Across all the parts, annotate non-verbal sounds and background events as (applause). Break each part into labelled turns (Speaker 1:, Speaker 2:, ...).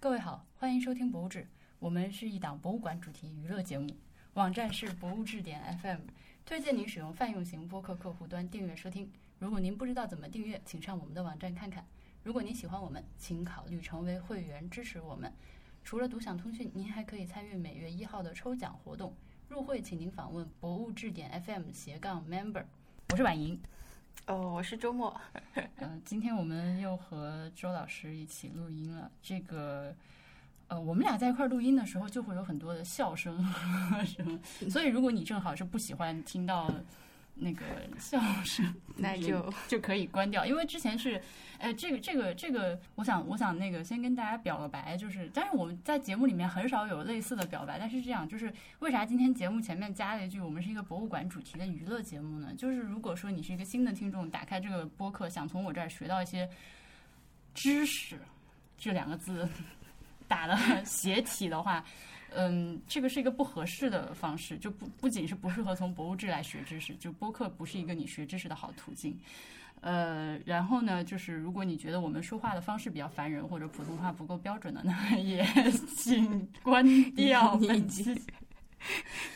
Speaker 1: 各位好，欢迎收听《博物志》，我们是一档博物馆主题娱乐节目，网站是博物志点 FM，推荐您使用泛用型播客客户端订阅收听。如果您不知道怎么订阅，请上我们的网站看看。如果您喜欢我们，请考虑成为会员支持我们。除了独享通讯，您还可以参与每月一号的抽奖活动。入会，请您访问博物志点 FM 斜杠 member。我是婉莹，
Speaker 2: 哦，我是周末，
Speaker 1: 嗯，今天我们又和周老师一起录音了。这个，呃，我们俩在一块儿录音的时候，就会有很多的笑声什么。所以，如果你正好是不喜欢听到那个笑声，
Speaker 2: 那
Speaker 1: 也
Speaker 2: 就
Speaker 1: 就可以关掉。因为之前是，呃，这个这个这个，我想我想那个先跟大家表个白，就是，但是我们在节目里面很少有类似的表白。但是这样，就是为啥今天节目前面加了一句我们是一个博物馆主题的娱乐节目呢？就是如果说你是一个新的听众，打开这个播客，想从我这儿学到一些知识，这两个字 (laughs) 打了斜体的话。嗯，这个是一个不合适的方式，就不不仅是不适合从博物志来学知识，就播客不是一个你学知识的好途径。呃，然后呢，就是如果你觉得我们说话的方式比较烦人，或者普通话不够标准的呢，也 (laughs) 请关掉
Speaker 2: 你
Speaker 1: 本
Speaker 2: 已
Speaker 1: 期。
Speaker 2: (laughs)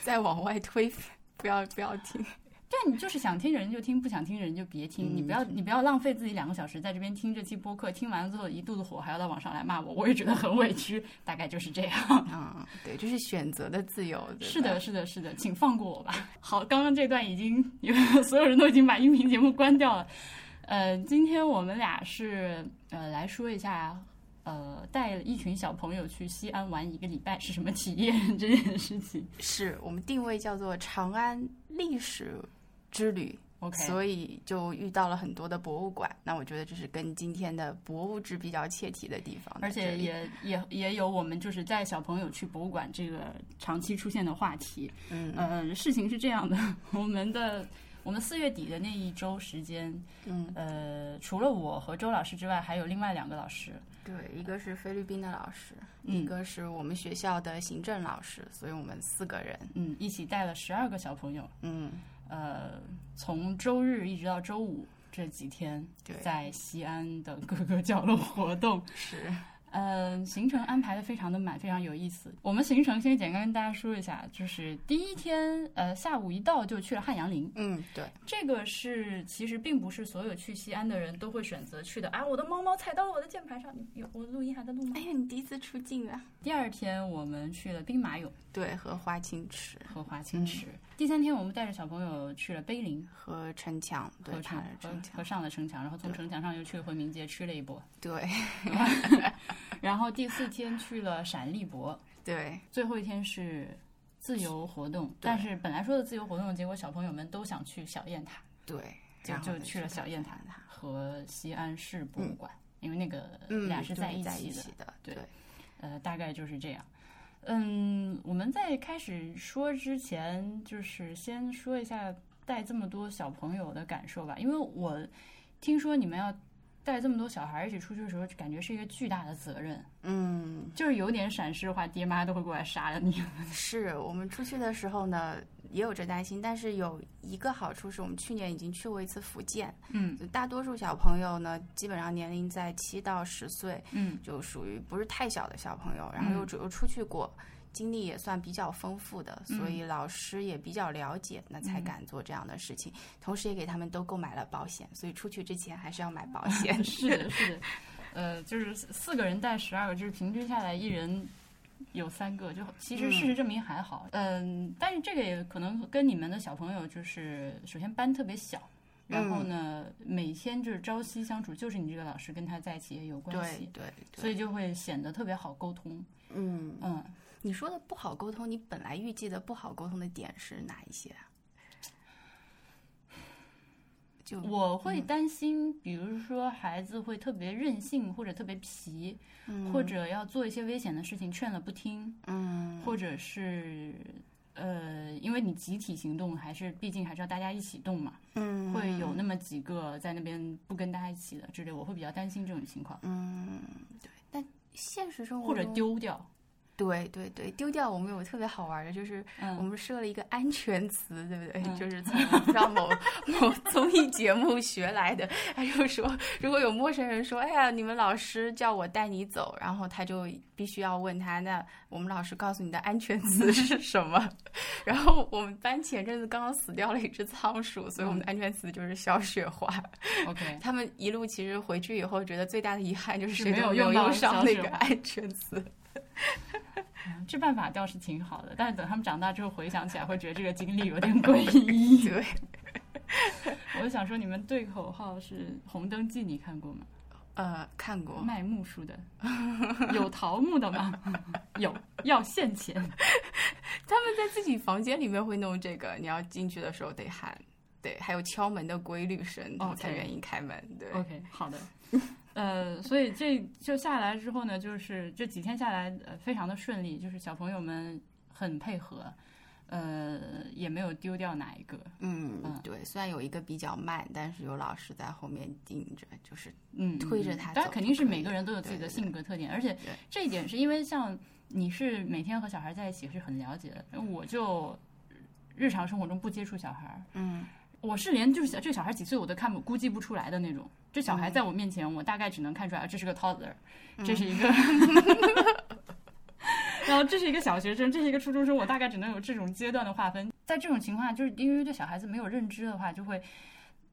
Speaker 2: 再往外推，不要不要听。
Speaker 1: 但你就是想听人就听，不想听人就别听。你不要你不要浪费自己两个小时在这边听这期播客，听完了之后一肚子火，还要到网上来骂我，我也觉得很委屈。大概就是这样。
Speaker 2: 嗯，对，这是选择的自由。对吧
Speaker 1: 是的，，是的，是的，请放过我吧。好，刚刚这段已经有 (laughs) 所有人都已经把音频节目关掉了。呃，今天我们俩是呃来说一下，呃，带一群小朋友去西安玩一个礼拜是什么体验 (laughs) 这件事情。
Speaker 2: 是我们定位叫做长安历史之旅
Speaker 1: OK，
Speaker 2: 所以就遇到了很多的博物馆。那我觉得这是跟今天的博物志比较切题的地方，
Speaker 1: 而
Speaker 2: 在
Speaker 1: 且
Speaker 2: 这里
Speaker 1: 也也也有我们就是带小朋友去博物馆这个长期出现的话题。
Speaker 2: 嗯
Speaker 1: 呃，事情是这样的，我们的我们四月底的那一周时间，
Speaker 2: 嗯，
Speaker 1: 呃，除了我和周老师之外，还有另外两个老师。
Speaker 2: 对，一个是菲律宾的老师，
Speaker 1: 嗯
Speaker 2: 一个是我们学校的行政老师，所以我们四个人，
Speaker 1: 嗯，一起带了十二个小朋友，
Speaker 2: 嗯，
Speaker 1: 呃，从周日一直到周五这几天，
Speaker 2: 对
Speaker 1: 在西安的各个角落活动，
Speaker 2: 是
Speaker 1: 呃，行程安排的非常的满，非常有意思。我们行程先简单跟大家说一下，就是第一天，呃，下午一到就去了汉阳陵，
Speaker 2: 嗯，对，
Speaker 1: 这个是其实并不是所有去西安的人都会选择去的啊。我的猫猫踩到了我的键盘上，有我录音还在录吗
Speaker 2: 哎？呀，你第一次出镜啊，
Speaker 1: 第二天我们去了兵马俑
Speaker 2: 对，和花青池。
Speaker 1: 和华清池，第三天我们带着小朋友去了碑林。
Speaker 2: 和城墙，
Speaker 1: 和
Speaker 2: 对，
Speaker 1: 城
Speaker 2: 爬了
Speaker 1: 和
Speaker 2: 城
Speaker 1: 和
Speaker 2: 墙，
Speaker 1: 上了城墙，然后从
Speaker 2: 对
Speaker 1: 城墙上又去回民街吃了一波，
Speaker 2: 对
Speaker 1: 然后第四天去了陕历博，
Speaker 2: 对，
Speaker 1: 最后一天是自由活动，但是本来说的自由活动，结果小朋友们都想去小雁塔，
Speaker 2: 对，
Speaker 1: 就
Speaker 2: 然后
Speaker 1: 就
Speaker 2: 呢
Speaker 1: 去了小雁塔
Speaker 2: 看它，
Speaker 1: 和西安市博物馆，因为那个
Speaker 2: 嗯，
Speaker 1: 俩是
Speaker 2: 对
Speaker 1: 一
Speaker 2: 在
Speaker 1: 起的，
Speaker 2: 起的，
Speaker 1: 对
Speaker 2: 对，
Speaker 1: 呃，大概就是这样。嗯，我们在开始说之前，就是先说一下带这么多小朋友的感受吧，因为我听说你们要带这么多小孩一起出去的时候，感觉是一个巨大的责任，
Speaker 2: 嗯，
Speaker 1: 就是有点闪失的话，爹妈都会过来杀了你。
Speaker 2: 是我们出去的时候呢，也有这担心，但是有一个好处是我们去年已经去过一次福建，
Speaker 1: 嗯
Speaker 2: 就大多数小朋友呢，基本上年龄在七到十岁，
Speaker 1: 嗯
Speaker 2: 就属于不是太小的小朋友，然后又
Speaker 1: 嗯
Speaker 2: 只有出去过。经历也算比较丰富的，所以老师也比较了解，那才
Speaker 1: 嗯。
Speaker 2: 敢做这样的事情。同时，也给他们都购买了保险，所以出去之前还是要买保
Speaker 1: (laughs)
Speaker 2: 险
Speaker 1: 是
Speaker 2: (laughs)
Speaker 1: 的，是的，呃，就是四四个人带十二个，就是平均下来一人有三个，就其实
Speaker 2: 嗯
Speaker 1: 事实证明还好。嗯、但是这个也可能跟你们的小朋友就是，首先班特别小。然
Speaker 2: 嗯
Speaker 1: 后呢，每天就是朝夕相处，就是你这个老师跟他在一起也有关
Speaker 2: 对
Speaker 1: 系，
Speaker 2: 对
Speaker 1: 所
Speaker 2: 对，
Speaker 1: 以就会显得特别好沟通。
Speaker 2: 嗯，
Speaker 1: 嗯，
Speaker 2: 你说的不好沟通，你本来预计的不好沟通的点是哪一些啊？就
Speaker 1: 我
Speaker 2: 嗯
Speaker 1: 会担心，比如说孩子会特别任性，或者特别皮，或者要做一些危险的事情，劝了不听，
Speaker 2: 嗯，
Speaker 1: 或者是呃，因为你集体行动还是毕竟还是要大家一起动嘛，
Speaker 2: 嗯
Speaker 1: 会有那么几个在那边不跟大家一起的之类，我会比较担心这种情况，
Speaker 2: 嗯，对，但现实生活
Speaker 1: 或者
Speaker 2: 中
Speaker 1: 丢掉。
Speaker 2: 对对对，丢掉我们有特别好玩的，就是我
Speaker 1: 嗯，
Speaker 2: 们设了一个安全词，对不对？
Speaker 1: 嗯
Speaker 2: 就是从不知道
Speaker 1: (laughs)
Speaker 2: 某某综艺节目学来的。他就说，如果有陌生人说：“哎呀，你们老师叫我带你走”，然后他就必须要问他：“那我们老师告诉你的安全
Speaker 1: (laughs)
Speaker 2: 词是什么？”然后我们班前阵子刚刚死掉了一只仓鼠，所以我
Speaker 1: 嗯
Speaker 2: 们的安全词就是小雪花。
Speaker 1: OK，
Speaker 2: 他们一路其实回去以后，觉得最大的遗憾就是
Speaker 1: 是
Speaker 2: 谁
Speaker 1: 没
Speaker 2: 都
Speaker 1: 有用
Speaker 2: 没有
Speaker 1: 到
Speaker 2: 用上
Speaker 1: 小
Speaker 2: 那
Speaker 1: 雪
Speaker 2: 个
Speaker 1: 花
Speaker 2: 安全词。
Speaker 1: 这办法倒是挺好的，但是等他们长大之后回想起来，会觉得这个经历有点诡异。
Speaker 2: (laughs) 对，
Speaker 1: 我就想说，你们对口号是《红灯记》，你看过吗？
Speaker 2: 呃，看过。
Speaker 1: 卖木梳的，有桃木的吗？有，要现钱。
Speaker 2: (laughs) 他们在自己房间里面会弄这个，你要进去的时候得喊，对，还有敲门的规律声，他们才
Speaker 1: OK
Speaker 2: 愿意开门。对
Speaker 1: OK，好的。 (laughs) 呃，所以这就下来之后呢，就是这几天下来，呃，非常的顺利，就是小朋友们很配合，呃，也没有丢掉哪一个，
Speaker 2: 嗯
Speaker 1: 嗯，
Speaker 2: 对，虽然有一个比较慢，但是有老师在后面盯着，就是
Speaker 1: 嗯，
Speaker 2: 推着
Speaker 1: 嗯
Speaker 2: 他
Speaker 1: 当然
Speaker 2: 走
Speaker 1: 肯
Speaker 2: 就
Speaker 1: 定是
Speaker 2: 可
Speaker 1: 每
Speaker 2: 以
Speaker 1: 个人都有自己
Speaker 2: 对
Speaker 1: 的
Speaker 2: 对
Speaker 1: 性格特点，而且
Speaker 2: 对
Speaker 1: 这一点是因为像你是每天和小孩在一起是很了解的，我就日常生活中不接触小孩儿，
Speaker 2: 嗯，
Speaker 1: 我是连就是小这个小孩几岁我都看不估计不出来的那种。这小孩
Speaker 2: 嗯
Speaker 1: 在我面前，我大概只能看出来，啊这是个 toddler，这是一
Speaker 2: (laughs)
Speaker 1: 个， (laughs) 然后这是一个小学生，这是一个初中生，我大概只能有这种阶段的划分。在这种情况下，就是因为对小孩子没有认知的话，就会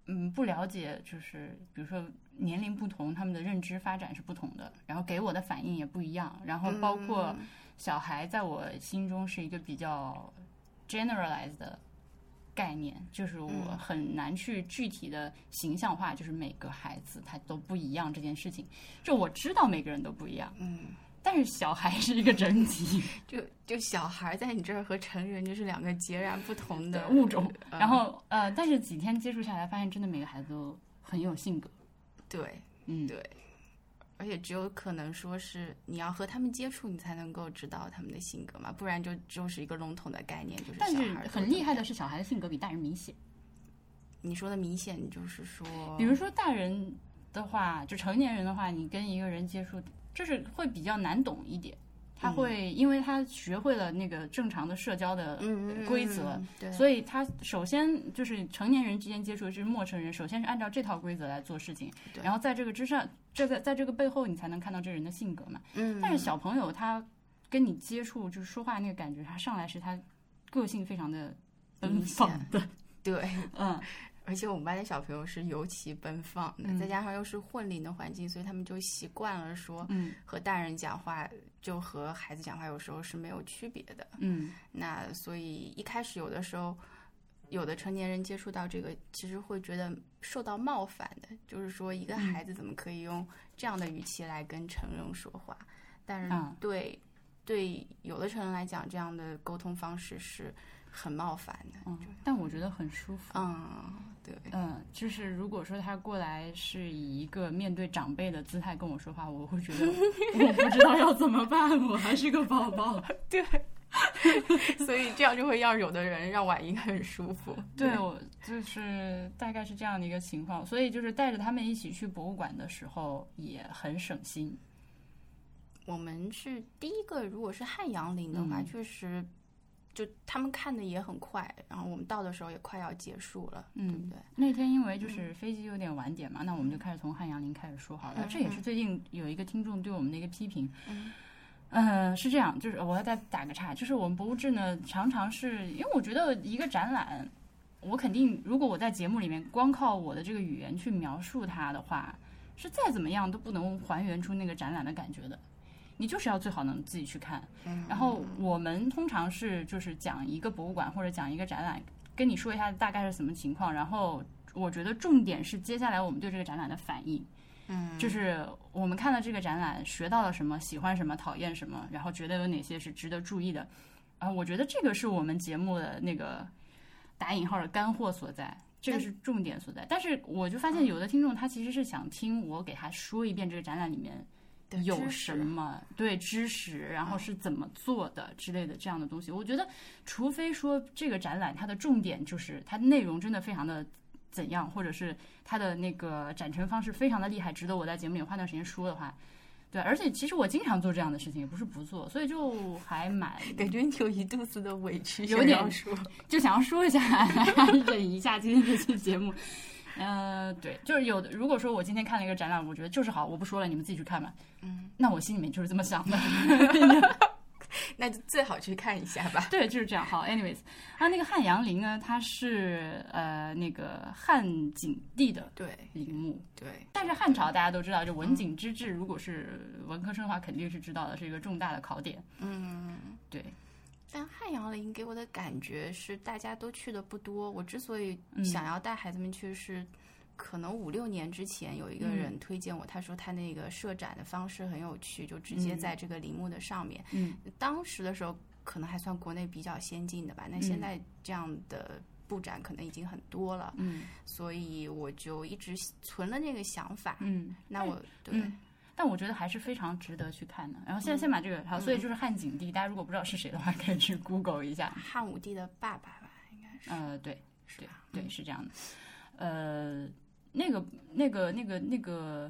Speaker 1: 嗯不了解，就是比如说年龄不同，他们的认知发展是不同的，然后给我的反应也不一样，然后包括
Speaker 2: 嗯
Speaker 1: 小孩在我心中是一个比较 generalized 的概念，就是我
Speaker 2: 嗯
Speaker 1: 很难去具体的形象化，就是每个孩子他都不一样这件事情。就我知道每个人都不一样，
Speaker 2: 嗯，
Speaker 1: 但是小孩是一个整体
Speaker 2: 就就小孩在你这儿和成人就是两个截然不同的
Speaker 1: 的物种。
Speaker 2: 嗯
Speaker 1: 然后呃，但是几天接触下来，发现真的每个孩子都很有性格。
Speaker 2: 对，
Speaker 1: 嗯，
Speaker 2: 对而且只有可能说是你要和他们接触，你才能够知道他们的性格嘛，不然就就是一个笼统的概念，就是
Speaker 1: 但
Speaker 2: 小
Speaker 1: 是
Speaker 2: 孩儿都
Speaker 1: 很
Speaker 2: 怎
Speaker 1: 厉
Speaker 2: 么
Speaker 1: 害
Speaker 2: 样
Speaker 1: 的是，小孩的性格比大人明显。
Speaker 2: 你说的明显，你就是说，
Speaker 1: 比如说大人的话，就成年人的话，你跟一个人接触，就是会比较难懂一点。他
Speaker 2: 嗯
Speaker 1: 会，因为他学会了那个正常的社交的
Speaker 2: 嗯
Speaker 1: 规则，，
Speaker 2: 对，
Speaker 1: 所以他首先就是成年人之间接触，就是陌生人，首先是按照这套规则来做事情，
Speaker 2: 对
Speaker 1: 然后在这个之上，这个在这个背后，你才能看到这人的性格嘛。
Speaker 2: 嗯，
Speaker 1: 但是
Speaker 2: (laughs)
Speaker 1: 小朋友他跟你接触，就是说话那个感觉，他上来是他个性非常的奔
Speaker 2: 明
Speaker 1: 放
Speaker 2: 显 (laughs)
Speaker 1: 的，
Speaker 2: 对，
Speaker 1: 嗯，
Speaker 2: 而且我们班的小朋友是尤其奔放的，
Speaker 1: 嗯
Speaker 2: 再加上又是混龄的环境，所以他们就习惯了说
Speaker 1: 嗯
Speaker 2: 和大人讲话就和孩子讲话有时候是没有区别的。
Speaker 1: 嗯
Speaker 2: 那所以一开始有的时候，有的成年人接触到这个，其实会觉得受到冒犯的，就是说一个孩子怎么可以用这样的语气来跟成人说话？但
Speaker 1: 啊
Speaker 2: 是对、对有的成人来讲，这样的沟通方式是很冒犯的。
Speaker 1: 嗯，但我觉得很舒服。
Speaker 2: 嗯，对， (laughs)
Speaker 1: 嗯，就是如果说他过来是以一个面对长辈的姿态跟我说话，我会觉
Speaker 2: (laughs)
Speaker 1: 得我不知道要怎么办，我还是个宝
Speaker 2: (laughs)
Speaker 1: 宝。
Speaker 2: 所以这样就会让有的人让婉莹很舒服。
Speaker 1: 对，我就是大概是这样的一个情况，所以就是带着他们一起去博物馆的时候也很省心。
Speaker 2: 我们是第一个，如果是汉阳陵的话，
Speaker 1: 嗯
Speaker 2: 确实就他们看的也很快，然后我们到的时候也快要结束了，对不
Speaker 1: 嗯
Speaker 2: 对？
Speaker 1: 那天因为就是飞机有点晚点嘛，那我们就开始从汉阳陵开始说好了。
Speaker 2: 嗯
Speaker 1: 这也是
Speaker 2: 嗯
Speaker 1: 最近有一个听众对我们的一个批评。
Speaker 2: 嗯
Speaker 1: 呃，是这样，就是我要再打个岔，就是我们博物志呢，常常是因为我觉得一个展览，我肯定如果我在节目里面光靠我的这个语言去描述它的话，是再怎么样都不能还原出那个展览的感觉的。你就是要最好能自己去看，
Speaker 2: 嗯
Speaker 1: 然后我们通常是就是讲一个博物馆或者讲一个展览，跟你说一下大概是什么情况，然后我觉得重点是接下来我们对这个展览的反应，
Speaker 2: 嗯，
Speaker 1: 就是我们看了这个展览学到了什么，喜欢什么，讨厌什么，然后觉得有哪些是值得注意的，啊，我觉得这个是我们节目的那个打引号的干货所在。这个
Speaker 2: 但
Speaker 1: 是重点所在，但是我就发现有的听众他其实是想听我给他说一遍这个展览里面
Speaker 2: 对
Speaker 1: 有
Speaker 2: 知
Speaker 1: 什
Speaker 2: 识嗯
Speaker 1: 么对知识，然后是怎么做的之类的这样的东西。我觉得，除非说这个展览它的重点就是它内容真的非常的怎样，或者是它的那个展陈方式非常的厉害，值得我在节目里花段时间说的话。对，而且其实我经常做这样的事情，也不是不做，所以就还
Speaker 2: (laughs)
Speaker 1: 蛮
Speaker 2: 感觉你有一肚子的委屈，
Speaker 1: 有点
Speaker 2: 想要说，
Speaker 1: 就想要说一下，这一下今天这期节目。呃，对，就是有的。如果说我今天看了一个展览，我觉得就是好，我不说了，你们自己去看吧。
Speaker 2: 嗯，
Speaker 1: 那我心里面就是这么想的。
Speaker 2: (laughs) 那就最好去看一下吧。
Speaker 1: (laughs) 对，就是这样。好，anyways，啊，那个汉阳陵呢，它是呃那个汉景帝的
Speaker 2: 对
Speaker 1: 陵墓，
Speaker 2: 对，
Speaker 1: 但是汉朝大家都知道，就
Speaker 2: 嗯
Speaker 1: 文景之治，如果是文科生的话，肯定是知道的，是一个重大的考点。
Speaker 2: 嗯。
Speaker 1: 对，
Speaker 2: 但汉阳陵给我的感觉是，大家都去的不多。我之所以
Speaker 1: 嗯
Speaker 2: 想要带孩子们去是，可能五六年之前有一个
Speaker 1: 嗯
Speaker 2: 人推荐我，他说他那个设展的方式很有趣，就直接
Speaker 1: 嗯
Speaker 2: 在这个陵墓的上面。
Speaker 1: 嗯，
Speaker 2: 当时的时候可能还算国内比较先进的吧，那
Speaker 1: 嗯
Speaker 2: 现在这样的布展可能已经很多了，
Speaker 1: 嗯
Speaker 2: 所以我就一直存了那个想法。
Speaker 1: 嗯，
Speaker 2: 那我对、
Speaker 1: 嗯但我觉得还是非常值得去看的。然后
Speaker 2: 嗯
Speaker 1: 现在先把这个好，所以就是汉景帝，大家如果不知道是谁的话，可以去 Google 一下。
Speaker 2: 汉武帝的爸爸吧，应该是
Speaker 1: 呃，对，
Speaker 2: 是
Speaker 1: 对
Speaker 2: 吧？嗯
Speaker 1: 对，是这样的。呃，那个那个那个那个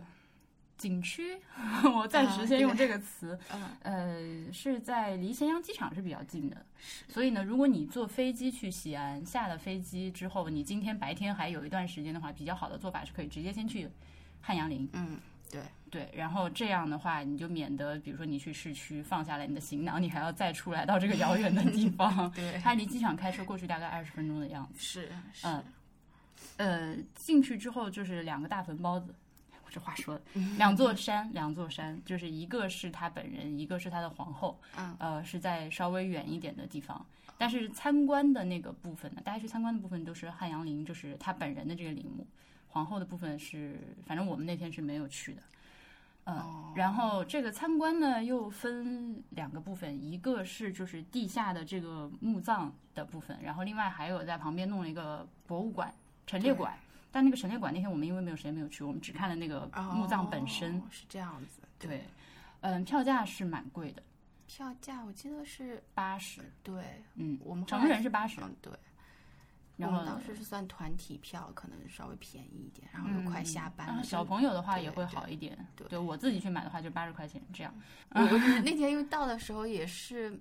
Speaker 1: 景区， (laughs) 我暂时
Speaker 2: 啊
Speaker 1: 先用
Speaker 2: 对
Speaker 1: 这个词，
Speaker 2: 嗯，
Speaker 1: 呃，是在离咸阳机场是比较近的。所以呢，如果你坐飞机去西安，下了飞机之后，你今天白天还有一段时间的话，比较好的做法是可以直接先去汉阳陵，
Speaker 2: 嗯，。
Speaker 1: 对，然后这样的话，你就免得，比如说你去市区放下来你的行囊，你还要再出来到这个遥远的地方
Speaker 2: (laughs) 对，
Speaker 1: 它离机场开车过去大概二十分钟的样子。
Speaker 2: 是是，
Speaker 1: 嗯呃，进去之后就是两个大坟包子，我这话
Speaker 2: (laughs)
Speaker 1: 说的，两座山，两座山，就是一个是他本人，一个是他的皇后，
Speaker 2: 嗯
Speaker 1: 呃，是在稍微远一点的地方。但是参观的那个部分呢，大家去参观的部分都是汉阳陵，就是他本人的这个陵墓，皇后的部分是，反正我们那天是没有去的。呃，
Speaker 2: 哦
Speaker 1: 然后这个参观呢又分两个部分，一个是就是地下的这个墓葬的部分，然后另外还有在旁边弄了一个博物馆陈列馆。但那个陈列馆那天我们因为没有时间没有去，我们只看了那个嗯墓葬本身。
Speaker 2: 哦是这样子。
Speaker 1: 对，嗯，票价是蛮贵的，
Speaker 2: 票价我记得是
Speaker 1: 八十，
Speaker 2: 对，
Speaker 1: 嗯，
Speaker 2: 我们后
Speaker 1: 成
Speaker 2: 来
Speaker 1: 人是八十，
Speaker 2: 嗯对，
Speaker 1: 然
Speaker 2: 我
Speaker 1: 后
Speaker 2: 们当时是算团体票，可能稍微便宜一点，然后又快下班
Speaker 1: 嗯
Speaker 2: 了，
Speaker 1: 啊小
Speaker 2: 就
Speaker 1: 朋友的话
Speaker 2: 对
Speaker 1: 也会
Speaker 2: 对
Speaker 1: 好一点。
Speaker 2: 对
Speaker 1: 我自己去买的话就八十块钱这样。
Speaker 2: 我
Speaker 1: (laughs)
Speaker 2: 我是那天因为到的时候也是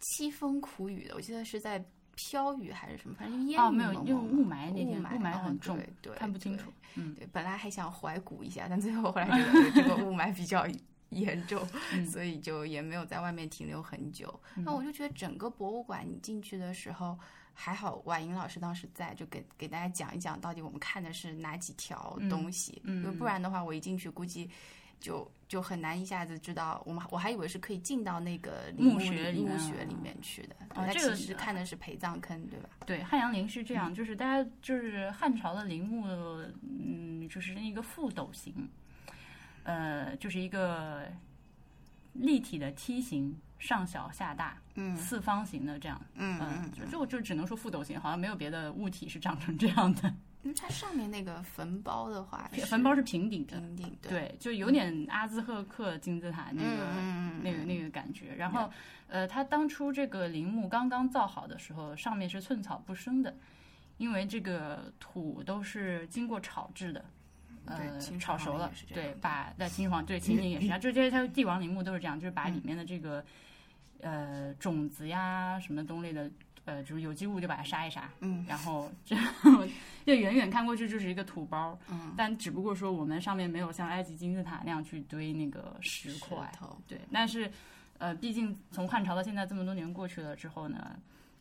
Speaker 2: 凄风苦雨的，我记得是在飘雨还是什么，反正烟
Speaker 1: 哦
Speaker 2: 雨
Speaker 1: 没有
Speaker 2: 蒙
Speaker 1: 就
Speaker 2: 蒙
Speaker 1: 雾
Speaker 2: 的
Speaker 1: 霾那天
Speaker 2: 雾霾
Speaker 1: 雾霾
Speaker 2: 哦
Speaker 1: 很重
Speaker 2: 对对
Speaker 1: 看不清楚。
Speaker 2: 对
Speaker 1: 嗯
Speaker 2: 对，本来还想怀古一下，但最后
Speaker 1: (laughs)
Speaker 2: 后来觉得这个雾霾比较严重，
Speaker 1: 嗯
Speaker 2: 所以就也没有在外面停留很久。那我就觉得整个博物馆你进去的时候。还好，婉莹老师当时在，就给给大家讲一讲到底我们看的是哪几条东西，
Speaker 1: 嗯
Speaker 2: 因为不然的话，我一进去估计就就很难一下子知道。我们我还以为是可以进到那个陵
Speaker 1: 墓穴
Speaker 2: 里
Speaker 1: 里面
Speaker 2: 墓
Speaker 1: 啊
Speaker 2: 穴里面去的，对
Speaker 1: 啊
Speaker 2: 它
Speaker 1: 这个
Speaker 2: 其实
Speaker 1: 是
Speaker 2: 看的是陪葬坑，对吧？
Speaker 1: 对，汉阳陵是这
Speaker 2: 嗯
Speaker 1: 样，就是大家就是汉朝的陵墓，嗯，就是一个覆斗形，呃，就是一个立体的梯形，上小下大，
Speaker 2: 嗯
Speaker 1: 四方形的这样，
Speaker 2: 嗯
Speaker 1: 嗯，就就就只能说覆斗形，好像没有别的物体是长成这样的。
Speaker 2: 因为它上面那个坟包的话，
Speaker 1: 坟包是平底的，
Speaker 2: 平顶，对，
Speaker 1: 对，就有点阿兹赫克金字塔那个。
Speaker 2: 嗯
Speaker 1: 那个那个感觉，然后，呃，他当初这个陵墓刚刚造好的时候，上面是寸草不生的，因为这个土都是经过炒制的，呃
Speaker 2: 嗯对秦，始
Speaker 1: 炒
Speaker 2: 皇
Speaker 1: 熟了
Speaker 2: 也是，这样
Speaker 1: 对
Speaker 2: 的，
Speaker 1: 把那秦始皇对秦陵
Speaker 2: (laughs)
Speaker 1: 也是这样，就这些它帝王陵墓都是这样，就是把
Speaker 2: 嗯
Speaker 1: 里面的这个呃种子呀什么东类的，呃，就是有机物就把它杀一杀，
Speaker 2: 嗯
Speaker 1: 然
Speaker 2: (laughs)
Speaker 1: 后这就远远看过去就是一个土包，
Speaker 2: 嗯，
Speaker 1: 但只不过说我们上面没有像埃及金字塔那样去堆那个石
Speaker 2: 石
Speaker 1: 块，
Speaker 2: 头，
Speaker 1: 对，但是呃，毕竟从汉朝到现在这么多年过去了之后呢，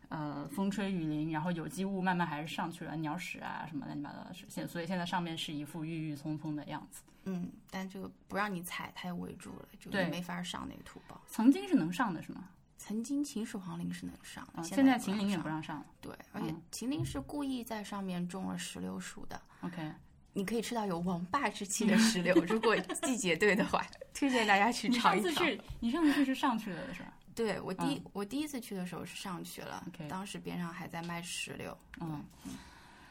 Speaker 1: 呃，风吹雨淋，然后有机物慢慢还是上去了，鸟屎啊什么乱七八糟的事，现所以现在上面是一副郁郁葱葱的样子。
Speaker 2: 嗯，但这个不让你踩，它也围住了，就
Speaker 1: 对
Speaker 2: 没法上那个土包。
Speaker 1: 曾经是能上的是吗？
Speaker 2: 曾经秦始皇陵是能上
Speaker 1: 啊、
Speaker 2: 的，
Speaker 1: 现在
Speaker 2: 在
Speaker 1: 秦陵也
Speaker 2: 不
Speaker 1: 不
Speaker 2: 让上。
Speaker 1: 让哦上了。
Speaker 2: 对，而且秦陵是故意在上面种了石榴树的，
Speaker 1: OK，
Speaker 2: (laughs) 你可以吃到有王霸之气的
Speaker 1: (laughs)
Speaker 2: 石榴，如果季节对的话，推荐大家去
Speaker 1: 你
Speaker 2: 尝
Speaker 1: 上
Speaker 2: 一
Speaker 1: 次
Speaker 2: 尝。
Speaker 1: 去，你上次去是上去了的是吧？
Speaker 2: 对我第一、我第一次去的时候是上去了
Speaker 1: OK
Speaker 2: 当时边上还在卖石榴。
Speaker 1: 嗯，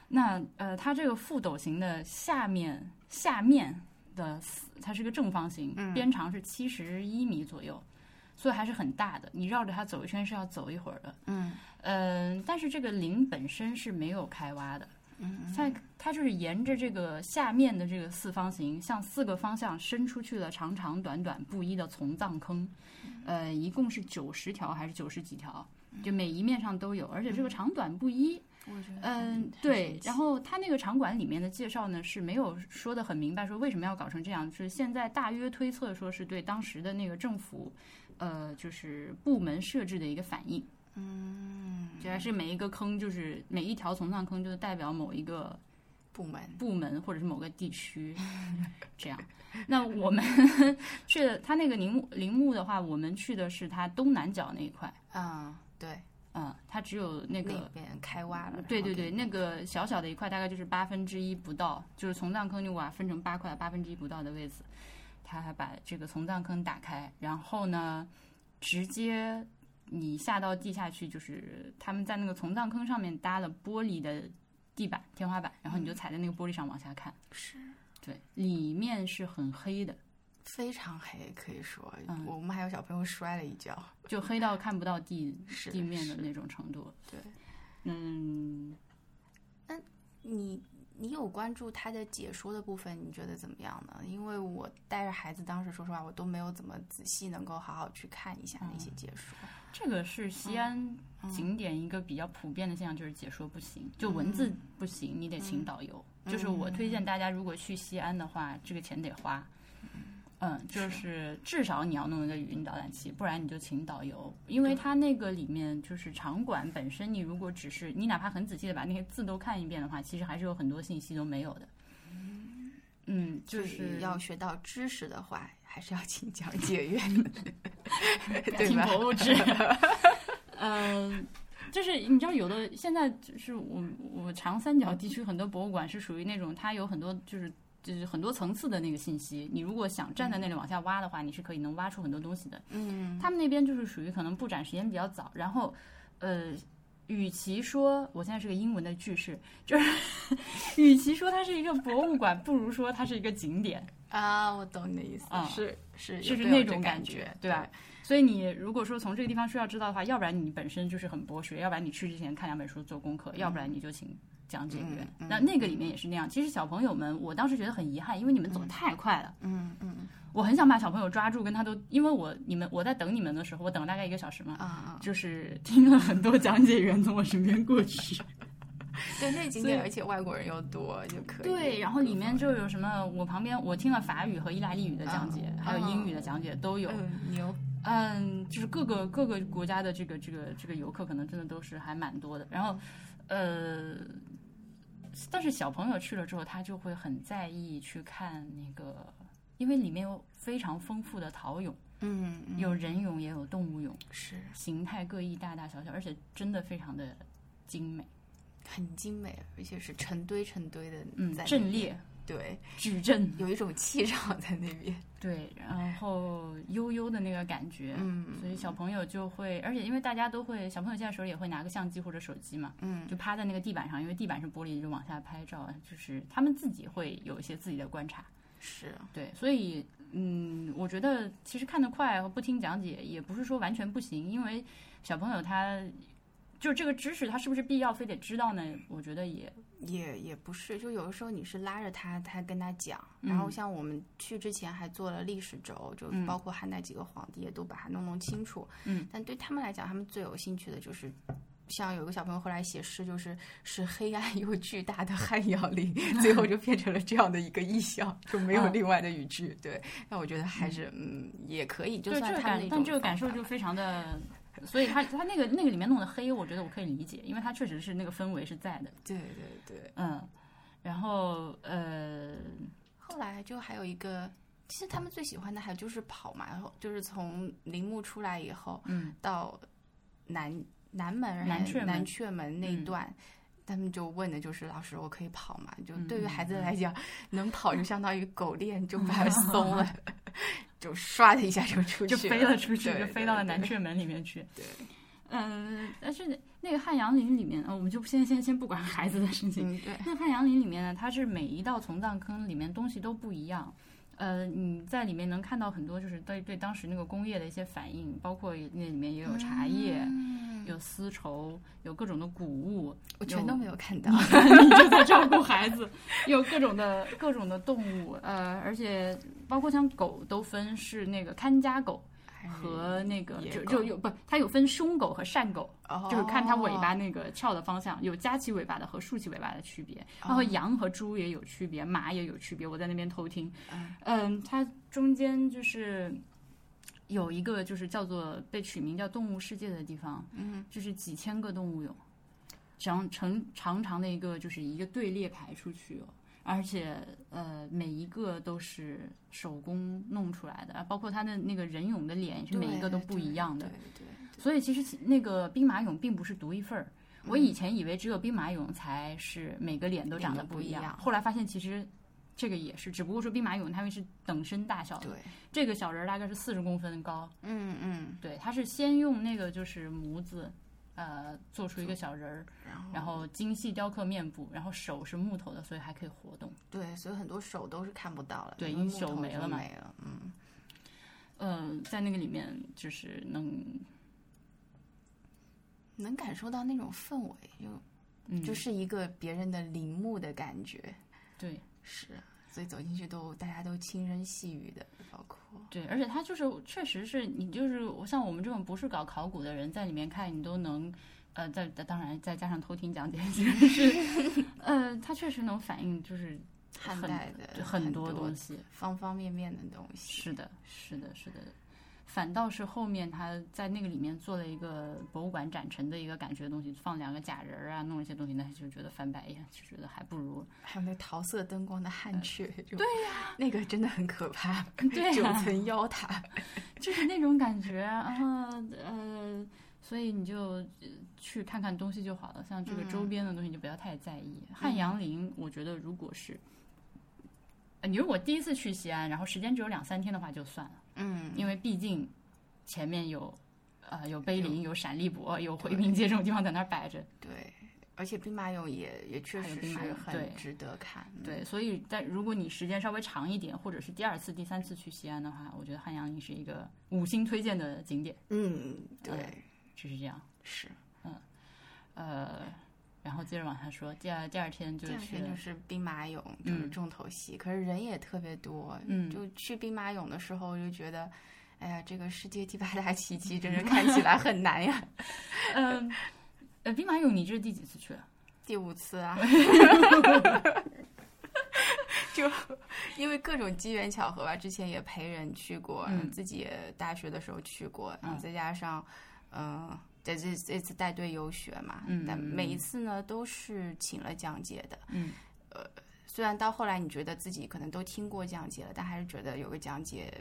Speaker 1: 那呃，它这个覆斗形的下面下面的四，它是个正方形，边长是七十一米左右，所以还是很大的。你绕着它走一圈是要走一会儿的。
Speaker 2: 嗯
Speaker 1: 嗯，但是这个陵本身是没有开挖的，
Speaker 2: 嗯，
Speaker 1: 它它就是沿着这个下面的这个四方形，向四个方向伸出去了长长短短不一的从葬坑，呃，一共是九十条还是九十几条，就每一面上都有，而且这个长短不一，
Speaker 2: 我觉得
Speaker 1: 嗯，对。然后他那个场馆里面的介绍呢，是没有说的很明白，说为什么要搞成这样。是现在大约推测说是对当时的那个政府，呃，就是部门设置的一个反应。嗯，主要是每一个坑，就是每一条从葬坑，就代表某一个
Speaker 2: 部门
Speaker 1: 部门或者是某个地 (laughs) 区，这样。那我 (laughs) 们去的他那个陵墓陵墓的话，我们去的是它东南角那一块，
Speaker 2: 啊，对，
Speaker 1: 嗯，它只有那个嗯
Speaker 2: 那边开挖了，
Speaker 1: 对
Speaker 2: 然
Speaker 1: 对对，
Speaker 2: 后给
Speaker 1: 那个小小的一块大概就是八分之一不到，就是从藏坑就把它分成八块，八分之一不到的位置，他还把这个从藏坑打开，然后呢，直接你下到地下去，就是他们在那个从藏坑上面搭了玻璃的地板、天花板，然后
Speaker 2: 嗯
Speaker 1: 你就踩在那个玻璃上往下看，
Speaker 2: 是
Speaker 1: 对，里面是很黑的，
Speaker 2: 非常黑，可以说，
Speaker 1: 嗯
Speaker 2: 我们还有小朋友摔了一跤，
Speaker 1: 就黑到看不到地
Speaker 2: 是
Speaker 1: 地面的
Speaker 2: 是
Speaker 1: 那种程度。
Speaker 2: 对，
Speaker 1: 嗯，
Speaker 2: 你你有关注他的解说的部分，你觉得怎么样呢？因为我带着孩子，当时说实话，我都没有怎么仔细能够好好去看一下那些
Speaker 1: 嗯
Speaker 2: 解说。
Speaker 1: 这个是
Speaker 2: 嗯
Speaker 1: 西安景点一个比较普遍的现象，就是解说不行，就
Speaker 2: 嗯
Speaker 1: 文字不行，你得请导游。就是我推荐大家，如果去西安的话，这个钱得花。嗯，就是至少你要弄一个语音导览器，不然你就请导游，因为它那个里面就是场馆本身，你如果只是你哪怕很仔细的把那些字都看一遍的话，其实还是有很多信息都没有的。嗯，就
Speaker 2: 所以
Speaker 1: 是
Speaker 2: 要学到知识的话，还是要请讲解员，
Speaker 1: (laughs)
Speaker 2: 对 (laughs)
Speaker 1: 挺
Speaker 2: 吧？
Speaker 1: 博物志。 (laughs) 嗯，就是你知道，有的现在就是我我长三角地区很多博物馆是属于那种它有很多就是。就是很多层次的那个信息，你如果想站在那里往下挖的话，你是可以能挖出很多东西的。
Speaker 2: 嗯，
Speaker 1: 他们那边就是属于可能布展时间比较早，然后，呃，与其说我现在是个英文的句式，就是 (laughs) 与其说它是一个博物馆，不如说它是一个景点。
Speaker 2: 啊，我懂你的意思，
Speaker 1: 嗯
Speaker 2: 是是，
Speaker 1: 就是
Speaker 2: 有
Speaker 1: 那
Speaker 2: 都有这
Speaker 1: 种
Speaker 2: 感
Speaker 1: 感觉对吧？所以你如果说从这个地方需要知道的话，要不然你本身就是很博学，要不然你去之前看两本书做功课，要不然你就请讲解员。
Speaker 2: 嗯嗯
Speaker 1: 那那个里面也是那样。其实小朋友们，我当时觉得很遗憾，因为你们走得太快了。
Speaker 2: 嗯嗯
Speaker 1: 我很想把小朋友抓住，跟他都，因为我你们我在等你们的时候，我等了大概一个小时嘛，
Speaker 2: 啊，
Speaker 1: (laughs) 就是听了很多讲解员从我身边过去。
Speaker 2: 对，那景
Speaker 1: 所以
Speaker 2: 点而且外国人又多，就可
Speaker 1: (laughs)
Speaker 2: 以
Speaker 1: 对，然后里面就有什么，我旁边我听了法语和意大利语的讲解，
Speaker 2: 啊
Speaker 1: 还有英语的讲解都有。
Speaker 2: 嗯牛，
Speaker 1: 嗯，就是各个各个国家的这个这个这个游客，可能真的都是还蛮多的。然后，呃，但是小朋友去了之后，他就会很在意去看那个，因为里面有非常丰富的陶俑，
Speaker 2: 嗯嗯
Speaker 1: 有人俑也有动物俑，
Speaker 2: 是
Speaker 1: 形态各异，大大小小，而且真的非常的精美，
Speaker 2: 很精美，而且是成堆成堆的，
Speaker 1: 嗯
Speaker 2: 在，那
Speaker 1: 阵
Speaker 2: 边，
Speaker 1: 列
Speaker 2: 对，
Speaker 1: 矩阵，
Speaker 2: 有一种气场在那
Speaker 1: (laughs)
Speaker 2: 边，
Speaker 1: 对，然后悠悠的那个感觉，
Speaker 2: 嗯
Speaker 1: 所以小朋友就会，而且因为大家都会，小朋友现在手里也会拿个相机或者手机嘛，
Speaker 2: 嗯，
Speaker 1: 就趴在那个地板上，因为地板是玻璃，就往下拍照，啊就是他们自己会有一些自己的观察，
Speaker 2: 是，
Speaker 1: 对，所以嗯，我觉得其实看得快和不听讲解也不是说完全不行，因为小朋友他就这个知识他是不是必要非得知道呢？我觉得也
Speaker 2: 也也不是，就有的时候你是拉着他，他跟他讲，然后像我们去之前还做了历史轴，就包括汉代几个皇帝也都把它弄弄清楚。
Speaker 1: 嗯，
Speaker 2: 但对他们来讲，他们最有兴趣的就是。像有个小朋友后来写诗，就是是黑暗又巨大的汉阳
Speaker 1: (laughs)
Speaker 2: 陵，最后就变成了这样的一个意象，就没有
Speaker 1: 嗯
Speaker 2: 另外的语句。对，那我觉得还是嗯也可以，就
Speaker 1: 对
Speaker 2: 算
Speaker 1: 这个
Speaker 2: 他们那
Speaker 1: 感
Speaker 2: 种，
Speaker 1: 但这个感受就非常的。所以他他那个那个里面弄的黑，我觉得我可以理解，因为他确实是那个氛围是在的，
Speaker 2: 对对对。
Speaker 1: 嗯，然后呃，
Speaker 2: 后来就还有一个，其实他们最喜欢的还就是跑嘛，然后就是从陵墓出来以后
Speaker 1: 嗯，
Speaker 2: 到南南门还
Speaker 1: 南阙门
Speaker 2: 南阙门那一
Speaker 1: 嗯
Speaker 2: 段。他们就问的就是老师，我可以跑吗？就
Speaker 1: 嗯
Speaker 2: 对于
Speaker 1: 嗯
Speaker 2: 孩子来讲，能跑就相当于狗链就
Speaker 1: (laughs)
Speaker 2: 把它松了， (laughs) 就唰的一下就出去
Speaker 1: 就飞了出去，
Speaker 2: 对
Speaker 1: 就飞到了南。
Speaker 2: 对
Speaker 1: 阙门里面去。
Speaker 2: 对，
Speaker 1: 嗯、但是那个汉阳陵里面，呃，我们就先先先不管孩子的事
Speaker 2: 对
Speaker 1: 情。
Speaker 2: 嗯，对，
Speaker 1: 那汉阳陵里面呢，它是每一道从葬坑里面东西都不一样。呃，你在里面能看到很多，就是对对当时那个工业的一些反应，包括那里面也有茶叶，
Speaker 2: 嗯嗯
Speaker 1: 有丝绸，有各种的谷物， (laughs)
Speaker 2: 我全都没有看到。
Speaker 1: 嗯你就在照顾孩子，有各种的各种的动物，呃，而且包括像狗都分是那个看家狗和那个
Speaker 2: 哎野
Speaker 1: 就
Speaker 2: 狗
Speaker 1: 就有不，它有分凶狗和善狗，
Speaker 2: 哦
Speaker 1: 就是看它尾巴那个翘的方向，有夹起尾巴的和竖起尾巴的区别，它
Speaker 2: 哦
Speaker 1: 和羊和猪也有区别，马也有区别。我在那边偷听
Speaker 2: 嗯，
Speaker 1: 嗯，它中间就是。有一个就是叫做被取名叫动物世界的地方，
Speaker 2: 嗯，
Speaker 1: 就是几千个动物有，长成长长的一个就是一个队列排出去有，而且呃每一个都是手工弄出来的，包括它的那个人俑的脸也是每一个都不一样的，
Speaker 2: 对对对
Speaker 1: 所以其实那个兵马俑并不是独一份儿。
Speaker 2: 嗯
Speaker 1: 我以前以为只有兵马俑才是每个脸都长得
Speaker 2: 脸都
Speaker 1: 不
Speaker 2: 不
Speaker 1: 一
Speaker 2: 一
Speaker 1: 样，
Speaker 2: 样
Speaker 1: 后来发现其实这个也是，只不过说兵马俑它们是等身大小的，
Speaker 2: 对，
Speaker 1: 这个小人儿大概是四十公分高，
Speaker 2: 嗯嗯，
Speaker 1: 对，它是先用那个就是模子，呃，做出一个小人儿，
Speaker 2: 然后
Speaker 1: 然后精细雕刻面部，然后手是木头的，所以还可以活动。
Speaker 2: 对，所以很多手都是看不到了，
Speaker 1: 对
Speaker 2: 因
Speaker 1: 因
Speaker 2: 为
Speaker 1: 为
Speaker 2: 木
Speaker 1: 手
Speaker 2: 头
Speaker 1: 没
Speaker 2: 就
Speaker 1: 了嘛
Speaker 2: 没了，嗯，
Speaker 1: 嗯、在那个里面就是能，
Speaker 2: 能感受到那种氛围，就
Speaker 1: 嗯，
Speaker 2: 就是一个别人的陵墓的感觉，
Speaker 1: 对
Speaker 2: 是，所以走进去都大家都轻声细语的，包括
Speaker 1: 对，而且它就是确实是你就是我像我们这种不是搞考古的人，在里面看你都能。呃，再再当然再加上偷听讲解，就是，呃，它确实能反映就是
Speaker 2: 汉
Speaker 1: 很
Speaker 2: 代的
Speaker 1: 很
Speaker 2: 多
Speaker 1: 多东西，
Speaker 2: 方方面面的东西，
Speaker 1: 是的，是的，是的。反倒是后面他在那个里面做了一个博物馆展陈的一个感觉的东西，放两个假人儿啊，弄一些东西，那就觉得翻白眼，就觉得还不如
Speaker 2: 还有那桃色灯光的汉
Speaker 1: (laughs)
Speaker 2: 阙，对呀，那个真的很可怕，
Speaker 1: 对
Speaker 2: 九
Speaker 1: 啊，
Speaker 2: 层妖塔，
Speaker 1: (laughs) 就是那种感觉啊，
Speaker 2: 嗯
Speaker 1: 呃，所以你就呃去看看东西就好了，像
Speaker 2: 嗯
Speaker 1: 这个周边的东西你就不要太在意。汉阳陵，我觉得如果是。呃你如果第一次去西安，然后时间只有两三天的话，就算了。
Speaker 2: 嗯，
Speaker 1: 因为毕竟前面有呃有碑林、有闪立博、有回民街这种地方在那儿摆着，
Speaker 2: 对，而且兵马俑也也确
Speaker 1: 还有
Speaker 2: 实
Speaker 1: 兵
Speaker 2: 是
Speaker 1: 马俑对
Speaker 2: 很值得看，嗯
Speaker 1: 对，所以但如果你时间稍微长一点，或者是第二次、第三次去西安的话，我觉得汉阳陵是一个五星推荐的景点，
Speaker 2: 嗯，对，
Speaker 1: 就是这样。
Speaker 2: 是。
Speaker 1: 呃，然后接着往下说，第二第二天就
Speaker 2: 第二
Speaker 1: 去
Speaker 2: 天就
Speaker 1: 了，
Speaker 2: 是兵马俑，就是
Speaker 1: 嗯
Speaker 2: 重头戏，可是人也特别多。
Speaker 1: 嗯
Speaker 2: 就去兵马俑的时候就觉得，哎呀，这个世界第八大奇迹真是看起来很难呀。
Speaker 1: 嗯、呃，兵马俑你这是第几次去了？
Speaker 2: 第五
Speaker 1: (laughs)
Speaker 2: 次啊，就因为各种机缘巧合吧，之前也陪人去过，
Speaker 1: 嗯
Speaker 2: 自己也大学的时候去过，然后
Speaker 1: 嗯
Speaker 2: 再加上，嗯、在这这次带队游学嘛，
Speaker 1: 嗯
Speaker 2: 但
Speaker 1: 嗯
Speaker 2: 每一
Speaker 1: 嗯
Speaker 2: 次呢都是请了讲解的，呃
Speaker 1: 嗯，
Speaker 2: 虽然到后来你觉得自己可能都听过讲解了，但还是觉得有个讲解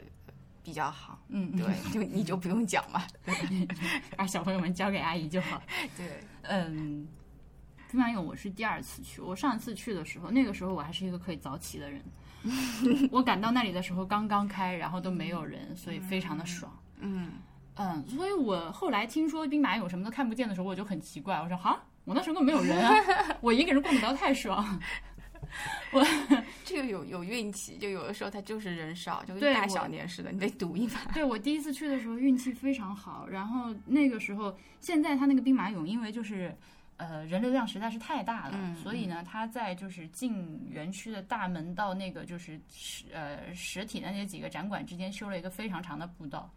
Speaker 2: 比较好。
Speaker 1: 嗯，
Speaker 2: 对，就你就不用讲嘛。
Speaker 1: (laughs) 把小朋友们交给阿姨就好。
Speaker 2: 对，
Speaker 1: 嗯，兵马俑我是第二次去，我上次去的时候，那个时候我还是一个可以早起的人。我赶到那里的时候刚刚开，然后都没有人，所以非常的爽。
Speaker 2: 嗯，
Speaker 1: 嗯，所以我后来听说兵马俑什么都看不见的时候，我就很奇怪，我说哈，我那时候根本没有人
Speaker 2: (laughs)
Speaker 1: 啊，我一个人逛不到太爽。
Speaker 2: 这个有有运气，就有的时候他就是人少，就
Speaker 1: 对
Speaker 2: 跟大
Speaker 1: 我
Speaker 2: 小年似的，你得赌一把。 (laughs)
Speaker 1: 对我第一次去的时候运气非常好，然后那个时候，现在它那个兵马俑因为就是。呃，人流量实在是太大了，
Speaker 2: 嗯
Speaker 1: 所以呢，它在就是进园区的大门到那个就是实呃实体的那几个展馆之间修了一个非常长的步道，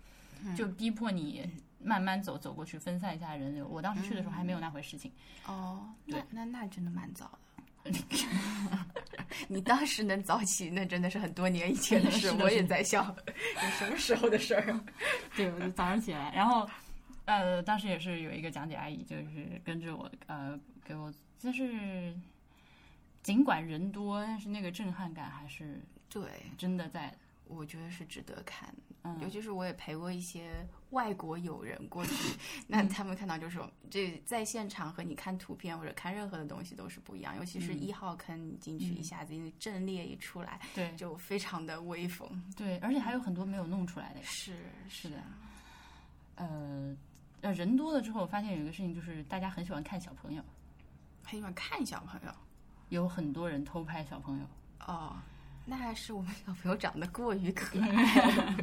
Speaker 2: 嗯
Speaker 1: 就逼迫你慢慢走走过去，分散一下人流。我当时去的时候还没有那回事情，
Speaker 2: 哦，
Speaker 1: 对
Speaker 2: 那那那真的蛮早 (laughs) 的。你当时能早起，那真的 (laughs) 是很多年以前的事。
Speaker 1: 是的
Speaker 2: 我
Speaker 1: 是
Speaker 2: 也
Speaker 1: 的
Speaker 2: 在想，这什么时候的事儿啊？
Speaker 1: 对，我就早上起来，然后呃，当时也是有一个讲解阿姨，就是跟着我呃给我，就是尽管人多，但是那个震撼感还是
Speaker 2: 对，
Speaker 1: 真的在的。
Speaker 2: 我觉得是值得看的。尤
Speaker 1: 嗯，
Speaker 2: 其是我也陪过一些外国友人过 (laughs) 去，那他们看到就说，这在现场和你看图片或者看任何的东西都是不一样，尤其是
Speaker 1: 嗯
Speaker 2: 一号坑你进去
Speaker 1: 嗯
Speaker 2: 一下子，因为阵列一出来
Speaker 1: 对
Speaker 2: 就非常的威风。
Speaker 1: 对，而且还有很多没有弄出来的呀。
Speaker 2: 是
Speaker 1: 是的，呃，呃，人多了之后，我发现有一个事情就是大家很喜欢看小朋友，
Speaker 2: 很喜欢看小朋友
Speaker 1: 有很多人偷拍小朋友。
Speaker 2: 哦。那是我们小朋友长得过于可爱，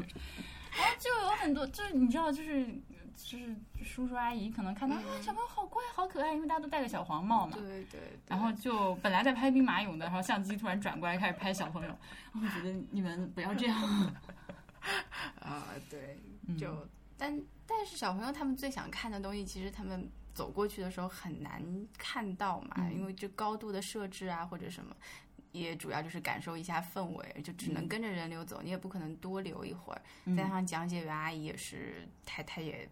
Speaker 1: 就有很多，就是你知道，就是就是叔叔阿姨可能看到、啊小朋友好乖好可爱，因为大家都戴个小黄帽嘛
Speaker 2: 对。对对，
Speaker 1: 然后就本来在拍兵马俑的，然后相机突然转过来开始拍小朋友，我觉得你们不要这
Speaker 2: (laughs)
Speaker 1: 样。
Speaker 2: 啊、对，
Speaker 1: 嗯
Speaker 2: 就、但但是小朋友他们最想看的东西，其实他们走过去的时候很难看到嘛，
Speaker 1: 嗯
Speaker 2: 因为这高度的设置啊或者什么，也主要就是感受一下氛围，就只能跟着人流走，你也不可能多留一会儿。再加上讲解员阿姨也是，她她也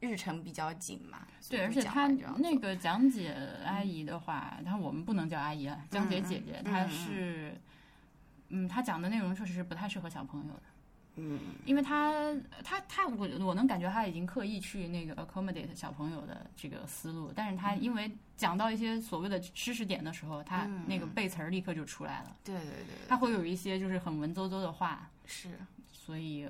Speaker 2: 日程比较紧嘛，所以
Speaker 1: 对，而
Speaker 2: 就
Speaker 1: 且
Speaker 2: 讲
Speaker 1: 她
Speaker 2: 完就要
Speaker 1: 那
Speaker 2: 走
Speaker 1: 个讲解阿姨的话，然后我们不能叫阿姨了，讲解姐姐，
Speaker 2: 嗯嗯
Speaker 1: 她
Speaker 2: 嗯
Speaker 1: 是，嗯，她讲的内容确实是不太适合小朋友的，
Speaker 2: 嗯
Speaker 1: 因为她她她我我能感觉她已经刻意去那个 accommodate 小朋友的这个思路，但是她因为讲到一些所谓的知识点的时候，她
Speaker 2: 嗯
Speaker 1: 那个背词儿立刻就出来了，
Speaker 2: 对对对
Speaker 1: 她
Speaker 2: 对，
Speaker 1: 会有一些就是很文绉绉的话，
Speaker 2: 是
Speaker 1: 所以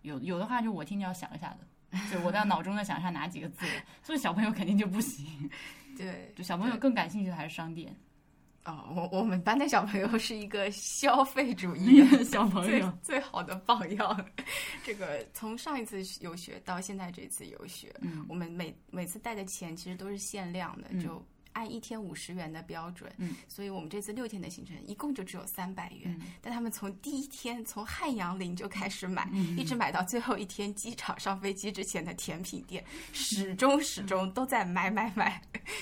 Speaker 1: 有有的话就我听着要想一下的，就我在脑中要想一下哪几个 (laughs) 字，所以小朋友肯定就不行。
Speaker 2: 对
Speaker 1: 就小朋友更感兴趣的还是商店，
Speaker 2: 哦，我我们班的小朋友是一个消费主义的
Speaker 1: 小朋
Speaker 2: 最
Speaker 1: 友，
Speaker 2: 最好的榜样。这个从上一次游学到现在这一次游学，
Speaker 1: 嗯
Speaker 2: 我们每每次带的钱其实都是限量的，
Speaker 1: 嗯
Speaker 2: 就按一天五十元的标准。
Speaker 1: 嗯，
Speaker 2: 所以我们这次六天的行程一共就只有三百元，
Speaker 1: 嗯
Speaker 2: 但他们从第一天从汉阳陵就开始买，
Speaker 1: 嗯
Speaker 2: 一直买到最后一天机场上飞机之前的甜品
Speaker 1: (laughs)
Speaker 2: 店，始终始终都在买买买。 (laughs)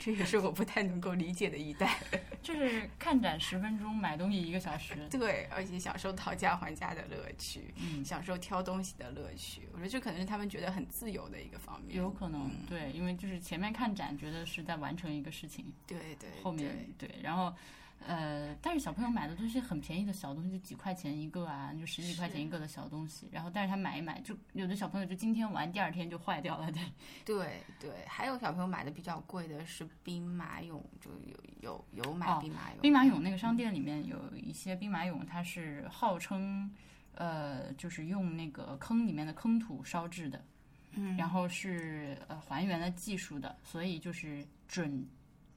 Speaker 2: 这也是我不太能够理解的一代。
Speaker 1: 就是看展十分钟，买东西一个小时。
Speaker 2: 对，而且享受讨价还价的乐趣，
Speaker 1: 嗯
Speaker 2: 享受挑东西的乐趣。我觉得这可能是他们觉得很自由的一个方面。
Speaker 1: 有可能对，因为就是前面看展觉得是在完成一个事情，
Speaker 2: 对对对，
Speaker 1: 后面对，然后呃，但是小朋友买的都是很便宜的小东西，就几块钱一个啊，就十几块钱一个的小东西，然后但是他买一买，就有的小朋友就今天玩，第二天就坏掉了，对，
Speaker 2: 对对，还有小朋友买的比较贵的是兵马俑，就有有有买
Speaker 1: 哦
Speaker 2: 兵马俑，
Speaker 1: 兵马俑那个商店里面有一些兵马俑，它是号称，呃，就是用那个坑里面的坑土烧制的，嗯，然后是呃还原了技术的，所以就是准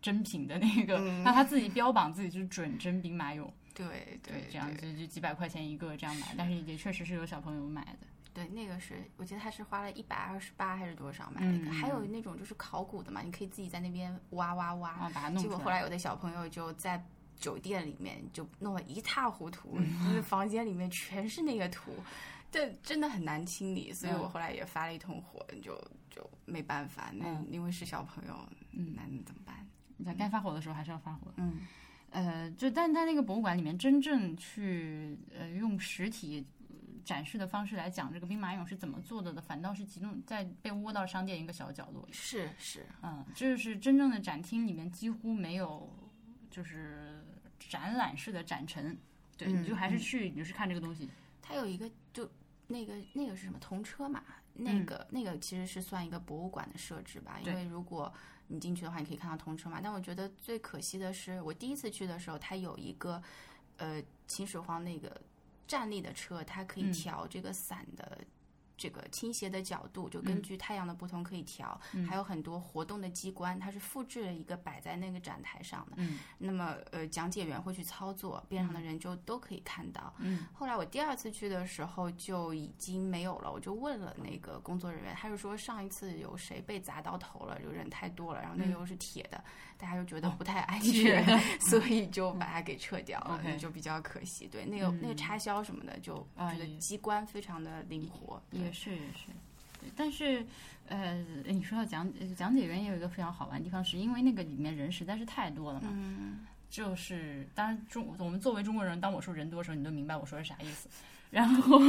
Speaker 1: 真品的那个，
Speaker 2: 嗯
Speaker 1: (laughs) 那他自己标榜自己就是准真兵马俑，
Speaker 2: 对对
Speaker 1: 这样
Speaker 2: 对
Speaker 1: 就就几百块钱一个这样买，但是也确实是有小朋友买的，
Speaker 2: 对，那个是我记得他是花了一百二十八还是多少买了一
Speaker 1: 嗯
Speaker 2: 个，还有那种就是考古的嘛，你可以自己在那边挖挖挖，
Speaker 1: 然后把它弄
Speaker 2: 结
Speaker 1: 出
Speaker 2: 果
Speaker 1: 来。
Speaker 2: 后来有的小朋友就在酒店里面就弄得一塌糊涂，
Speaker 1: 嗯
Speaker 2: 就是房间里面全是那个土，这真的很难清理。所以我
Speaker 1: 嗯
Speaker 2: 后来也发了一通火，就就没办法，那、
Speaker 1: 嗯
Speaker 2: 因为是小朋友，
Speaker 1: 嗯
Speaker 2: 那你怎么办？
Speaker 1: 你在该发火的时候还是要发火。
Speaker 2: 嗯，
Speaker 1: 呃，就但它那个博物馆里面真正去呃用实体呃展示的方式来讲这个兵马俑是怎么做的的，反倒是集中在被窝到商店一个小角落里。
Speaker 2: 是是，
Speaker 1: 嗯，这是真正的展厅里面几乎没有就是展览式的展陈。对，
Speaker 2: 嗯
Speaker 1: 你就还是去，你就是看这个东西。
Speaker 2: 它有一个就那个那个是什么童车嘛？那
Speaker 1: 嗯
Speaker 2: 个、那个其实是算一个博物馆的设置吧，因
Speaker 1: 对
Speaker 2: 为如果你进去的话，你可以看到童车嘛。但我觉得最可惜的是，我第一次去的时候，它有一个呃秦始皇那个站立的车，它可以
Speaker 1: 嗯
Speaker 2: 调这个伞的。这个倾斜的角度，就
Speaker 1: 嗯
Speaker 2: 根据太阳的不同可以调，还有很多活动的机关，它是复制了一个摆在那个展台上的。
Speaker 1: 嗯
Speaker 2: 那么呃，讲解员会去操作，边上的人就都可以看到。
Speaker 1: 嗯，
Speaker 2: 后来我第二次去的时候就已经没有了，我就问了那个工作人员，他是说上一次有谁被砸到头了，就人太多了，然后那
Speaker 1: 嗯
Speaker 2: 又是铁的，大家就觉得不太安全，所以就把它给撤掉了，
Speaker 1: OK
Speaker 2: 就比较可惜。对，那个、那个插销什么的，就呃
Speaker 1: 啊
Speaker 2: 觉得
Speaker 1: 也
Speaker 2: 机关非常的灵活。对
Speaker 1: 也是也是。对，但是，呃，你说到讲呃讲解员也有一个非常好玩的地方，是因为那个里面人实在是太多了嘛，
Speaker 2: 嗯，
Speaker 1: 就是当然中我们作为中国人，当我说人多的时候，你都明白我说的是啥意思。 (laughs) 然后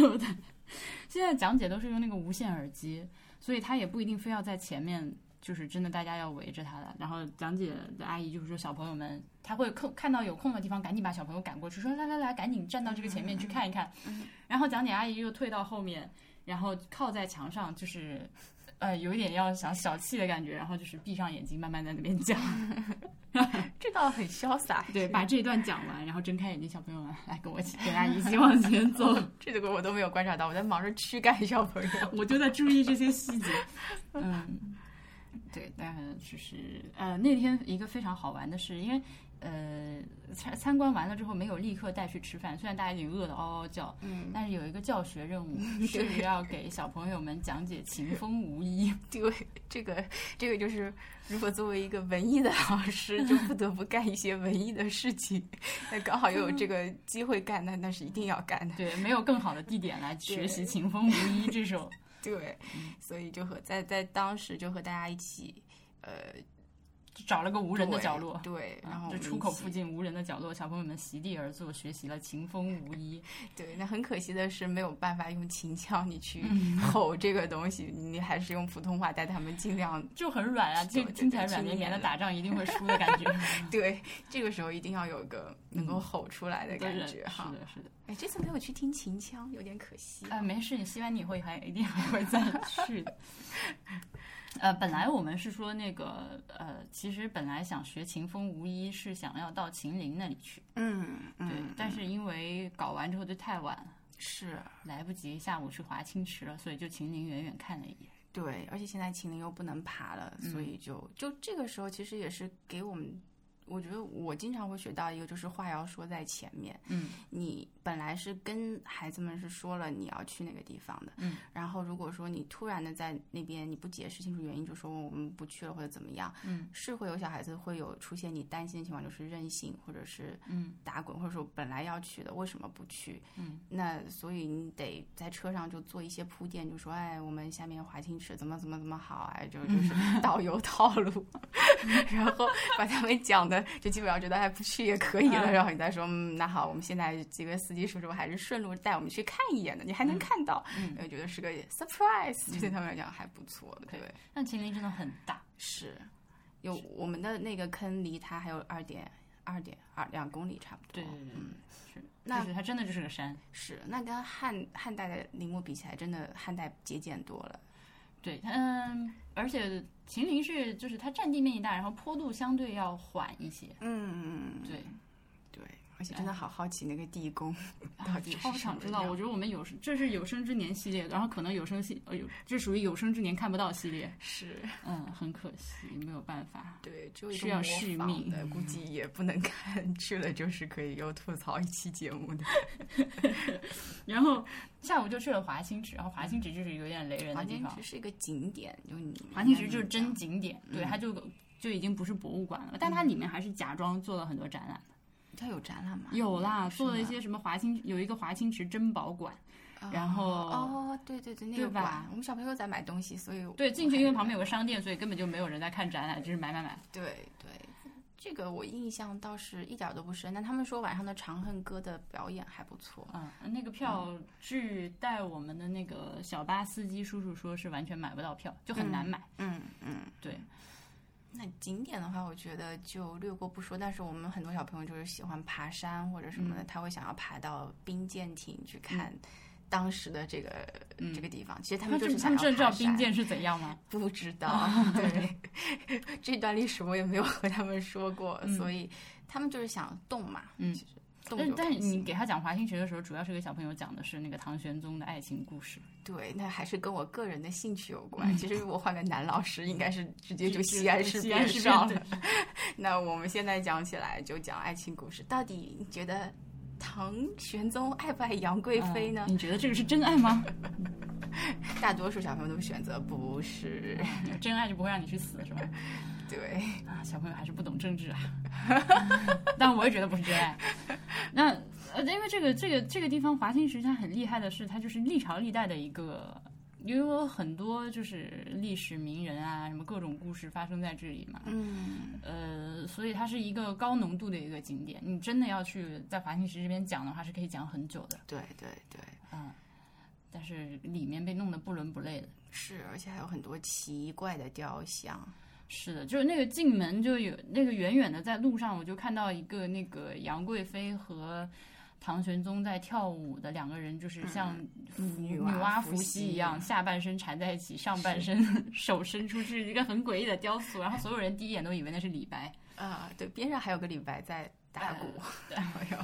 Speaker 1: 现在讲解都是用那个无线耳机，所以他也不一定非要在前面。就是真的，大家要围着他了。然后讲解的阿姨就是说，小朋友们，他会空看到有空的地方，赶紧把小朋友赶过去，说来来来，赶紧站到这个前
Speaker 2: 嗯
Speaker 1: 面去看一看。然后讲解阿姨又退到后面，然后靠在墙上，就是呃有一点要想小气的感觉，然后就是闭上眼睛，慢慢在那边讲。 (laughs)
Speaker 2: 这倒很潇洒。
Speaker 1: 对，把这一段讲完，然后睁开眼睛，小朋友们来跟我一起跟阿姨一起往前走。
Speaker 2: 这个我都
Speaker 1: (laughs)
Speaker 2: 没有观察到，我在忙着驱赶小朋友。
Speaker 1: 我就在注意这些细节。嗯，对，但就是呃，那天一个非常好玩的是，因为呃参参观完了之后没有立刻带去吃饭，虽然大家已经饿得嗷嗷叫，
Speaker 2: 嗯，
Speaker 1: 但是有一个教学任务是要给小朋友们讲解秦风无衣。
Speaker 2: 对，这个这个就是，如果作为一个文艺的老师，就不得不干一些文艺的事情，那刚好又有这个机会干，那那是一定要 (laughs) 干的。
Speaker 1: 对，没有更好的地点来学习秦风无衣这首。
Speaker 2: 对，
Speaker 1: 嗯
Speaker 2: 所以就和在在当时就和大家一起，呃，
Speaker 1: 就找了个无人的角落，
Speaker 2: 对，
Speaker 1: 啊
Speaker 2: 然后我
Speaker 1: 这
Speaker 2: 们
Speaker 1: 出口
Speaker 2: 一起
Speaker 1: 附近无人的角落，小朋友们席地而坐，学习了秦风无衣。
Speaker 2: 对，那很可惜的是没有办法用琴腔你去
Speaker 1: 嗯
Speaker 2: 吼这个东西，你还是用普通话带他们尽量。
Speaker 1: 就很软啊，听
Speaker 2: 对对
Speaker 1: 听起来
Speaker 2: 对
Speaker 1: 软
Speaker 2: 听
Speaker 1: 绵
Speaker 2: 起来
Speaker 1: 绵的，
Speaker 2: 的
Speaker 1: 打仗一定会输的感
Speaker 2: (laughs)
Speaker 1: 觉。
Speaker 2: 对，这个时候一定要有一个能
Speaker 1: 嗯
Speaker 2: 够吼出来的
Speaker 1: 对
Speaker 2: 感
Speaker 1: 对
Speaker 2: 觉
Speaker 1: 是
Speaker 2: 哈。
Speaker 1: 的，是的。
Speaker 2: 哎，这次没有去听秦腔，有点可惜。
Speaker 1: 呃，没事，希望你会还一定还会
Speaker 2: (laughs)
Speaker 1: 再去的。呃，本来我们是说那个呃，其实本来想学秦风无衣，是想要到秦岭那里去，
Speaker 2: 嗯，
Speaker 1: 对。
Speaker 2: 嗯，
Speaker 1: 但是因为搞完之后就太晚了，
Speaker 2: 是
Speaker 1: 来不及下午去划青池了，所以就秦岭远远看了一眼。
Speaker 2: 对，而且现在秦岭又不能爬了，
Speaker 1: 嗯
Speaker 2: 所以就就这个时候其实也是给我们。我觉得我经常会学到一个，就是话要说在前面。
Speaker 1: 嗯，
Speaker 2: 你本来是跟孩子们是说了你要去那个地方的，
Speaker 1: 嗯，
Speaker 2: 然后如果说你突然的在那边你不解释清楚原因，就说我们不去了或者怎么样，
Speaker 1: 嗯，
Speaker 2: 是会有小孩子会有出现你担心的情况，就是任性或者是
Speaker 1: 嗯
Speaker 2: 打滚，或者说本来要去的为什么不去，
Speaker 1: 嗯，
Speaker 2: 那所以你得在车上就做一些铺垫，就说哎我们下面华清池怎么怎么怎么好，哎就
Speaker 1: 嗯
Speaker 2: 就是
Speaker 1: (laughs)
Speaker 2: 导游套路， (laughs) 然后把他们讲的就基本上觉得哎不去也可以了，
Speaker 1: 嗯
Speaker 2: 然后你再说嗯那好，我们现在这个司机叔叔还是顺路带我们去看一眼的，你还能看到，
Speaker 1: 嗯
Speaker 2: 我觉得是个 surprise，就对他们来讲还不错，对，
Speaker 1: 但秦岭真的很大，
Speaker 2: 是有我们的那个坑离它还有二点二点二两公里差不多，
Speaker 1: 对对对，
Speaker 2: 嗯
Speaker 1: 是，
Speaker 2: 那
Speaker 1: 就是它真的就是个山。
Speaker 2: 是那跟汉汉代的陵墓比起来，真的汉代节俭多了，
Speaker 1: 对，它嗯，而且秦岭是就是它占地面积大，然后坡度相对要缓一些。
Speaker 2: 嗯
Speaker 1: 对，
Speaker 2: 对，而且真的好好奇那个地宫到
Speaker 1: 啊
Speaker 2: 底
Speaker 1: 好
Speaker 2: 是什
Speaker 1: 想
Speaker 2: 么
Speaker 1: 知道，
Speaker 2: 样
Speaker 1: 我觉得我们有生这是有生之年系列，然后可能有生系呃有这属于有生之年看不到系列，
Speaker 2: (laughs) 是。
Speaker 1: 嗯，很可惜没有办法。
Speaker 2: 对，只有
Speaker 1: 需要续命
Speaker 2: 的，估计也不能看。 (laughs) 去了就是可以有吐槽一期节目的。
Speaker 1: 然
Speaker 2: (laughs)
Speaker 1: 后下午就去了华清池，然后华清池就是有点雷人的
Speaker 2: 华
Speaker 1: 地
Speaker 2: 清
Speaker 1: 方
Speaker 2: 池，是一个景点，就你
Speaker 1: 华清池就是
Speaker 2: 应该
Speaker 1: 真
Speaker 2: 能
Speaker 1: 景点，对，它就就已经不是博物馆了，但它里面还是假装做了很多展览，啊
Speaker 2: 讲，它有展览吗？
Speaker 1: 有啦，
Speaker 2: 是
Speaker 1: 做了一
Speaker 2: 吗
Speaker 1: 些什么华清有一个华清池珍宝馆，
Speaker 2: 哦
Speaker 1: 然后
Speaker 2: 哦，对对对，那
Speaker 1: 对
Speaker 2: 个馆
Speaker 1: 吧，
Speaker 2: 我们小朋友在买东西，所以我
Speaker 1: 对，进去
Speaker 2: 还
Speaker 1: 因为旁边有个商店，所以根本就没有人在看展览，就是买买买。
Speaker 2: 对对。这个我印象倒是一点儿都不深，但他们说晚上的《长恨歌》的表演还不错。
Speaker 1: 嗯，那个票据带我们的那个小巴司机叔叔说是完全买不到票，就很难买。
Speaker 2: 嗯嗯，
Speaker 1: 对，
Speaker 2: 那景点的话，我觉得就略过不说。但是我们很多小朋友就是喜欢爬山或者什么
Speaker 1: 嗯
Speaker 2: 的，他会想要爬到冰舰艇去看当时的这个、
Speaker 1: 嗯
Speaker 2: 这个地方。其实他
Speaker 1: 他们
Speaker 2: 们就
Speaker 1: 这
Speaker 2: 是
Speaker 1: 他
Speaker 2: 想
Speaker 1: 们
Speaker 2: 要
Speaker 1: 真的知道
Speaker 2: 爬
Speaker 1: 冰哦
Speaker 2: 山。
Speaker 1: 鉴是怎样 (laughs) 吗？
Speaker 2: 不知道，对， (laughs) 这段历史我也没有和他们说过，
Speaker 1: 嗯
Speaker 2: 所以他们就是想动嘛，
Speaker 1: 嗯
Speaker 2: 其实动
Speaker 1: 但
Speaker 2: 就
Speaker 1: 但
Speaker 2: 开
Speaker 1: 是你
Speaker 2: 心。
Speaker 1: 给他讲华清池的时候，主要是给小朋友讲的是那个唐玄宗的爱情故事，
Speaker 2: 对，那还是跟我个人的兴趣有
Speaker 1: 嗯
Speaker 2: 关。其实我换个男老师，应该是直接就西安事
Speaker 1: 西安
Speaker 2: 变
Speaker 1: 事
Speaker 2: 上了
Speaker 1: 变。
Speaker 2: 那我们现在讲起来，就讲爱情故事，到底你觉得唐玄宗爱不爱杨贵妃呢
Speaker 1: 嗯？你觉得这个是真爱吗？
Speaker 2: 大多数小朋友都选择不是。
Speaker 1: 真爱就不会让你去死是吧？
Speaker 2: 对，
Speaker 1: 啊，小朋友还是不懂政治啊。 (laughs) 但我也觉得不是真爱。那呃，因为这个这个这个地方华清池它很厉害的是，它就是历朝历代的一个，因为有很多就是历史名人啊，什么各种故事发生在这里嘛。
Speaker 2: 嗯，
Speaker 1: 呃，所以它是一个高浓度的一个景点。你真的要去在华清池这边讲的话，是可以讲很久的。
Speaker 2: (laughs) 对对对，
Speaker 1: 嗯，但是里面被弄得不伦不类的。
Speaker 2: 是，而且还有很多奇怪的雕像。
Speaker 1: 是的，就是那个进门就有那个远远的在路上，我就看到一个那个杨贵妃和唐玄宗在跳舞的两个人，就是像伏
Speaker 2: 嗯女
Speaker 1: 女
Speaker 2: 娲
Speaker 1: 娲
Speaker 2: 伏
Speaker 1: 伏羲
Speaker 2: 羲嗯
Speaker 1: 一样，下半身缠在一起，上半身 (laughs) 手伸出去，一个很诡异的雕塑。然后所有人第一眼都以为那是李白
Speaker 2: 啊，对，边上还有个李白在打鼓，
Speaker 1: 呃
Speaker 2: (laughs)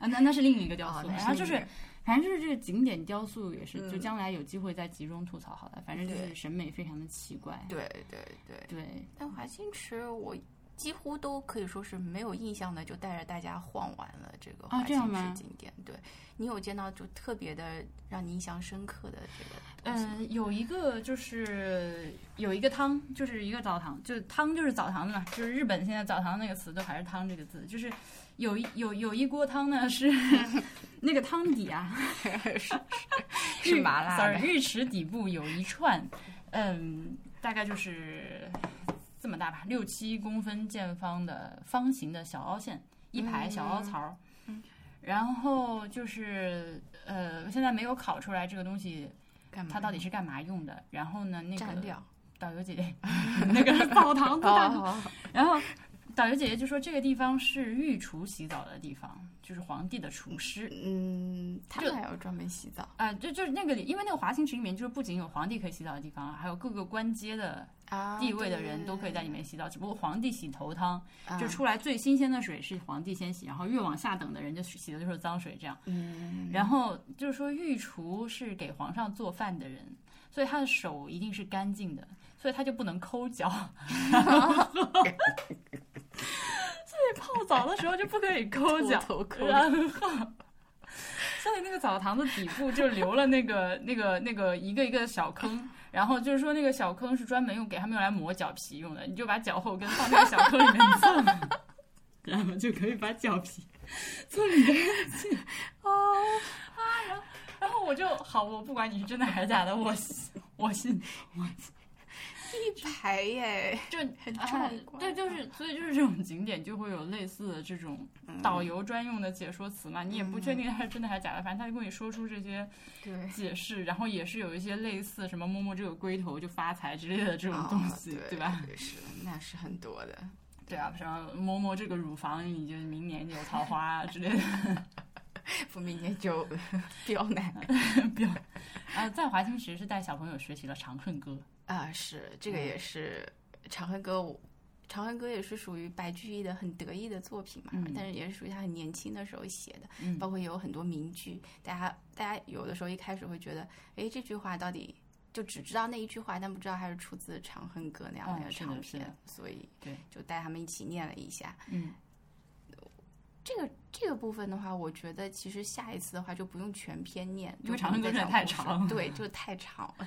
Speaker 1: 啊，那那是另一个雕
Speaker 2: 哦
Speaker 1: 塑。
Speaker 2: 那
Speaker 1: 然后就是是反正就是这个景点雕塑也是，
Speaker 2: 嗯
Speaker 1: 就将来有机会再集中吐槽好了。反正就是
Speaker 2: 对
Speaker 1: 审美非常的奇怪。
Speaker 2: 对对对。
Speaker 1: 对，
Speaker 2: 但华清池我几乎都可以说是没有印象的，就带着大家晃完了这个
Speaker 1: 啊
Speaker 2: 华
Speaker 1: 这
Speaker 2: 清
Speaker 1: 样吗
Speaker 2: 池景点。对你有见到就特别的让你印象深刻的这个东西吗？
Speaker 1: 嗯，有一个就是有一个汤，就是一个澡堂，就是汤就是澡堂子嘛，就是日本现在澡堂那个词都还是汤这个字，就是有一有有一锅汤呢
Speaker 2: (laughs)
Speaker 1: 是那个汤底啊，
Speaker 2: 是
Speaker 1: 浴
Speaker 2: 是麻辣的
Speaker 1: sorry，浴池底部有一串，嗯，大概就是这么大吧，六七公分见方的方形的小凹陷，一排小凹槽。嗯然后就是，呃，现在没有烤出来这个东西，
Speaker 2: 干嘛？
Speaker 1: 它到底是干嘛用的？然后呢，那
Speaker 2: 蘸
Speaker 1: 个
Speaker 2: 料？
Speaker 1: 导游姐姐， (laughs) 那个 (laughs) 澡堂子大
Speaker 2: 哦，
Speaker 1: 然后导游姐姐就说，这个地方是御厨洗澡的地方，就是皇帝的厨师。
Speaker 2: 嗯，他
Speaker 1: 就
Speaker 2: 们还要专门洗澡
Speaker 1: 啊、就就是那个里，因为那个华清池里面，就是不仅有皇帝可以洗澡的地方，还有各个官阶的
Speaker 2: 啊
Speaker 1: 地位的人都可以在里
Speaker 2: 面，
Speaker 1: 面洗澡。只不过皇帝洗头汤，
Speaker 2: 啊
Speaker 1: 就出来最新鲜的水是皇帝先洗，然后越往下等的人就洗的就是脏水这样。
Speaker 2: 嗯，
Speaker 1: 然后就是说，御厨是给皇上做饭的人，所以他的手一定是干净的，所以他就不能抠脚。所以泡澡的时候就不可以抠脚，
Speaker 2: 秃头抠
Speaker 1: 然后。 (laughs) 所以那个澡堂的底部就留了那个、 (laughs) 那个、那个一个一个小坑，然后就是说那个小坑是专门用给他们用来磨脚皮用的，你就把脚后跟放那个小坑里面蹭，然后就可以把脚皮蹭干净。 (laughs)
Speaker 2: 哦，
Speaker 1: 啊然后我就好，我不管你是真的还是假的，我我信，
Speaker 2: 一排耶，
Speaker 1: 就
Speaker 2: 很
Speaker 1: 啊
Speaker 2: 壮观。
Speaker 1: 对，就是所以就是这种景点就会有类似的这种
Speaker 2: 嗯
Speaker 1: 导游专用的解说词嘛，你也不确定它是真的还是假的，反正他就跟你说出这些
Speaker 2: 对。
Speaker 1: 解释，然后也是有一些类似什么摸摸这个龟头就发财之类的这种
Speaker 2: 啊
Speaker 1: 东西，
Speaker 2: 对
Speaker 1: 对吧？？
Speaker 2: 是，那是很多的。
Speaker 1: 对啊，什么摸摸这个乳房你就明年有桃花啊之类的。
Speaker 2: 我明天就 (laughs) 刁难
Speaker 1: 啊，在华清池是带小朋友学习了长恨歌，
Speaker 2: 啊！是，这
Speaker 1: 嗯
Speaker 2: 个也是长恨歌，我长恨歌也是属于白居易的很得意的作品嘛，
Speaker 1: 嗯
Speaker 2: 但是也是属于他很年轻的时候写的，
Speaker 1: 嗯
Speaker 2: 包括有很多名句，大家大家有的时候一开始会觉得，哎，这句话到底就只知道那一句话，但不知道它是出自《长恨歌》那样的
Speaker 1: 嗯
Speaker 2: 一个
Speaker 1: 是的
Speaker 2: 长
Speaker 1: 是
Speaker 2: 篇，
Speaker 1: 的
Speaker 2: 所以
Speaker 1: 对
Speaker 2: 就带他们一起念了一下，
Speaker 1: 嗯，
Speaker 2: 这个这个部分的话，我觉得其实下一次的话就不用全篇念，
Speaker 1: 因为
Speaker 2: 就
Speaker 1: 长恨歌
Speaker 2: 不用再
Speaker 1: 真的太
Speaker 2: 讲故事
Speaker 1: 长了
Speaker 2: 了对，就太长了。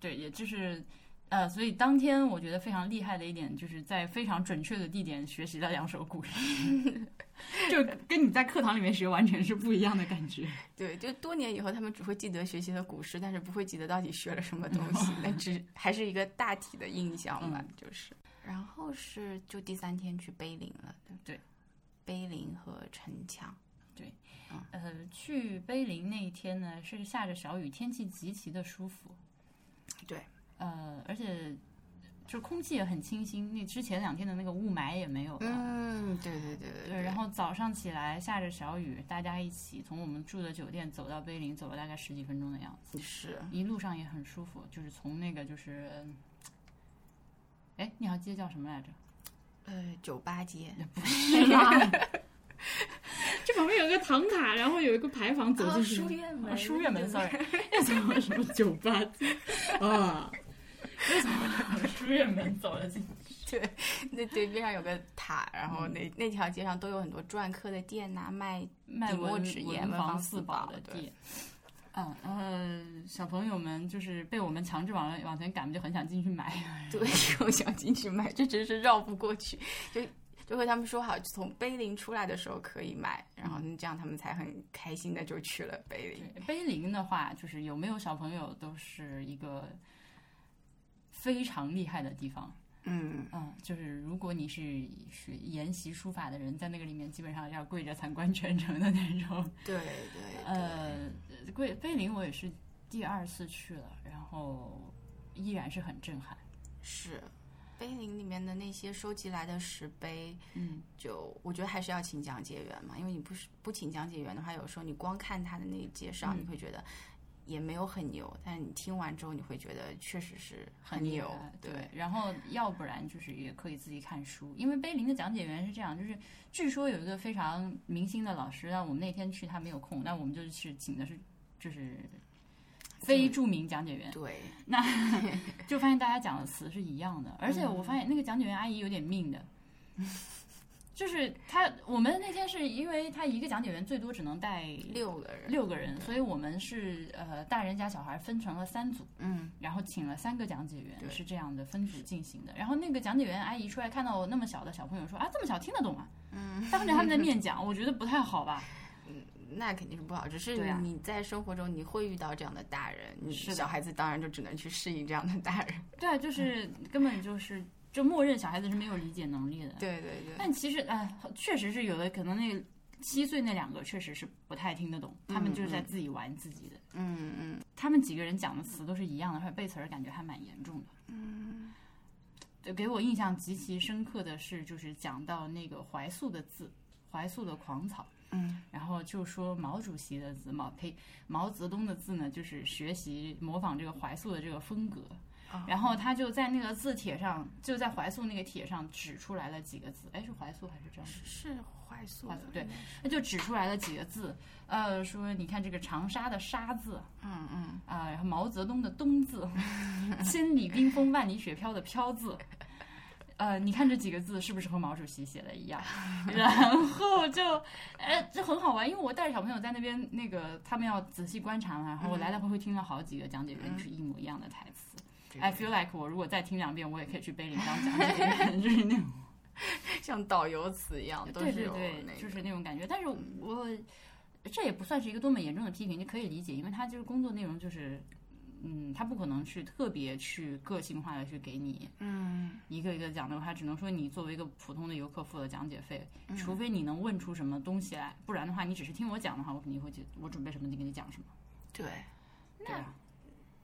Speaker 1: 对，也就是。呃，所以当天我觉得非常厉害的一点，就是在非常准确的地点学习了两首古诗， (laughs) 就跟你在课堂里面学完全是不一样的感觉。
Speaker 2: 对，就多年以后，他们只会记得学习的古诗，但是不会记得到底学了什么东西， (laughs) 但只还是一个大体的印象吧，就是。嗯然后是就第三天去碑林了，对不
Speaker 1: 对？
Speaker 2: 碑林和城墙，
Speaker 1: 呃，去碑林那一天呢，是下着小雨，天气极其的舒服。
Speaker 2: 对，
Speaker 1: 呃，而且就空气也很清新，那之前两天的那个雾霾也没有了。
Speaker 2: 嗯，对对对
Speaker 1: 对，然后早上起来下着小雨，大家一起从我们住的酒店走到碑林，走了大概十几分钟的样子。
Speaker 2: 对，是
Speaker 1: 一路上也很舒服，就是从那个就是，嗯哎，那条街叫什么来着？
Speaker 2: 呃酒吧街，
Speaker 1: 是吧？ (laughs) 这旁边有个唐卡，然后有一个牌坊
Speaker 2: 啊书院门，
Speaker 1: 哦书院门
Speaker 2: 对
Speaker 1: ，sorry，要从什么酒吧街啊？为什么书院门走了进去？
Speaker 2: (laughs) 那对边上有个塔，然后那、那条街上都有很多篆刻的店呐、卖
Speaker 1: 卖
Speaker 2: 底墨
Speaker 1: 文
Speaker 2: 纸砚
Speaker 1: 文
Speaker 2: 文
Speaker 1: 房
Speaker 2: 房
Speaker 1: 四
Speaker 2: 四
Speaker 1: 宝
Speaker 2: 宝
Speaker 1: 的
Speaker 2: 对
Speaker 1: 店。嗯呃，小朋友们就是被我们强制往往前赶，就很想进去买。
Speaker 2: 对，又想进去买，这真是绕不过去。就就和他们说好，从碑林出来的时候可以买，然后这样他们才很开心的就去了碑林。
Speaker 1: 对，碑林的话，就是有没有小朋友都是一个非常厉害的地方。
Speaker 2: 嗯，
Speaker 1: 嗯，就是如果你是学研习书法的人，在那个里面基本上要跪着参观全程的那种。
Speaker 2: 对对
Speaker 1: 呃，跪碑林我也是第二次去了，然后依然是很震撼。
Speaker 2: 是。碑林里面的那些收集来的石碑，
Speaker 1: 嗯，
Speaker 2: 就我觉得还是要请嗯讲解员嘛，因为你不是不请讲解员的话，有时候你光看他的那一介绍，你会觉得也没有很牛，但你听完之后你会觉得确实是很
Speaker 1: 厉
Speaker 2: 牛
Speaker 1: 害，
Speaker 2: 对。
Speaker 1: 对，然后要不然就是也可以自己看书，因为碑林的讲解员是这样，就是据说有一个非常明星的老师，但我们那天去他没有空，那我们就是请的是就是非著名讲解员，
Speaker 2: 对，
Speaker 1: 就发现大家讲的词是一样的，而且我发现那个讲解员阿姨有点命 (laughs) 的，就是她我们那天是因为她一个讲解员最多只能带
Speaker 2: 六个人，
Speaker 1: 六个人，所以我们是呃大人加小孩分成了三组。
Speaker 2: 嗯，
Speaker 1: 然后请了三个讲解员
Speaker 2: 对，
Speaker 1: 是这样的分组进行的。然后那个讲解员阿姨出来看到我那么小的小朋友说啊，这么小听得懂啊？嗯，当着他们的面讲，我觉得不太好吧？
Speaker 2: 那肯定是不好。只是
Speaker 1: 对啊
Speaker 2: 你在生活中你会遇到这样的大人，你
Speaker 1: 是的
Speaker 2: 小孩子当然就只能去适应这样的大
Speaker 1: (laughs)
Speaker 2: 人。
Speaker 1: 对啊，就是根本就是就默认小孩子是没有理解能力的。
Speaker 2: 对对对，
Speaker 1: 但其实哎，确实是有的，可能那七岁那两个确实是不太听得懂，他们就是在自己玩自己的。
Speaker 2: 嗯嗯，
Speaker 1: 他们几个人讲的词都是一样的，而且背词儿感觉还蛮严重的。嗯，对，给我印象极其深刻的是，就是讲到那个怀素的字，怀素的《狂草》。
Speaker 2: 嗯，
Speaker 1: 然后就说毛主席的字，毛呸，毛泽东的字呢，就是学习模仿这个怀素的这个风格。然后他就在那个字帖上，就在怀素那个帖上指出来了几个字，哎，是怀素还是这样？
Speaker 2: 是怀素
Speaker 1: 怀素对，他就指出来了几个字，呃，说你看这个长沙的“沙”字，
Speaker 2: 嗯嗯，
Speaker 1: 啊，然后毛泽东的“东”字， (laughs) 千里冰封万里雪飘的“飘”字，呃，你看这几个字是不是和毛主席写的一样？ (laughs) 然后就，呃，这很好玩，因为我带着小朋友在那边，那个他们要仔细观察嘛，然后我来来回回听了好几个讲解员是一模一样的台词。
Speaker 2: 嗯对
Speaker 1: I feel like 我如果再听两遍，我也可以去碑林当讲解员，就是那种。
Speaker 2: 像导游词一样，都
Speaker 1: 对
Speaker 2: 是
Speaker 1: 对
Speaker 2: 有
Speaker 1: 对
Speaker 2: 那，
Speaker 1: 就
Speaker 2: 个
Speaker 1: 是那种感觉。但是我这也不算是一个多么严重的批评，你可以理解，因为他就是工作内容就是，嗯，他不可能去特别去个性化的去给你
Speaker 2: 嗯，
Speaker 1: 一个一个讲的话，只能说你作为一个普通的游客付了讲解费，
Speaker 2: 嗯
Speaker 1: 除非你能问出什么东西来，不然的话，你只是听我讲的话，我肯定会去，我准备什么就给你讲什么。
Speaker 2: 对。
Speaker 1: 对啊，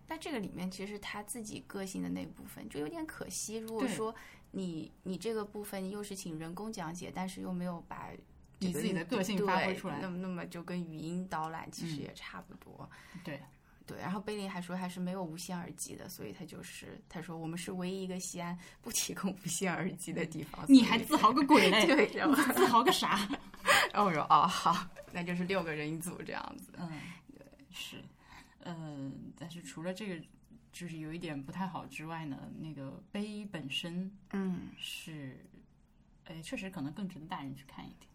Speaker 2: 那这个里面其实他自己个性的那部分就有点可惜。如果
Speaker 1: 对
Speaker 2: 说你你这个部分又是请人工讲解，但是又没有把这
Speaker 1: 你
Speaker 2: 个
Speaker 1: 自己的个性发挥出来
Speaker 2: 对那么那么就跟语音导览其实
Speaker 1: 嗯
Speaker 2: 也差不多。
Speaker 1: 对
Speaker 2: 对，然后贝林还说他是没有无线耳机的，所以他就是他说我们是唯一一个西安不提供无线耳机的地方。
Speaker 1: 你还
Speaker 2: 所以
Speaker 1: 自豪个鬼嘞！
Speaker 2: (laughs) 对，
Speaker 1: (laughs)
Speaker 2: 然后
Speaker 1: 自豪个啥？
Speaker 2: 然后我说哦好，那就是六个人一组这样子。
Speaker 1: 嗯，对，是，呃，但是除了这个，就是有一点不太好之外呢，那个碑本身
Speaker 2: 嗯
Speaker 1: 是，呃，确实可能更值得大人去看一点。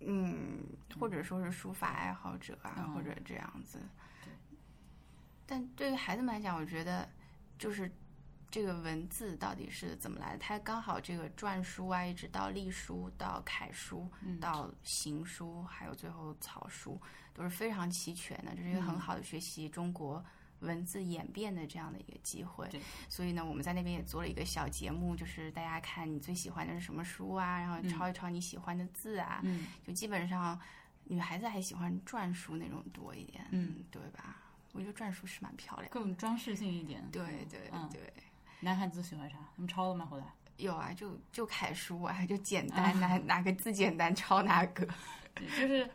Speaker 2: 嗯，或者说是书法爱好者啊，
Speaker 1: 嗯
Speaker 2: 或者这样子。
Speaker 1: 对。
Speaker 2: 但对于孩子们来讲，我觉得就是这个文字到底是怎么来的？它刚好这个篆书啊，一直到隶书、到楷书、
Speaker 1: 嗯
Speaker 2: 到行书，还有最后草书，都是非常齐全的。这是一个
Speaker 1: 嗯
Speaker 2: 很好的学习中国文字演变的这样的一个机会
Speaker 1: 对。
Speaker 2: 所以呢，我们在那边也做了一个小节目，就是大家看你最喜欢的是什么书啊，然后抄一抄你喜欢的字啊，
Speaker 1: 嗯，
Speaker 2: 就基本上女孩子还喜欢篆书那种多一点，
Speaker 1: 嗯，
Speaker 2: 对吧？我觉得篆书是蛮漂亮的。
Speaker 1: 更装饰性一点。
Speaker 2: 对
Speaker 1: 嗯
Speaker 2: 对
Speaker 1: 嗯，
Speaker 2: 对，
Speaker 1: 男孩子喜欢啥？他们抄了吗？回来？
Speaker 2: 有啊，就就楷书啊，就简单，哪哪个字简单抄哪个。
Speaker 1: 对就是。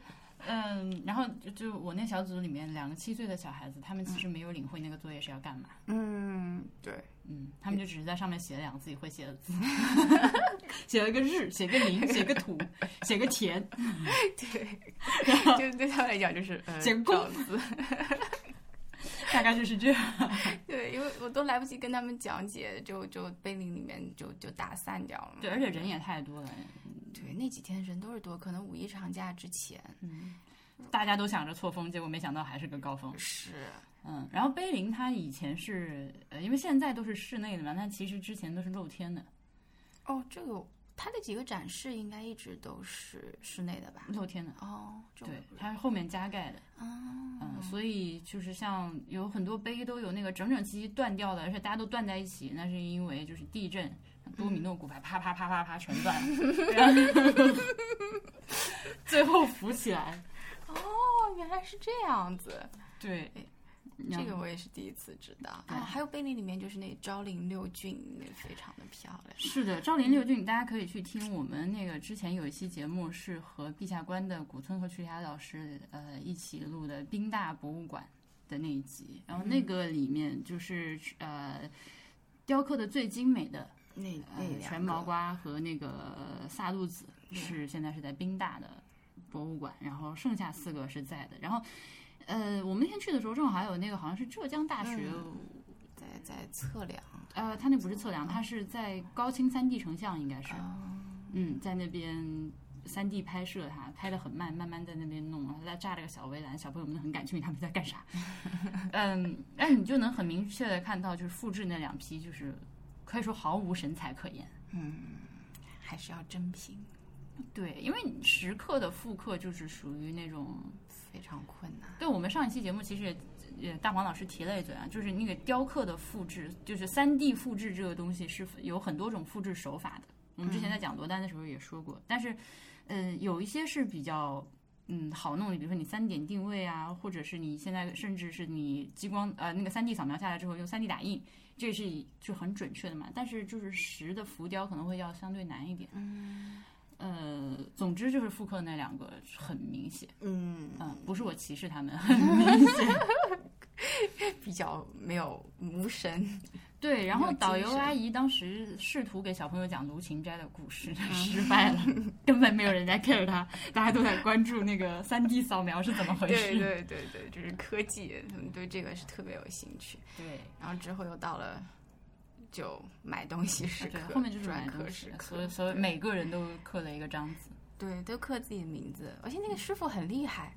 Speaker 1: 嗯，然后就就我那小组里面两个七岁的小孩子，他们其实没有领会那个作业是要干嘛，
Speaker 2: 嗯，对，
Speaker 1: 嗯，他们就只是在上面写了两个自己会写的字， (laughs) 写了个日，写个林，写个土， (laughs) 写个田，
Speaker 2: 就对他们来讲就是呃，
Speaker 1: 简公
Speaker 2: 照字。
Speaker 1: 大概就是这样。
Speaker 2: 对，因为我都来不及跟他们讲解，就就碑林里面就就打散掉了嘛。
Speaker 1: 对，而且人也太多了，
Speaker 2: 对那几天人都是多，可能五一长假之前
Speaker 1: 大家都想着错峰，结果没想到还是个高峰。
Speaker 2: 是，
Speaker 1: 嗯，然后碑林它以前是，呃，因为现在都是室内的嘛，但其实之前都是露天的，
Speaker 2: 哦，这个它的几个展示应该一直都是室内的吧？
Speaker 1: 露天的。
Speaker 2: 哦，这我
Speaker 1: 对
Speaker 2: 不，知
Speaker 1: 它是后面加盖的，
Speaker 2: 道啊，
Speaker 1: 嗯，所以就是像有很多碑都有那个整整齐齐断掉的，而且大家都断在一起，那是因为就是地震，多米诺骨牌啪啪啪啪啪全断了，
Speaker 2: (laughs)
Speaker 1: 然后 (laughs) 最后浮起来，
Speaker 2: 哦，原来是这样子，
Speaker 1: 对，
Speaker 2: 哎这个我也是第一次知道啊。还有贝利里面就是那昭陵六郡，那非常的漂亮。
Speaker 1: 是的，昭陵六郡，大家可以去听我们那个之前有一期节目是和陛下关的古村和曲霞老师呃一起录的《冰大博物馆》。的那一集，然后
Speaker 2: 嗯
Speaker 1: 那个里面就是呃，雕刻的最精美的
Speaker 2: 那那
Speaker 1: 呃
Speaker 2: 两
Speaker 1: 全毛
Speaker 2: 个
Speaker 1: 瓜和那个萨杜子是现在是在宾大的博物馆，然后剩下四个是在的，然后。呃，我们那天去的时候，正好还有那个好像是浙江大学，
Speaker 2: 嗯在在测量
Speaker 1: 呃，它那不是测量，它是在高清三 D 成像，应该是，嗯，在那边三 D 拍摄它，拍的很慢，慢慢在那边弄，然后再炸了个小围栏，小朋友们很感兴趣，他们在干 (laughs) 啥？嗯，那你就能很明确的看到，就是复制那两批，就是可以说毫无神采可言。
Speaker 2: 还是要真品，
Speaker 1: 对，因为你时刻的复刻就是属于那种
Speaker 2: 非常困难。
Speaker 1: 对，我们上一期节目其实也，也大黄老师提了一嘴啊，就是那个雕刻的复制，就是三 D 复制这个东西是有很多种复制手法的。我们之前在讲罗丹的时候也说过，但是，嗯、有一些是比较嗯好弄的，比如说你三点定位啊，或者是你现在甚至是你激光呃那个三 D 扫描下来之后用三 D 打印，这是一就很准确的嘛。但是就是实的浮雕可能会要相对难一点。嗯。呃，总之就是复刻那两个很明显，
Speaker 2: 嗯，
Speaker 1: 嗯、不是我歧视他们，
Speaker 2: 比较没有
Speaker 1: (laughs)
Speaker 2: 无神，
Speaker 1: 对，然后
Speaker 2: 有
Speaker 1: 导
Speaker 2: 精
Speaker 1: 游
Speaker 2: 神
Speaker 1: 阿姨当时试图给小朋友讲卢芹斋的故事，
Speaker 2: 啊
Speaker 1: 失败
Speaker 2: (laughs)
Speaker 1: 了，根本没有人在 care 他，大家都在关注那个三 D 扫描是怎么回
Speaker 2: 对
Speaker 1: 事。
Speaker 2: 对对对，就是科技，他们对这个是特别有兴趣。
Speaker 1: 对
Speaker 2: 然后之后又到了就买东西时刻
Speaker 1: 啊对，，后面就是
Speaker 2: 篆
Speaker 1: 买
Speaker 2: 刻
Speaker 1: 东
Speaker 2: 时
Speaker 1: 西，
Speaker 2: 刻，
Speaker 1: 所以所以
Speaker 2: 对
Speaker 1: 每个人都刻了一个章子，
Speaker 2: 对都刻自己的名字，而且那个师傅很厉害，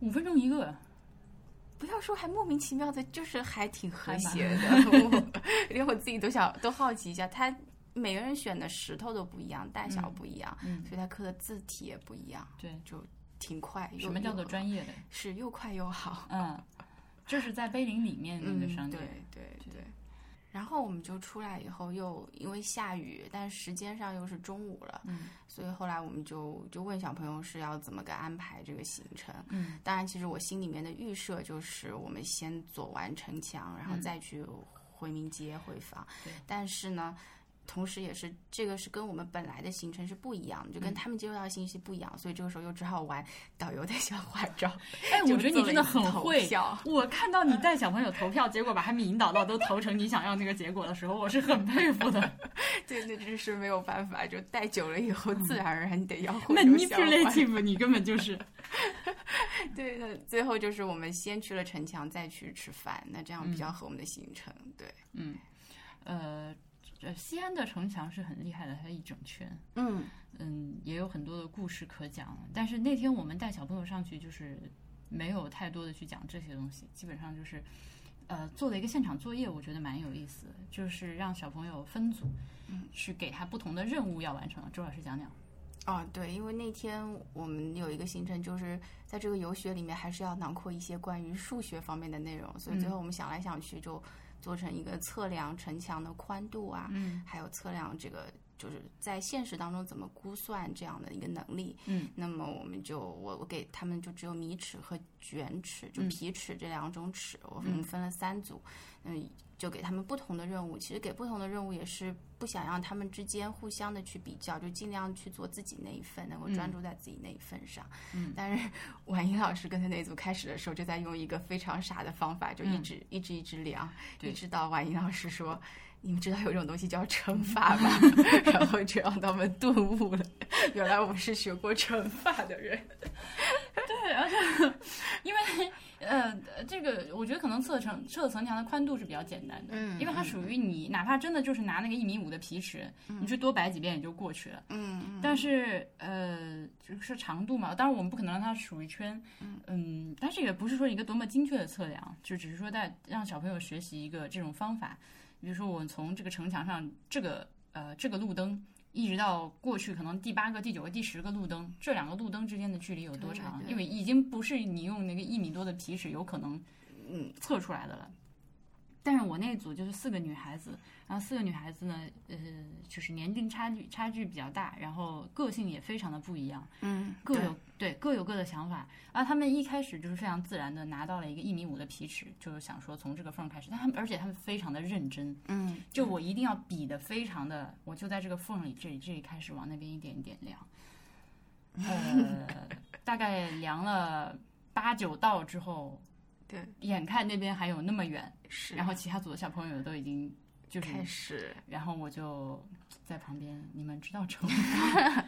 Speaker 1: 五分钟一个，
Speaker 2: 不要说还莫名其妙的，就是还挺和
Speaker 1: 还蛮
Speaker 2: 谐的，
Speaker 1: (laughs)
Speaker 2: 我连我自己都想都好奇一下，他每个人选的石头都不一样，大小不一样，
Speaker 1: 嗯，
Speaker 2: 所以他刻的字体也不一样，
Speaker 1: 对，
Speaker 2: 就挺快。又
Speaker 1: 什么叫做？专业的？
Speaker 2: 又是又快又好。
Speaker 1: 嗯，就是在碑林里面那个商
Speaker 2: 嗯对
Speaker 1: 店，
Speaker 2: 对对。然后我们就出来以后又因为下雨，但时间上又是中午了，
Speaker 1: 嗯
Speaker 2: 所以后来我们就就问小朋友是要怎么个安排这个行程。
Speaker 1: 嗯，
Speaker 2: 当然，其实我心里面的预设就是我们先走完城墙，然后
Speaker 1: 嗯
Speaker 2: 再去回民街回访。
Speaker 1: 对
Speaker 2: 但是呢。同时，也是这个是跟我们本来的行程是不一样的，
Speaker 1: 嗯
Speaker 2: 就跟他们接收到的信息不一样，所以这个时候又只好玩导游的小花招。
Speaker 1: 哎，我
Speaker 2: 就
Speaker 1: 觉得
Speaker 2: 做
Speaker 1: 你
Speaker 2: 了
Speaker 1: 真的
Speaker 2: 一次
Speaker 1: 很
Speaker 2: 投
Speaker 1: 会
Speaker 2: 票
Speaker 1: 我看到你带小朋友投票，结果把他们引导到都投成你想要那个结果的时候，我是很佩服的。
Speaker 2: 对，那真是没有办法，就戴久了以后，自然而嗯然你得要会有想法。
Speaker 1: manipulative，你根本就是。
Speaker 2: 对的，那最后就是我们先去了城墙，再去吃饭，那这样比较合我们的行程。对，
Speaker 1: 嗯， (laughs) 呃，这西安的城墙是很厉害的，它一整圈，
Speaker 2: 嗯，
Speaker 1: 嗯，也有很多的故事可讲。但是那天我们带小朋友上去，就是没有太多的去讲这些东西，基本上就是。呃，做了一个现场作业，我觉得蛮有意思的，就是让小朋友分组，去给他不同的任务要完成。周老师讲讲，
Speaker 2: 哦，对，因为那天我们有一个行程，就是在这个游学里面还是要囊括一些关于数学方面的内容，所以最后我们想来想去就做成一个测量城墙的宽度啊，
Speaker 1: 嗯，
Speaker 2: 还有测量这个就是在现实当中怎么估算这样的一个能力。
Speaker 1: 嗯，
Speaker 2: 那么我们就我我给他们就只有米尺和卷尺，就
Speaker 1: 嗯
Speaker 2: 皮尺这两种尺，我们分了三组，嗯，就给他们不同的任务。其实给不同的任务也是不想让他们之间互相的去比较，就尽量去做自己那一份，能够
Speaker 1: 嗯
Speaker 2: 专注在自己那一份上。嗯，但是婉莹老师跟他那组开始的时候，就在用一个非常傻的方法，就一直、一直一直量，
Speaker 1: 嗯对
Speaker 2: 一直到婉莹老师说。你们知道有一种东西叫乘法吗？
Speaker 1: 嗯
Speaker 2: (laughs) 然后就让他们顿悟了，原来我们是学过乘法的人。
Speaker 1: 因为呃，这个我觉得可能测城测城墙的宽度是比较简单的，
Speaker 2: 嗯
Speaker 1: 因为它属于你，哪怕真的就是拿那个一米五的皮尺，你去多摆几遍也就过去了。
Speaker 2: 嗯
Speaker 1: 但是呃，就是长度嘛，当然我们不可能让它数一圈，嗯，但是也不是说一个多么精确的测量，就只是说在让小朋友学习一个这种方法，比如说我们从这个城墙上这个呃这个路灯。一直到过去可能第八个、第九个、第十个路灯，这两个路灯之间的距离有多
Speaker 2: 对
Speaker 1: 长？
Speaker 2: 对
Speaker 1: 因为已经不是你用那个一米多的皮尺有可能
Speaker 2: 嗯
Speaker 1: 测出来的了。但是我那组就是四个女孩子，然后四个女孩子呢，呃，就是年龄差距差距比较大，然后个性也非常的不一样，
Speaker 2: 嗯，
Speaker 1: 各有对各有各的想法。然后她们一开始就是非常自然的拿到了一个一米五的皮尺，就是想说从这个缝儿开始，但她们而且她们非常的认真，
Speaker 2: 嗯
Speaker 1: 就我一定要比的非常的，我就在这个缝里，这里这里开始往那边一点一点
Speaker 2: (laughs)
Speaker 1: 量，呃，大概量了八九道之后，
Speaker 2: 对，
Speaker 1: 眼看那边还有那么远，
Speaker 2: 是，
Speaker 1: 然后其他组的小朋友都已经就是
Speaker 2: 开始
Speaker 1: 然后我就在旁边，你们知道
Speaker 2: (laughs)
Speaker 1: 成吗？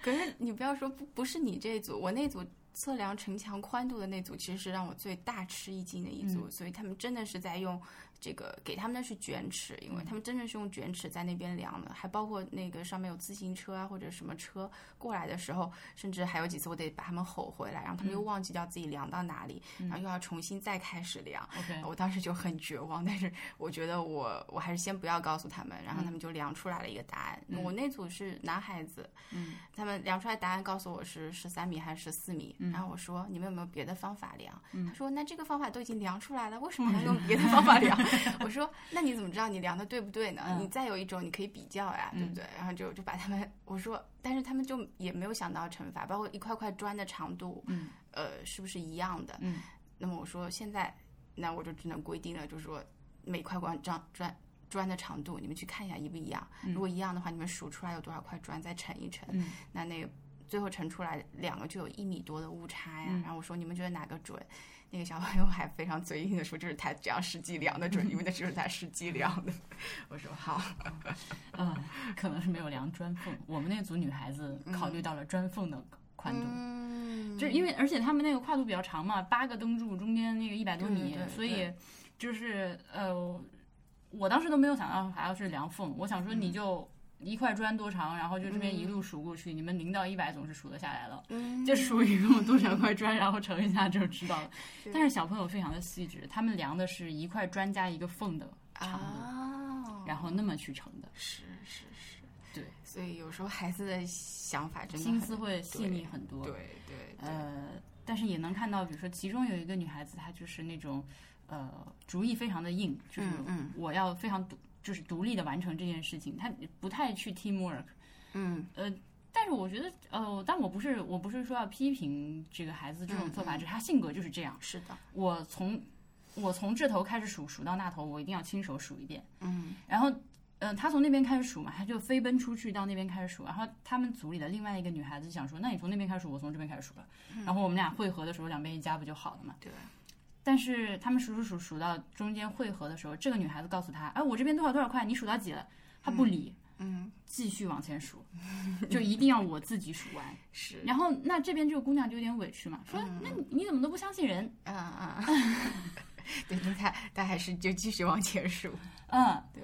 Speaker 2: 可是你不要说不不是你这一组，我那组测量城墙宽度的那组，其实是让我最大吃一惊的一组。所以他们真的是在用这个给他们的是卷尺，因为他们真的是用卷尺在那边量的，还包括那个上面有自行车啊或者什么车过来的时候，甚至还有几次我得把他们吼回来，然后他们又忘记掉自己量到哪里，然后又要重新再开始量。
Speaker 1: OK，
Speaker 2: 我当时就很绝望，但是我觉得我我还是先不要告诉他们，然后他
Speaker 1: 嗯
Speaker 2: 们就量出来了一个答案。我那组是男孩子，
Speaker 1: 嗯，
Speaker 2: 他们量出来答案告诉我是十三米还是十四米，
Speaker 1: 嗯
Speaker 2: 然后我说你们有没有别的方法量？他说那这个方法都已经量出来了，为什
Speaker 1: 嗯
Speaker 2: 么还要用别的方法量？ (laughs) 我说那你怎么知道你量的对不对呢？
Speaker 1: 嗯
Speaker 2: 你再有一种你可以比较呀，对不对？然后就就把他们我说，但是他们就也没有想到惩罚，包括一块块砖的长度，
Speaker 1: 嗯，
Speaker 2: 呃，是不是一样的？
Speaker 1: 嗯，
Speaker 2: 那么我说现在那我就只能规定了，就是说每块块砖砖砖的长度，你们去看一下一不一样。如果一样的话，你们数出来有多少块砖，再乘一乘。
Speaker 1: 嗯
Speaker 2: 那那个最后乘出来两个就有一米多的误差呀。
Speaker 1: 嗯
Speaker 2: 然后我说你们觉得哪个准？那个小朋友还非常嘴硬的说这是他这样实际量的准，因为那只是他实际量的。 (laughs) 我说好，
Speaker 1: 嗯，可能是没有量砖缝。我们那组女孩子考虑到了砖缝的宽度，
Speaker 2: 嗯
Speaker 1: 就是因为而且他们那个跨度比较长嘛，八个灯柱中间那个一百多米，
Speaker 2: 对对对
Speaker 1: 所以就是呃，我当时都没有想到还要去量缝，我想说你
Speaker 2: 嗯
Speaker 1: 就一块砖多长，然后就这边一路数过去，你们零到一百总是数得下来了。
Speaker 2: 嗯
Speaker 1: 就数一共多少块砖，然后乘一下就知道了。
Speaker 2: 对
Speaker 1: 但是小朋友非常的细致，他们量的是一块砖加一个缝的长度，
Speaker 2: 啊，
Speaker 1: 然后那么去乘的，
Speaker 2: 是是是，
Speaker 1: 对，
Speaker 2: 所以有时候孩子的想法真的
Speaker 1: 心
Speaker 2: 很
Speaker 1: 思会细腻很多。
Speaker 2: 对对对，
Speaker 1: 呃，但是也能看到，比如说其中有一个女孩子，她就是那种呃主意非常的硬，就是
Speaker 2: 嗯嗯
Speaker 1: 我要非常独，就是独立的完成这件事情，她不太去 teamwork。
Speaker 2: 嗯
Speaker 1: 但是我觉得，呃，但我不是，我不是说要批评这个孩子这种做
Speaker 2: 嗯
Speaker 1: 法，只是他性格就是这样。
Speaker 2: 是的，
Speaker 1: 我从我从这头开始数，数到那头，我一定要亲手数一遍。
Speaker 2: 嗯
Speaker 1: 然后，呃，他从那边开始数嘛，他就飞奔出去到那边开始数。然后他们组里的另外一个女孩子想说，那你从那边开始数，我从这边开始数了。然后我们俩汇合的时候，两边一加不就好了嘛？
Speaker 2: 对。
Speaker 1: 但是他们数数数数到中间汇合的时候，这个女孩子告诉他，哎，我这边多少多少块，你数到几了？他不理，
Speaker 2: 嗯
Speaker 1: 继续往前数，就一定要我自己数完。
Speaker 2: 是，
Speaker 1: 然后那这边这个姑娘就有点委屈嘛，说那你你怎么都不相信人？
Speaker 2: 嗯 (laughs) 嗯。对，那他他还是就继续往前数，
Speaker 1: 嗯，
Speaker 2: 对，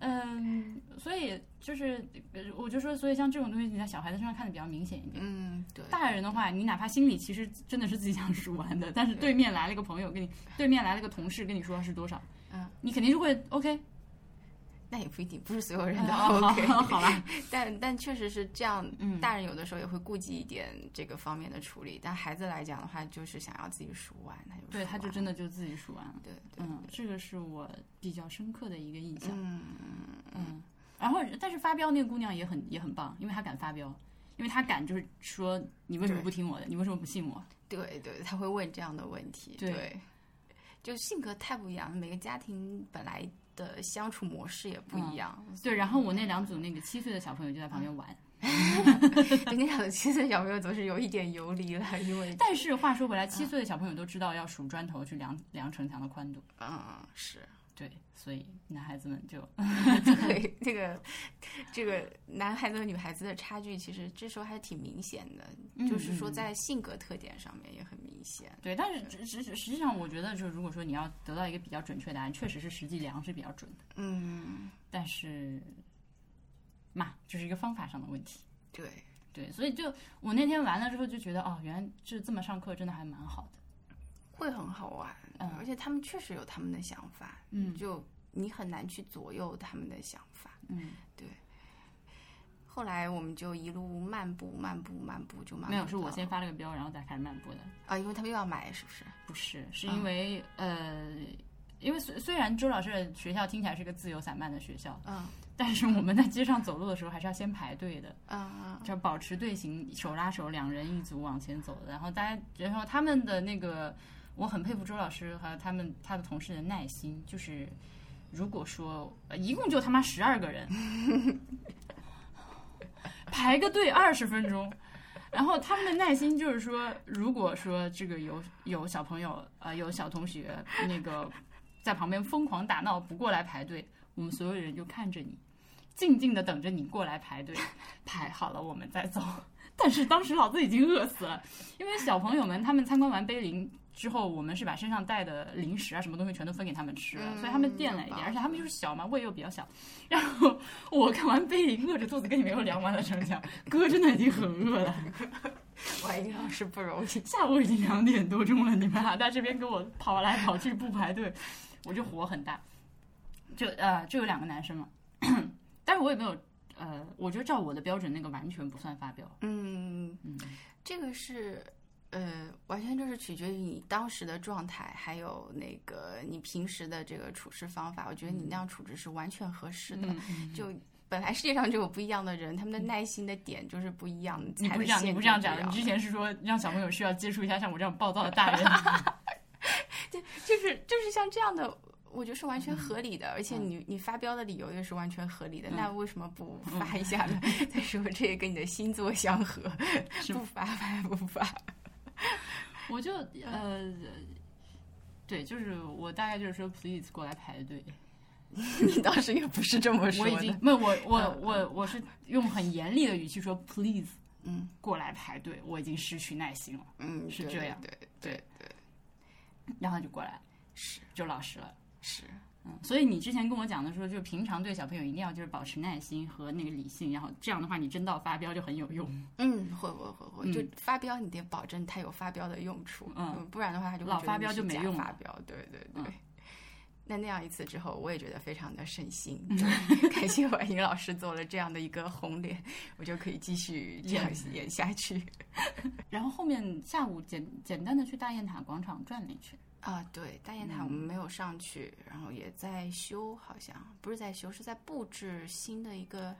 Speaker 1: 嗯，所以就是呃我就说，所以像这种东西，你在小孩子身上看的比较明显一点。
Speaker 2: 嗯，对，
Speaker 1: 大人的话，你哪怕心里其实真的是自己想数完的，但是对面来了一个朋友跟你，对面来了个同事跟你说是多少，
Speaker 2: 嗯，
Speaker 1: 你肯定是会 OK，
Speaker 2: 那也不一定，不是所有人
Speaker 1: 嗯
Speaker 2: 都
Speaker 1: 好
Speaker 2: OK，
Speaker 1: 好好吧，
Speaker 2: (laughs) 但但确实是这样，
Speaker 1: 嗯
Speaker 2: 大人有的时候也会顾忌一点这个方面的处理，但孩子来讲的话，就是想要自己数完，他就
Speaker 1: 对，
Speaker 2: 数
Speaker 1: 他就
Speaker 2: 完
Speaker 1: 真
Speaker 2: 了
Speaker 1: 的就自己数完了。
Speaker 2: 对，对
Speaker 1: 嗯，这个是我比较深刻的一个印象。
Speaker 2: 嗯，
Speaker 1: 嗯，然后但是发飙那个姑娘也很也很棒，因为她敢发飙，因为她敢就是说你为什么
Speaker 2: 对
Speaker 1: 不听我的，你为什么不信我？
Speaker 2: 对对，他会问这样的问题，
Speaker 1: 对
Speaker 2: 就性格太不一样，每个家庭本来的相处模式也不一样，
Speaker 1: 对，然后我那
Speaker 2: (laughs)
Speaker 1: 两组那个七岁的小朋友就在旁边玩。
Speaker 2: 就那样的七岁小朋友总是有一点游离了，因为
Speaker 1: 但是话说回来，七岁的小朋友都知道要数砖头去量量城墙的宽度，
Speaker 2: (laughs) 嗯 (laughs) 是。
Speaker 1: 对，所以男孩子们就
Speaker 2: 对，这个这个男孩子和女孩子的差距，其实这时候还是挺明显的，
Speaker 1: 嗯
Speaker 2: 就是说
Speaker 1: 嗯
Speaker 2: 在性格特点上面也很明显。
Speaker 1: 对。但是实实实际上，我觉得就是如果说你要得到一个比较准确答案，确实是实际量是比较准的，
Speaker 2: 嗯，
Speaker 1: 但是嘛，这是一个方法上的问题。
Speaker 2: 对，
Speaker 1: 对，所以就我那天完了之后就觉得，哦，原来这这么上课真的还蛮好的。
Speaker 2: 会很好玩，
Speaker 1: 嗯
Speaker 2: 而且他们确实有他们的想法，
Speaker 1: 嗯
Speaker 2: 就你很难去左右他们的想法。
Speaker 1: 嗯，
Speaker 2: 后来我们就一路漫步，漫步，漫步，就漫步
Speaker 1: 没有，是我
Speaker 2: 到
Speaker 1: 先发了个标，然后再开始漫步的。
Speaker 2: 啊，因为他们又要买，是不是？
Speaker 1: 不是，
Speaker 2: 啊
Speaker 1: 是因为、呃，因为虽虽然周老师的学校听起来是个自由散漫的学校，
Speaker 2: 嗯
Speaker 1: 但是我们在街上走路的时候还是要先排队的，
Speaker 2: 嗯
Speaker 1: 就保持队形，手拉手，两人一组往前走的。然后大家，然后他们的那个，我很佩服周老师和他们他的同事的耐心，就是如果说、呃一共就他妈十
Speaker 2: (laughs)
Speaker 1: 二个人，排个队二十分钟。然后他们的耐心就是说，如果说这个有有小朋友呃有小同学那个在旁边疯狂打闹不过来排队，我们所有人就看着你，静静的等着你过来排队，排好了我们再走。 (laughs) 但是当时老子已经饿死了，因为小朋友们他们参观完碑林之后，我们是把身上带的零食啊什么东西全都分给他们吃了，所以他们垫了一点，而且他们就是小嘛，胃又比较小。然后我看完碑林，饿着肚子跟你们又聊完了成讲，哥真的已经很饿了，
Speaker 2: 怀疑老师不容易。
Speaker 1: (laughs) 下午已经两点多钟了，你们还在这边给我跑来跑去不排队， (laughs) 我就火很大。就呃，就有两个男生嘛， (clears throat) 但是我也没有呃，我觉得照我的标准，那个完全不算发飙。
Speaker 2: 嗯，
Speaker 1: 嗯，
Speaker 2: 这个是呃，完全就是取决于你当时的状态，还有那个你平时的这个处事方法。我觉得你那样处置是完全合适的。
Speaker 1: 嗯
Speaker 2: 就本来世界上就有不一样的人，他们的耐心的点就是不一样。
Speaker 1: 你
Speaker 2: 踩
Speaker 1: 不
Speaker 2: 的
Speaker 1: 是这样，
Speaker 2: 线
Speaker 1: 你不
Speaker 2: 就
Speaker 1: 这样
Speaker 2: 是不
Speaker 1: 讲的。你
Speaker 2: 一
Speaker 1: 之
Speaker 2: 样
Speaker 1: 前是说让小朋友需要接触一下像我这样暴躁的大人。
Speaker 2: 就是就是像这样的。我觉得是完全合理的，而且你你发飙的理由也是完全合理的，
Speaker 1: 嗯
Speaker 2: 那为什么不发一下呢？ (laughs) 再说这也跟你的星座相合，
Speaker 1: 是
Speaker 2: 不发发不发。
Speaker 1: (laughs)
Speaker 2: (laughs)
Speaker 1: 我就呃，对，就是我大概就是说，please 过来排队。
Speaker 2: 你当时也不是这么说
Speaker 1: 我
Speaker 2: 的，
Speaker 1: 已经没有我我
Speaker 2: 嗯
Speaker 1: 我我是用很严厉的语气说 please
Speaker 2: 嗯
Speaker 1: 过来排队，我已经失去耐心了，
Speaker 2: 嗯
Speaker 1: 是
Speaker 2: 对
Speaker 1: 这样
Speaker 2: 对对对对
Speaker 1: 然后他就过来了，
Speaker 2: 是
Speaker 1: 就老实了。
Speaker 2: 是，
Speaker 1: 嗯，所以你之前跟我讲的说，就是平常对小朋友一定要就是保持耐心和那个理性，然后这样的话，你真到发飙就很有用。
Speaker 2: 嗯，会会会会，就
Speaker 1: 嗯
Speaker 2: 发飙你得保证它有发飙的用处，
Speaker 1: 嗯，
Speaker 2: 不然的话它就会
Speaker 1: 老
Speaker 2: 觉得
Speaker 1: 发
Speaker 2: 你
Speaker 1: 飙
Speaker 2: 是
Speaker 1: 就没
Speaker 2: 假
Speaker 1: 用
Speaker 2: 发
Speaker 1: 了
Speaker 2: 飙，对对
Speaker 1: 嗯
Speaker 2: 对。那那样一次之后，我也觉得非常的省心，对感谢婉莹老师做了这样的一个红脸，我就可以继 (laughs) 续这样演下去
Speaker 1: 然后后面下午简简单的去大雁塔广场转了一圈。
Speaker 2: (laughs) 啊。对，大雁塔我们没有上去，然后也在修，好像不是在修，是在布置新的一个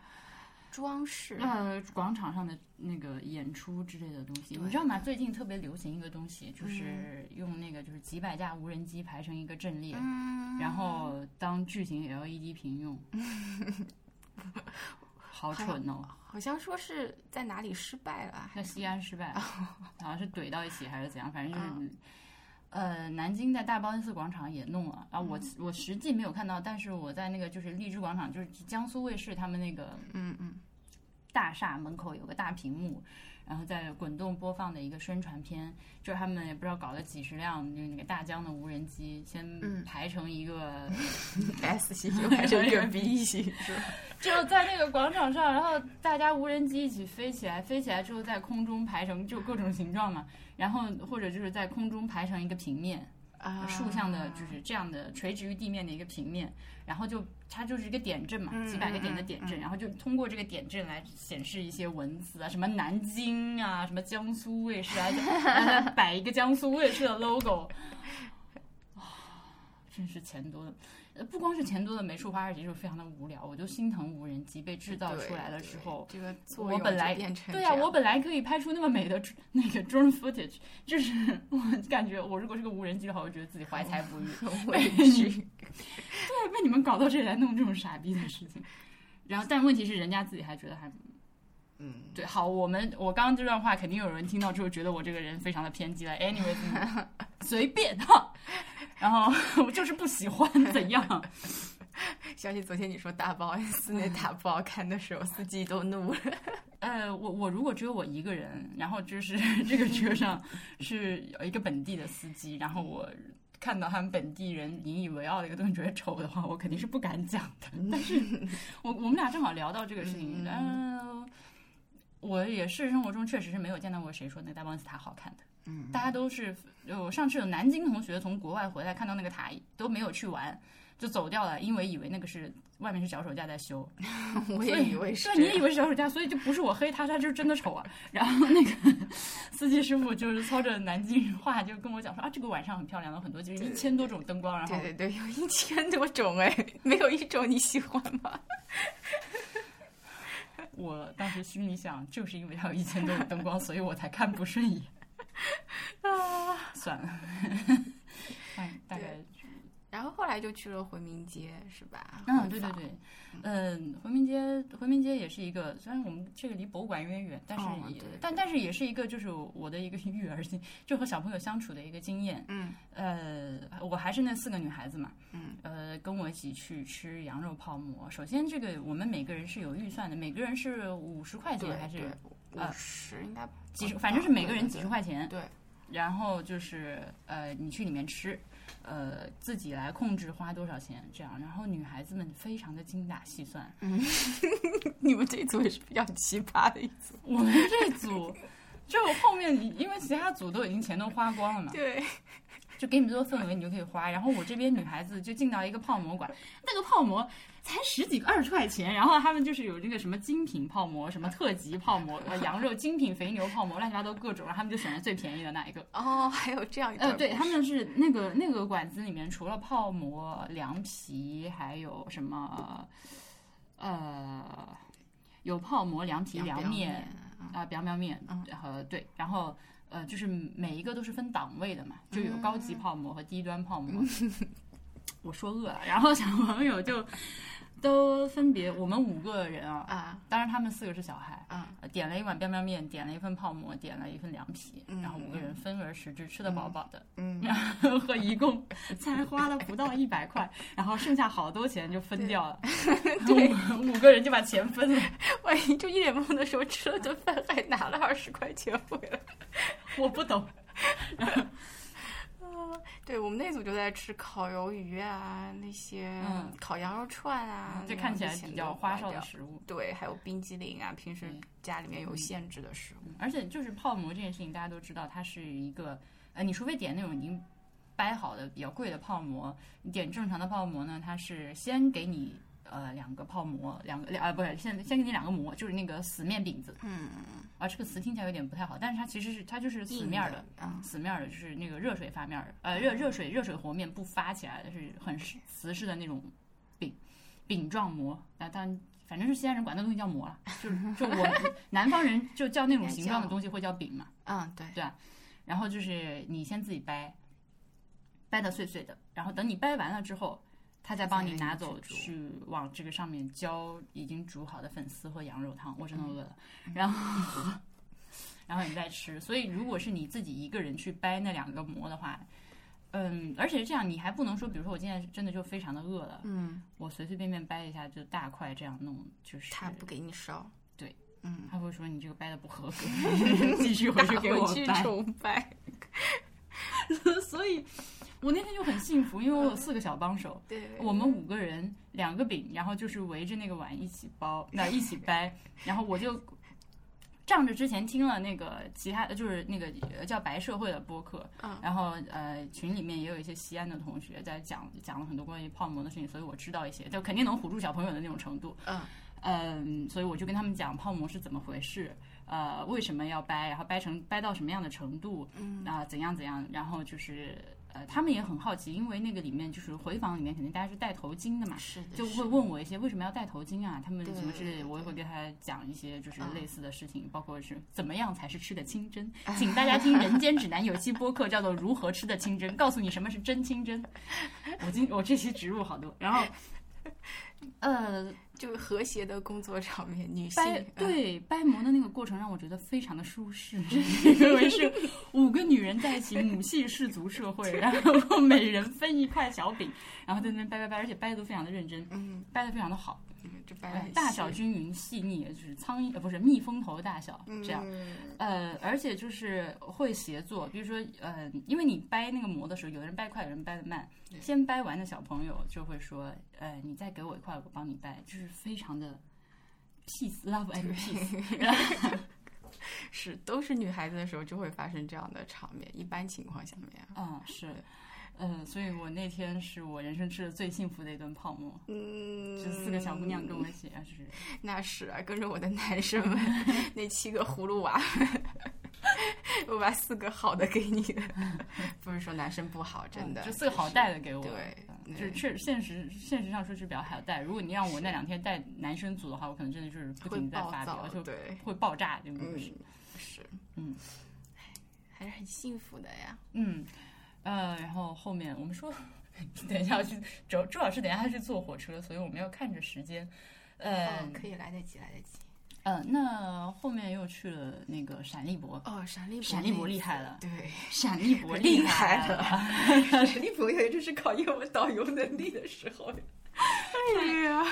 Speaker 2: 装饰。
Speaker 1: 呃，广场上的那个演出之类的东西，你
Speaker 2: 对嗯
Speaker 1: 知道吗？最近特别流行一个东西，就是用那个就是几百架无人机排成一个阵列，
Speaker 2: 嗯，
Speaker 1: 然后当巨型 LED 屏
Speaker 2: (laughs)
Speaker 1: 用，好蠢哦！
Speaker 2: 好像说是在哪里失败了，
Speaker 1: 在西安失败
Speaker 2: (laughs)
Speaker 1: 了，好像是怼到一起还是怎样，反正
Speaker 2: 嗯
Speaker 1: 就是。呃，南京在大报恩寺广场也弄了啊，我
Speaker 2: 嗯
Speaker 1: 我实际没有看到，但是我在那个就是荔枝广场，就是江苏卫视他们那个
Speaker 2: 嗯嗯
Speaker 1: 大厦门口有个大屏幕，然后在滚动播放的一个宣传片，就是他们也不知道搞了几十辆就是那个大疆的无人机，先
Speaker 2: 嗯
Speaker 1: 排成一个，
Speaker 2: (laughs) ，S 型就还是 (laughs) 个 B 型，
Speaker 1: 就在那个广场上，然后大家无人机一起飞起来，飞起来之后在空中排成就各种形状嘛，然后或者就是在空中排成一个平面，
Speaker 2: 啊
Speaker 1: 竖向的就是这样的垂直于地面的一个平面，然后就它就是一个点阵嘛，
Speaker 2: 嗯
Speaker 1: 几百个点的
Speaker 2: 嗯嗯
Speaker 1: 点阵，然后就通过这个点阵来显示一些文字啊，什么南京啊，什么江苏卫视啊，
Speaker 2: (laughs)
Speaker 1: 就然后摆一个江苏卫视的 logo，啊，真是钱多的。呃不光是钱多的美术化二级就是非常的无聊，我就心疼无人机被制造
Speaker 2: 对
Speaker 1: 出来了之
Speaker 2: 啊对
Speaker 1: 后，
Speaker 2: 这个作
Speaker 1: 我
Speaker 2: 用
Speaker 1: 本
Speaker 2: 就
Speaker 1: 来
Speaker 2: 变成
Speaker 1: 对
Speaker 2: 这
Speaker 1: 呀、
Speaker 2: 样
Speaker 1: 我本来可以拍出那么美的 dr- 那个 drone footage，就是我感觉我如果是个无人机的话，我觉得自己怀才 (laughs) 不遇，
Speaker 2: 很委屈，
Speaker 1: 对，被你们搞到这里来弄这种傻逼的事情。然后，但问题是，人家自己还觉得还
Speaker 2: 嗯，
Speaker 1: 对。好，我们我刚刚这段话肯定有人听到之后觉得我这个人非常的偏激了。Anyways，嗯 (laughs) 随便哈。然后 (laughs) 我就是不喜欢怎样，
Speaker 2: 想起昨天你说大包 S 那塔不好看的时候，司机都怒了，
Speaker 1: 呃，我我如果只有我一个人，然后就是 (laughs) 这个车上是有一个本地的司机，然后我看到他们本地人引以为傲的一个东西，觉得丑的话，我肯定是不敢讲的。但是我我们俩正好聊到这个事情，嗯、我也是生活中确实是没有见到过谁说那个大棒子塔好看的。
Speaker 2: 嗯，
Speaker 1: 大家都是，我上次有南京同学从国外回来，看到那个塔都没有去玩，就走掉了，因为以为那个是外面是脚手架在修，
Speaker 2: (laughs) 我
Speaker 1: 所
Speaker 2: 也
Speaker 1: 以
Speaker 2: 以为是
Speaker 1: 对，
Speaker 2: 这
Speaker 1: 你
Speaker 2: 样，
Speaker 1: 也以为是小暑假，所以就不是我黑他，他就是真的丑啊。然后那个 (laughs) 司机师傅就是操着南京话就跟我讲说啊，这个晚上很漂亮，有很多就是一千多种灯光，然后
Speaker 2: 对对对，有一千多种哎， (laughs) 没有一种你喜欢吗？
Speaker 1: 我当时心里想，就是因为它有一千多种灯光，所以我才看不顺眼。
Speaker 2: 啊，
Speaker 1: 算了，哎，大概
Speaker 2: 然后后来就去了回民街，是吧？
Speaker 1: 嗯，
Speaker 2: 很
Speaker 1: 对对
Speaker 2: 早
Speaker 1: 对，嗯，回民街，回民街也是一个，虽然我们这个离博物馆有点远，但是
Speaker 2: 哦
Speaker 1: 也，
Speaker 2: 对
Speaker 1: 但但是也是一个，就是我的一个 (laughs) 育儿经，就和小朋友相处的一个经验。
Speaker 2: 嗯
Speaker 1: 呃，我还是那四个女孩子嘛，
Speaker 2: 嗯，
Speaker 1: 呃，跟我一起去吃羊肉泡馍。首先，这个我们每个人是有预算的，每个人是五十块
Speaker 2: 对
Speaker 1: 钱还是呃
Speaker 2: 五十应该
Speaker 1: 几十，
Speaker 2: 不
Speaker 1: 反正
Speaker 2: 到
Speaker 1: 是每个
Speaker 2: 对
Speaker 1: 人
Speaker 2: 对
Speaker 1: 几十块钱。
Speaker 2: 对，
Speaker 1: 然后就是呃，你去里面吃，呃，自己来控制花多少钱这样。然后女孩子们非常的精打细算，
Speaker 2: 你们这一组也是比较奇葩的一组。
Speaker 1: 我们这
Speaker 2: (laughs)
Speaker 1: 组。就后面你，因为其他组都已经钱都花光了嘛，
Speaker 2: 对，
Speaker 1: 就给你们做氛围，你就可以花。然后我这边女孩子就进到一个泡馍馆，那个泡馍才十几二十块钱，然后他们就是有那个什么精品泡馍、什么特级泡馍、呃羊肉精品肥牛泡馍，乱七八糟各种，然后他们就选了最便宜的那一个。
Speaker 2: 哦，还有这样一
Speaker 1: 呃，
Speaker 2: 段
Speaker 1: 对，
Speaker 2: 故
Speaker 1: 他
Speaker 2: 事
Speaker 1: 们是那个那个馆子里面，除了泡馍、凉皮，还有什么，呃，有泡馍、凉皮、
Speaker 2: 表
Speaker 1: 凉面，
Speaker 2: 啊
Speaker 1: 啊，表表面，
Speaker 2: 嗯
Speaker 1: 呃，对，然后呃，就是每一个都是分档位的嘛，就
Speaker 2: 嗯
Speaker 1: 有高级泡馍和低端泡馍。我说饿了，然后小朋友就都分别，我们五个人啊，
Speaker 2: 啊
Speaker 1: 当然他们四个是小孩，
Speaker 2: 啊，
Speaker 1: 呃点了一碗边边面，点了一份泡馍，点了一份凉皮，然后五个人分而食之，吃得饱饱的，
Speaker 2: 嗯，
Speaker 1: 然后一共才花了不到一百块，然后剩下好多钱就分掉了，对，五个人就把钱分了。 (laughs)
Speaker 2: 万一就一脸懵的时候吃了顿饭，还拿了二十块钱回来。
Speaker 1: 我不懂，
Speaker 2: 对我们那组就在吃烤鱿鱼啊，那些
Speaker 1: 嗯
Speaker 2: 烤羊肉串啊，
Speaker 1: 这
Speaker 2: 然后
Speaker 1: 看起来
Speaker 2: 钱
Speaker 1: 比
Speaker 2: 都
Speaker 1: 较花哨的
Speaker 2: 掉
Speaker 1: 食物。嗯
Speaker 2: 对，还有冰激凌啊，平时
Speaker 1: 对
Speaker 2: 家里面有限制的食物。
Speaker 1: 嗯而且就是泡馍这件事情，大家都知道，它是一个，呃，你除非点那种已经掰好的比较贵的泡馍，你点正常的泡馍呢，它是先给你呃两个泡馍，两个两啊不是，先先给你两个馍，就是那个死面饼子
Speaker 2: 嗯，
Speaker 1: 啊，这个词听起来有点不太好，但是它其实是它就是死面儿的。
Speaker 2: 啊，
Speaker 1: 死面儿的就是那个热水发面儿的，呃，热热水热水和面不发起来的，是很实瓷实的那种饼饼状馍。那当然，反正是西安人管那东西叫馍了，就就我们 (laughs) 南方人就叫那种形状的东西会叫饼嘛。
Speaker 2: 嗯，对，
Speaker 1: 然后就是你先自己掰，掰的碎碎的，然后等你掰完了之后，他再帮你拿走
Speaker 2: 再给你去
Speaker 1: 去往这个上面浇已经煮好的粉丝和羊肉汤。我
Speaker 2: 嗯
Speaker 1: 真的饿了，然后 (laughs) 然后你再吃。所以如果是你自己一个人去掰那两个馍的话。嗯，而且是这样，你还不能说，比如说我现在真的就非常的饿了，
Speaker 2: 嗯，
Speaker 1: 我随随便便掰一下就大块这样弄，就是
Speaker 2: 他不给你烧，
Speaker 1: 对，
Speaker 2: 嗯，
Speaker 1: 他会说你这个掰的不合
Speaker 2: (laughs)
Speaker 1: 格，继续回去给 (laughs) 我
Speaker 2: 打回去
Speaker 1: 掰。
Speaker 2: 重
Speaker 1: (laughs)
Speaker 2: 掰，
Speaker 1: 所以我那天就很幸福，因为我有四个小帮手，
Speaker 2: 对，
Speaker 1: 我们五个人两个饼，然后就是围着那个碗一起包，那一起掰，然后我就。仗着之前听了那个其他就是那个呃叫白社会的播客，
Speaker 2: 嗯
Speaker 1: 然后呃群里面也有一些西安的同学在讲讲了很多关于泡馍的事情，所以我知道一些，就肯定能唬住小朋友的那种程度。
Speaker 2: 嗯
Speaker 1: 嗯，所以我就跟他们讲泡馍是怎么回事，呃，为什么要掰，然后掰成掰到什么样的程度，
Speaker 2: 嗯
Speaker 1: 啊、怎样怎样，然后就是呃，他们也很好奇，因为那个里面就是回访里面肯定大家是戴头巾的嘛，
Speaker 2: 是的，
Speaker 1: 就是会
Speaker 2: 的
Speaker 1: 问我一些为什么要戴头巾啊，他们什么之类
Speaker 2: 对
Speaker 1: 的，我也会跟他讲一些就是
Speaker 2: 嗯
Speaker 1: 类似的事情，包括是怎么样才是吃的清
Speaker 2: (laughs)
Speaker 1: 真，请大家听《人间指南》有期播客叫做《如何吃的清真》，告诉你什么是真清真。 (laughs) 我今我这期植入好多，然
Speaker 2: (laughs)
Speaker 1: 后。呃，
Speaker 2: 就和谐的工作场面，女性
Speaker 1: 掰
Speaker 2: 嗯
Speaker 1: 对掰馍的那个过程让我觉得非常的舒适， (laughs) 因为是五个女人在一起母系氏族社会，然后每人分一块小饼，然后在那边掰掰掰，而且掰的都非常的认真，
Speaker 2: 嗯，
Speaker 1: 掰的非常的好，
Speaker 2: 嗯就掰得很
Speaker 1: 哎大小
Speaker 2: 细
Speaker 1: 均匀细腻，就是苍蝇呃不是蜜蜂头大小这样。
Speaker 2: 嗯
Speaker 1: 呃，而且就是会协作，比如说，呃，因为你掰那个馍的时候，有的人掰快，有人掰的慢。
Speaker 2: 对
Speaker 1: 先掰完的小朋友就会说，呃，你再给我一块，我帮你掰，就是非常的 peace love and peace。然后
Speaker 2: 是都是女孩子的时候就会发生这样的场面，一般情况下面，
Speaker 1: 嗯，是，呃，所以我那天是我人生吃的最幸福的一顿泡馍，
Speaker 2: 嗯
Speaker 1: 就四个小姑 (laughs) 娘跟我一起，啊，就是
Speaker 2: 那是啊，跟着我的男
Speaker 1: (laughs)
Speaker 2: 生们，那七个葫芦娃，我把四个好的给你了，
Speaker 1: (laughs)
Speaker 2: 不是说男生不好，真的，
Speaker 1: 嗯就四个好带的给我，
Speaker 2: 对
Speaker 1: 嗯
Speaker 2: 对
Speaker 1: 就是确现实现实上说是比较好带。如果你让我那两天带男生组的话，我可能真的就是不
Speaker 2: 会
Speaker 1: 停地在
Speaker 2: 暴
Speaker 1: 发
Speaker 2: 躁
Speaker 1: 飙，，就
Speaker 2: 对，
Speaker 1: 会爆炸，对不
Speaker 2: 嗯
Speaker 1: 对？，
Speaker 2: 是，
Speaker 1: 嗯，
Speaker 2: 还是很幸福的呀，
Speaker 1: 嗯，呃，然后后面我们说 (laughs) 等一下要去，周周老师等一下要去坐火车，所以我们要看着时间。呃，
Speaker 2: 哦，可以来得及，来得及。
Speaker 1: 呃，那后面又去了那个闪力博，
Speaker 2: 哦，闪力
Speaker 1: 闪
Speaker 2: 力
Speaker 1: 力博厉害了，
Speaker 2: 对，
Speaker 1: 闪力 (laughs) 博
Speaker 2: 厉
Speaker 1: 害啊
Speaker 2: 害了。 (laughs) 闪力博也就是考验我导游能力的时候。哎呀，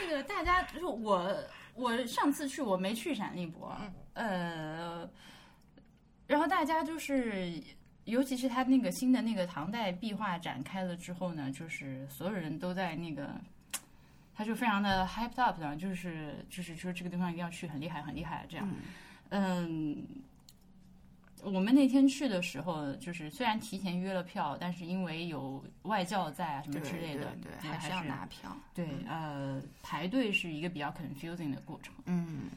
Speaker 1: 那个大家就是我，我上次去我没去闪力博，
Speaker 2: 嗯
Speaker 1: 呃，然后大家就是，尤其是他那个新的那个唐代壁画展开了之后呢，就是所有人都在那个。他就非常的 hyped up，然后就是就是说这个地方一定要去，很厉害，很厉害这样。嗯，我们那天去的时候，就是虽然提前约了票，但是因为有外教在啊什么
Speaker 2: 对
Speaker 1: 之类的，
Speaker 2: 对，
Speaker 1: 那
Speaker 2: 还
Speaker 1: 还
Speaker 2: 是要拿票。
Speaker 1: 对，呃，排队是一个比较 confusing 的过程。
Speaker 2: 嗯，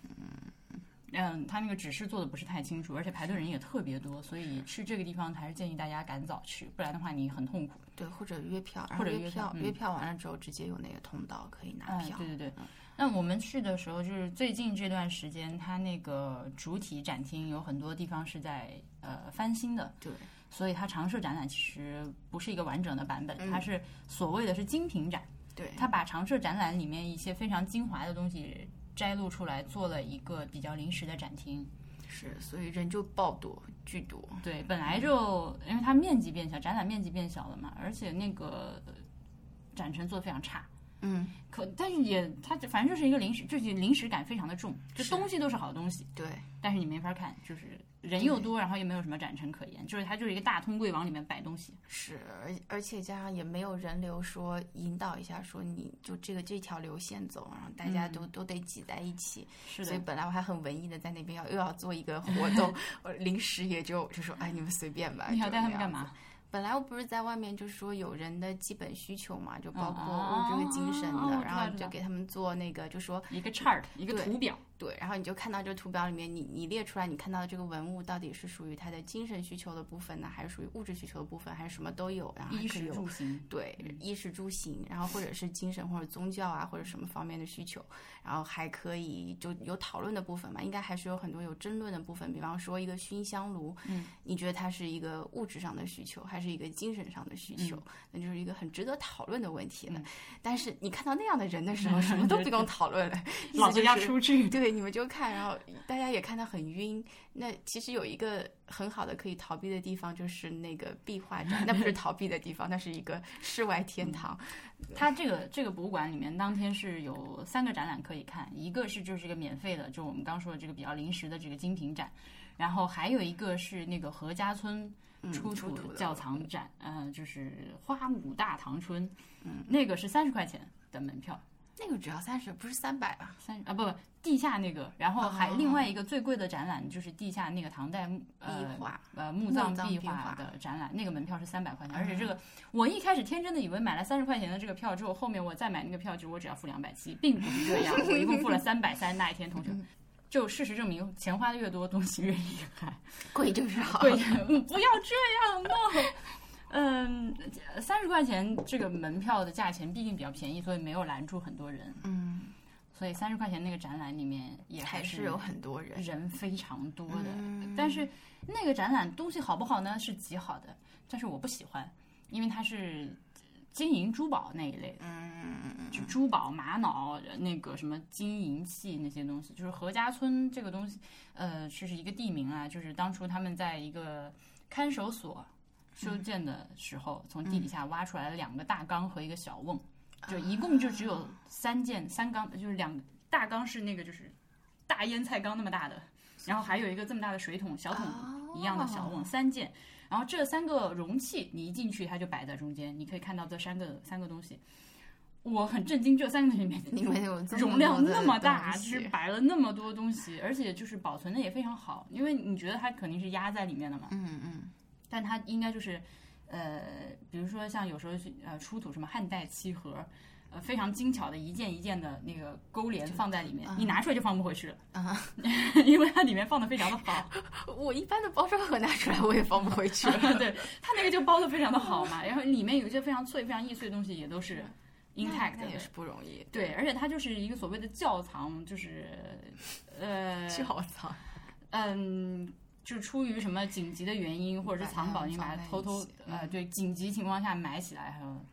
Speaker 1: 嗯，他那个指示做的不是太清楚，而且排队人也特别多，所以去这个地方还是建议大家赶早去，不然的话你很痛苦。
Speaker 2: 对，或者约票，然
Speaker 1: 或
Speaker 2: 后
Speaker 1: 者
Speaker 2: 约
Speaker 1: 约票嗯
Speaker 2: 约票完了之后，直接有那个通道可以拿
Speaker 1: 嗯，
Speaker 2: 票。
Speaker 1: 对对对。那我们去的时候，就是最近这段时间，它那个主体展厅有很多地方是在呃翻新的，
Speaker 2: 对，
Speaker 1: 所以它常设展览其实不是一个完整的版本，
Speaker 2: 嗯
Speaker 1: 它是所谓的是精品展。
Speaker 2: 对，
Speaker 1: 他把常设展览里面一些非常精华的东西摘录出来，做了一个比较临时的展厅。
Speaker 2: 是，所以人就爆多，巨多。
Speaker 1: 对，本来就因为它面积变小，展览面积变小了嘛，而且那个呃展陈做的非常差。
Speaker 2: 嗯，
Speaker 1: 可但是也，它反正就是一个临时，就是临时感非常的重，就是东西都是好东西，
Speaker 2: 对，
Speaker 1: 但是你没法看，就是人又多，然后又没有什么展陈可言，就是它就是一个大通柜往里面摆东西。
Speaker 2: 是，而而且加上也没有人流说引导一下，说你就这个这条流线走，然后大家都、都得挤在一起。
Speaker 1: 是
Speaker 2: 所以，本来我还很文艺的在那边要又要做一个活
Speaker 1: (laughs)
Speaker 2: 动，我临时也就就说哎你们随便吧。
Speaker 1: 你还要
Speaker 2: 就
Speaker 1: 带他
Speaker 2: 那
Speaker 1: 们干
Speaker 2: 样
Speaker 1: 嘛
Speaker 2: 子？？本来我不是在外面就说有人的基本需求嘛，就包括
Speaker 1: 哦
Speaker 2: 物质和精神
Speaker 1: 哦
Speaker 2: 的，
Speaker 1: 我知
Speaker 2: 然
Speaker 1: 道
Speaker 2: 后
Speaker 1: 知
Speaker 2: 就
Speaker 1: 道
Speaker 2: 给他们做那个就说
Speaker 1: 一个 chart，一个
Speaker 2: 对
Speaker 1: 图表。
Speaker 2: 对，然后你就看到这个图表里面，你你列出来，你看到的这个文物到底是属于它的精神需求的部分呢，还是属于物质需求的部分，还是什么都有？然后还
Speaker 1: 衣
Speaker 2: 可以
Speaker 1: 食
Speaker 2: 有
Speaker 1: 住行，
Speaker 2: 对衣食住行，然后或者是精神或者宗教啊，或者什么方面的需求，然后还可以就有讨论的部分嘛，应该还是有很多有争论的部分。比方说一个熏香炉，
Speaker 1: 嗯，
Speaker 2: 你觉得它是一个物质上的需求，还是一个精神上的需求？那就是一个很值得讨论的问题了。
Speaker 1: 嗯
Speaker 2: 但是你看到那样的人的
Speaker 1: (laughs)
Speaker 2: 时候，什么都不用讨论了，意
Speaker 1: 老
Speaker 2: 思
Speaker 1: 子
Speaker 2: 就
Speaker 1: 要
Speaker 2: 是
Speaker 1: 出去。
Speaker 2: (laughs) 对，你们就看，然后大家也看得很晕。那其实有一个很好的可以逃避的地方，就是那个壁画展，那不是逃避的地方，那是一个世外天堂。
Speaker 1: 它这个这个博物馆里面，当天是有三个展览可以看，一个是就是一个免费的，就我们刚说的这个比较临时的这个精品展，然后还有一个是那个何家村
Speaker 2: 嗯
Speaker 1: 出
Speaker 2: 出土
Speaker 1: 土
Speaker 2: 的
Speaker 1: 窖藏展，嗯、呃，就是花牡大唐春，嗯，那个是三十块钱的门票，
Speaker 2: 那个只要三十，不是三百吧？
Speaker 1: 三啊不不，地下那个，然后还
Speaker 2: 哦
Speaker 1: 另外一个最贵的展览就是地下那个唐代呃
Speaker 2: 壁画，
Speaker 1: 呃墓
Speaker 2: 墓
Speaker 1: 葬
Speaker 2: 葬
Speaker 1: 壁
Speaker 2: 壁
Speaker 1: 画
Speaker 2: 画嗯
Speaker 1: 的展览，那个门票是三百块钱，而且这个我一开始天真的以为买了三十块钱的这个票之后，后面我再买那个票就我只要付两百七，并不是这样，我一共
Speaker 2: (laughs)
Speaker 1: 付了三百三。那一天，同学
Speaker 2: 嗯
Speaker 1: 们， (laughs) 就事实证明，钱花的越多，东西越厉害。
Speaker 2: 贵就是
Speaker 1: (laughs)
Speaker 2: 好。
Speaker 1: 对，嗯不要这样，no。嗯，三十块钱这个门票的价钱毕竟比较便宜，所以没有拦住很多人。
Speaker 2: 嗯，
Speaker 1: 所以三十块钱那个展览里面也
Speaker 2: 还
Speaker 1: 是
Speaker 2: 是有很多人。
Speaker 1: 人非常多的，
Speaker 2: 嗯
Speaker 1: 但是那个展览东西好不好呢？是极好的，但是我不喜欢，因为它是金银珠宝那一类的，
Speaker 2: 嗯，
Speaker 1: 就珠宝、玛瑙、那个什么金银器那些东西。就是何家村这个东西，呃，这是一个地名啊，就是当初他们在一个看守所修建的时候，从地底下挖出来了两个大缸和一个小瓮，就一共就只有三件三缸，就是两大缸是那个就是大腌菜缸那么大的，然后还有一个这么大的水桶小桶一样的小瓮，三件。然后这三个容器，你一进去，它就摆在中间，你可以看到这三个三个东西。我很震惊，这三个里面 (laughs)
Speaker 2: 里面有这
Speaker 1: 容
Speaker 2: 么
Speaker 1: 量
Speaker 2: 多的
Speaker 1: 那么大，
Speaker 2: 东
Speaker 1: 就
Speaker 2: 西
Speaker 1: 是摆了那么多东西，而且就是保存的也非常好，因为你觉得它肯定是压在里面的嘛，
Speaker 2: 嗯嗯，
Speaker 1: 但它应该就是，呃，比如说像有时候去呃出土什么汉代漆盒，呃非常精巧的一件一件的那个勾连放在里面，你拿出来就放不回去了，
Speaker 2: 啊
Speaker 1: (laughs) 因为它里面放的非常的好，
Speaker 2: (laughs)
Speaker 1: (laughs)
Speaker 2: 我一般的包装盒拿出来我也放不回去了。
Speaker 1: 对，它那个就包的非常的好嘛，然后里面有一些非常脆、非常易碎的东西也都是
Speaker 2: 那
Speaker 1: intact
Speaker 2: 那
Speaker 1: 的
Speaker 2: 也，是不容易。 (laughs)
Speaker 1: 对，，而且它就是一个所谓的窖藏，就是呃
Speaker 2: 窖藏。
Speaker 1: 嗯，就是出于什么紧急的原因或者是藏宝，你把它偷偷
Speaker 2: 把它放在一起嗯
Speaker 1: 呃对紧急情况下埋起来，然后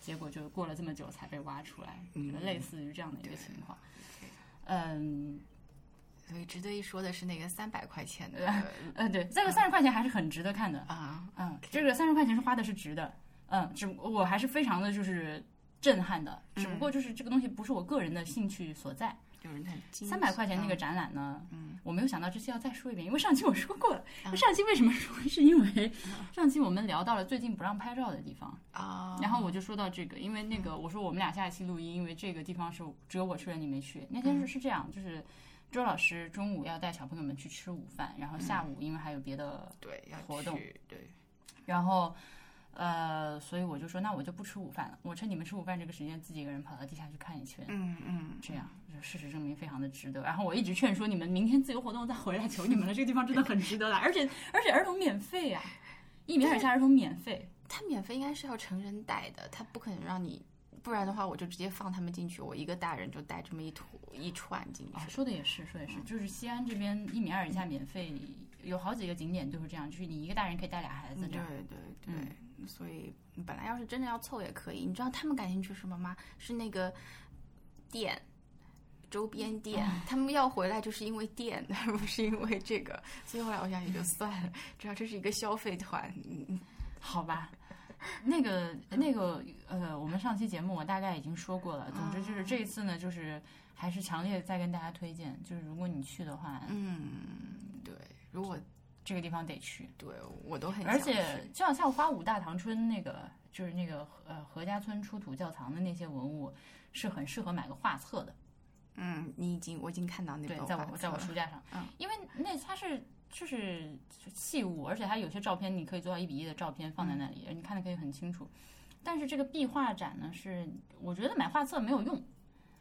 Speaker 1: 结果就过了这么久才被挖出来，
Speaker 3: 嗯
Speaker 1: 类似于这样的一个情况。嗯，
Speaker 2: 所以值得一说的是那个三百块 (laughs) 钱的
Speaker 1: 呃，对，这个三十块钱还是很值得看的。
Speaker 2: 啊，
Speaker 1: 嗯，这个三十块钱是花的是值的。嗯，只我还是非常的就是震撼的，只
Speaker 2: 嗯
Speaker 1: 不过就是这个东西不是我个人的兴趣所在。
Speaker 2: 有人很惊
Speaker 1: 三百
Speaker 2: 喜
Speaker 1: 块钱那个
Speaker 2: 嗯
Speaker 1: 展览呢，
Speaker 2: 嗯，
Speaker 1: 我没有想到这期要再说一遍，因为上期我说过了。(laughs)
Speaker 2: 啊嗯
Speaker 1: 上期为什么说？是因为上期我们聊到了最近不让拍照的地方，
Speaker 2: 啊，
Speaker 1: 然后我就说到这个，因为那个我说我们俩下一期录音，因为这个地方是只有我去了你没去。那
Speaker 2: 嗯
Speaker 1: 天是是这样，就是周老师中午要带小朋友们去吃午饭，然后下
Speaker 2: 嗯
Speaker 1: 午因为还有别的
Speaker 2: 对要
Speaker 1: 活动
Speaker 2: 去对
Speaker 1: 然后，呃，所以我就说，那我就不吃午饭了，我趁你们吃午饭这个时间，自己一个人跑到地下去看一圈。
Speaker 2: 嗯嗯
Speaker 1: 这样，就事实证明非常的值得。然后我一直劝说你们明天自由活动再回来，求你们了，这个地方真的很值得来，啊而且而且儿童免费呀、一米二以下儿童免费。
Speaker 2: 他免费应该是要成人带的，他不可能让你，不然的话我就直接放他们进去，我一个大人就带这么一坨一串进
Speaker 1: 啊，
Speaker 2: 去。
Speaker 1: 说的也是，说的也是，就是西安这边一米二以下免费，有好几个景点都是这样，就是你一个大人可以带俩孩子这
Speaker 2: 嗯对
Speaker 1: 样。嗯
Speaker 2: 对对，所以本来要是真的要凑也可以，你知道他们感兴趣什么吗？是那个店。周边店，
Speaker 1: 哦
Speaker 2: 他们要回来就是因为店， (laughs) 不是因为这个，所以后来我想也就算了，主要这是一个消费团，嗯，
Speaker 1: 好吧，那个那个呃，我们上期节目我大概已经说过了。总之就是这一次呢，就是还是强烈再跟大家推荐，就是如果你去的话，
Speaker 2: 嗯，对，如果
Speaker 1: 这个地方得去。
Speaker 2: 对我都很想
Speaker 1: 而
Speaker 2: 去，
Speaker 1: 且就像像花武大唐村那个，就是那个呃何家村出土窖藏的那些文物，是很适合买个画册的。
Speaker 2: 嗯，你已经我已经看到那
Speaker 1: 对
Speaker 2: 本，
Speaker 1: 在
Speaker 2: 画
Speaker 1: 我
Speaker 2: 册
Speaker 1: 在我
Speaker 2: 了
Speaker 1: 书架上，
Speaker 2: 嗯
Speaker 1: 因为那它是。就是器物，而且它有些照片你可以做到一比一的照片放在
Speaker 2: 嗯
Speaker 1: 那里，你看的可以很清楚。但是这个壁画展呢，是我觉得买画册没有用，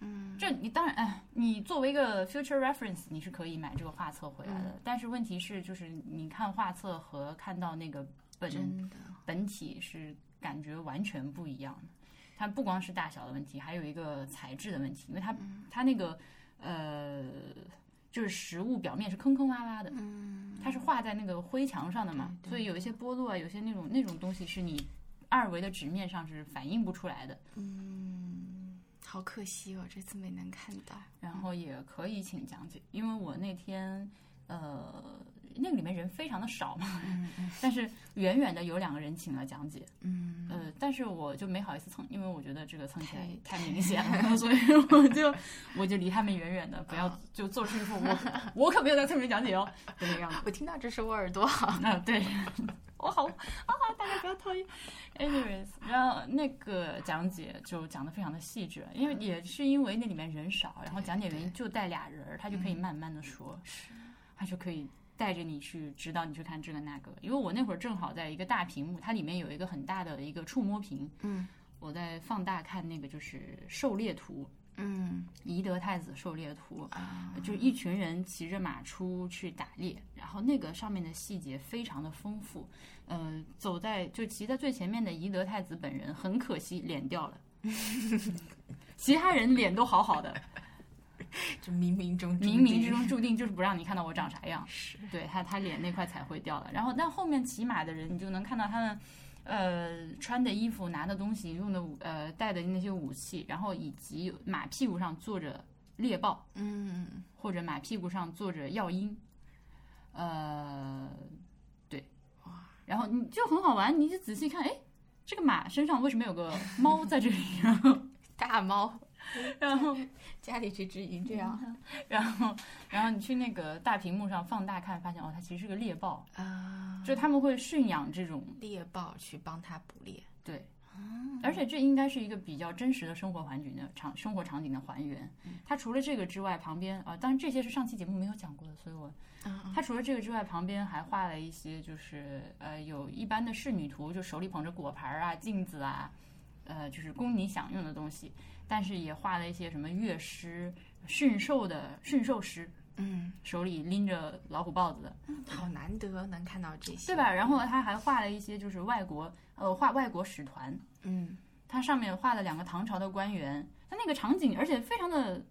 Speaker 2: 嗯
Speaker 1: 这你当然，哎，你作为一个 future reference，你是可以买这个画册回来的。
Speaker 2: 嗯
Speaker 1: 但是问题是，就是你看画册和看到那个本
Speaker 2: 真的，
Speaker 1: 本体是感觉完全不一样的。它不光是大小的问题，还有一个材质的问题，因为它、
Speaker 2: 嗯
Speaker 1: 它那个呃，就是实物表面是坑坑洼洼的，
Speaker 2: 嗯，
Speaker 1: 它是画在那个灰墙上的嘛，
Speaker 2: 对对
Speaker 1: 所以有一些剥落啊，有些那种那种东西是你二维的纸面上是反映不出来的。
Speaker 2: 嗯好可惜哦，这次没能看到。
Speaker 1: 然后也可以请讲解，因为我那天呃那个里面人非常的少嘛， (laughs) 但是远远的有两个人请了讲解，
Speaker 2: 嗯，
Speaker 1: 呃，但是我就没好意思蹭，因为我觉得这个蹭起来
Speaker 2: 太
Speaker 1: 太明显了，所以我就我就离他们远远的，不要就做出一副我我可没有在蹭人讲解 (laughs) 哦，就那个样子。
Speaker 2: 我听到这是我耳朵好。
Speaker 1: 啊，对，我好啊，大家不要讨厌。Anyways，然后那个讲解就讲的非常的细致，因为也是因为那里面人少，然后讲解员就带俩人儿，他就可以慢慢的说，他就可以带着你去指导你去看这个那个。因为我那会儿正好在一个大屏幕，它里面有一个很大的一个触摸屏，
Speaker 2: 嗯
Speaker 1: 我在放大看那个就是狩猎图，
Speaker 2: (laughs) 嗯
Speaker 1: 宜德太子狩猎图， (laughs)
Speaker 2: 啊，
Speaker 1: 就是一群人骑着马出去打猎，然后那个上面的细节非常的丰富。呃，走在就骑在最前面的宜德太子本人，很可惜脸掉了，其他人脸都好好的，
Speaker 2: 就冥冥中注
Speaker 1: 冥冥
Speaker 2: 定
Speaker 1: 之中注定就是不让你看到我长啥样。
Speaker 2: 是
Speaker 1: 对他，他脸那块彩绘掉了。然后，但后面骑马的人，你就能看到他们，呃，穿的衣服、拿的东西、用的武呃带的那些武器，然后以及马屁股上坐着猎豹。
Speaker 2: 嗯，
Speaker 1: 或者马屁股上坐着药鹰，呃，对，然后你就很好玩，你就仔细看，哎，这个马身上为什么有个猫在这里？ (laughs) 然后，
Speaker 2: 大猫
Speaker 1: 然后，
Speaker 2: 家里这只已经这样
Speaker 1: 然后，然后你去那个大屏幕上放大看，发现哦，它其实是个猎豹，
Speaker 2: 啊，
Speaker 1: 就他们会驯养这种
Speaker 2: 猎豹去帮它捕猎。
Speaker 1: 对，而且这应该是一个比较真实的生活环境的场生活场景的还原。它除了这个之外，旁边啊、当然这些是上期节目没有讲过的，所以我
Speaker 2: 啊，
Speaker 1: 它除了这个之外，旁边还画了一些，就是呃，有一般的仕女图，就手里捧着果盘儿啊、镜子啊，呃，就是供你享用的东西。但是也画了一些什么乐师、驯兽的驯兽师，
Speaker 2: 嗯，
Speaker 1: 手里拎着老虎豹子的，
Speaker 2: 好难得能看到这些，
Speaker 1: 对吧？然后他还画了一些就是外国呃画外国使团，
Speaker 2: 嗯，
Speaker 1: 它上面画了两个唐朝的官员，它那个场景，而且非常的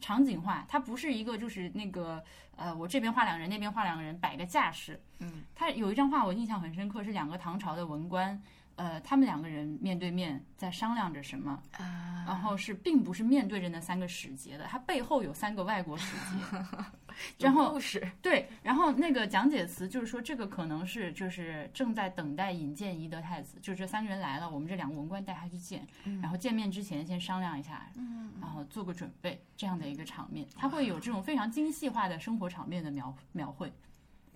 Speaker 1: 场景化，它不是一个就是那个呃，我这边画两个人，那边画两个人，摆个架势。
Speaker 2: 嗯，
Speaker 1: 它有一张画我印象很深刻，是两个唐朝的文官，呃，他们两个人面对面在商量着什么，
Speaker 2: 啊，，
Speaker 1: 然后是并不是面对着那三个使节的，它背后有三个外国使节然后
Speaker 2: 有故事，
Speaker 1: 对，然后那个讲解词就是说，这个可能是就是正在等待引荐仪的太子，就这三个人来了，我们这两个文官带他去见，然后见面之前先商量一下，
Speaker 2: 嗯，
Speaker 1: 然后做个准备，这样的一个场面，他会有这种非常精细化的生活场面的描描绘。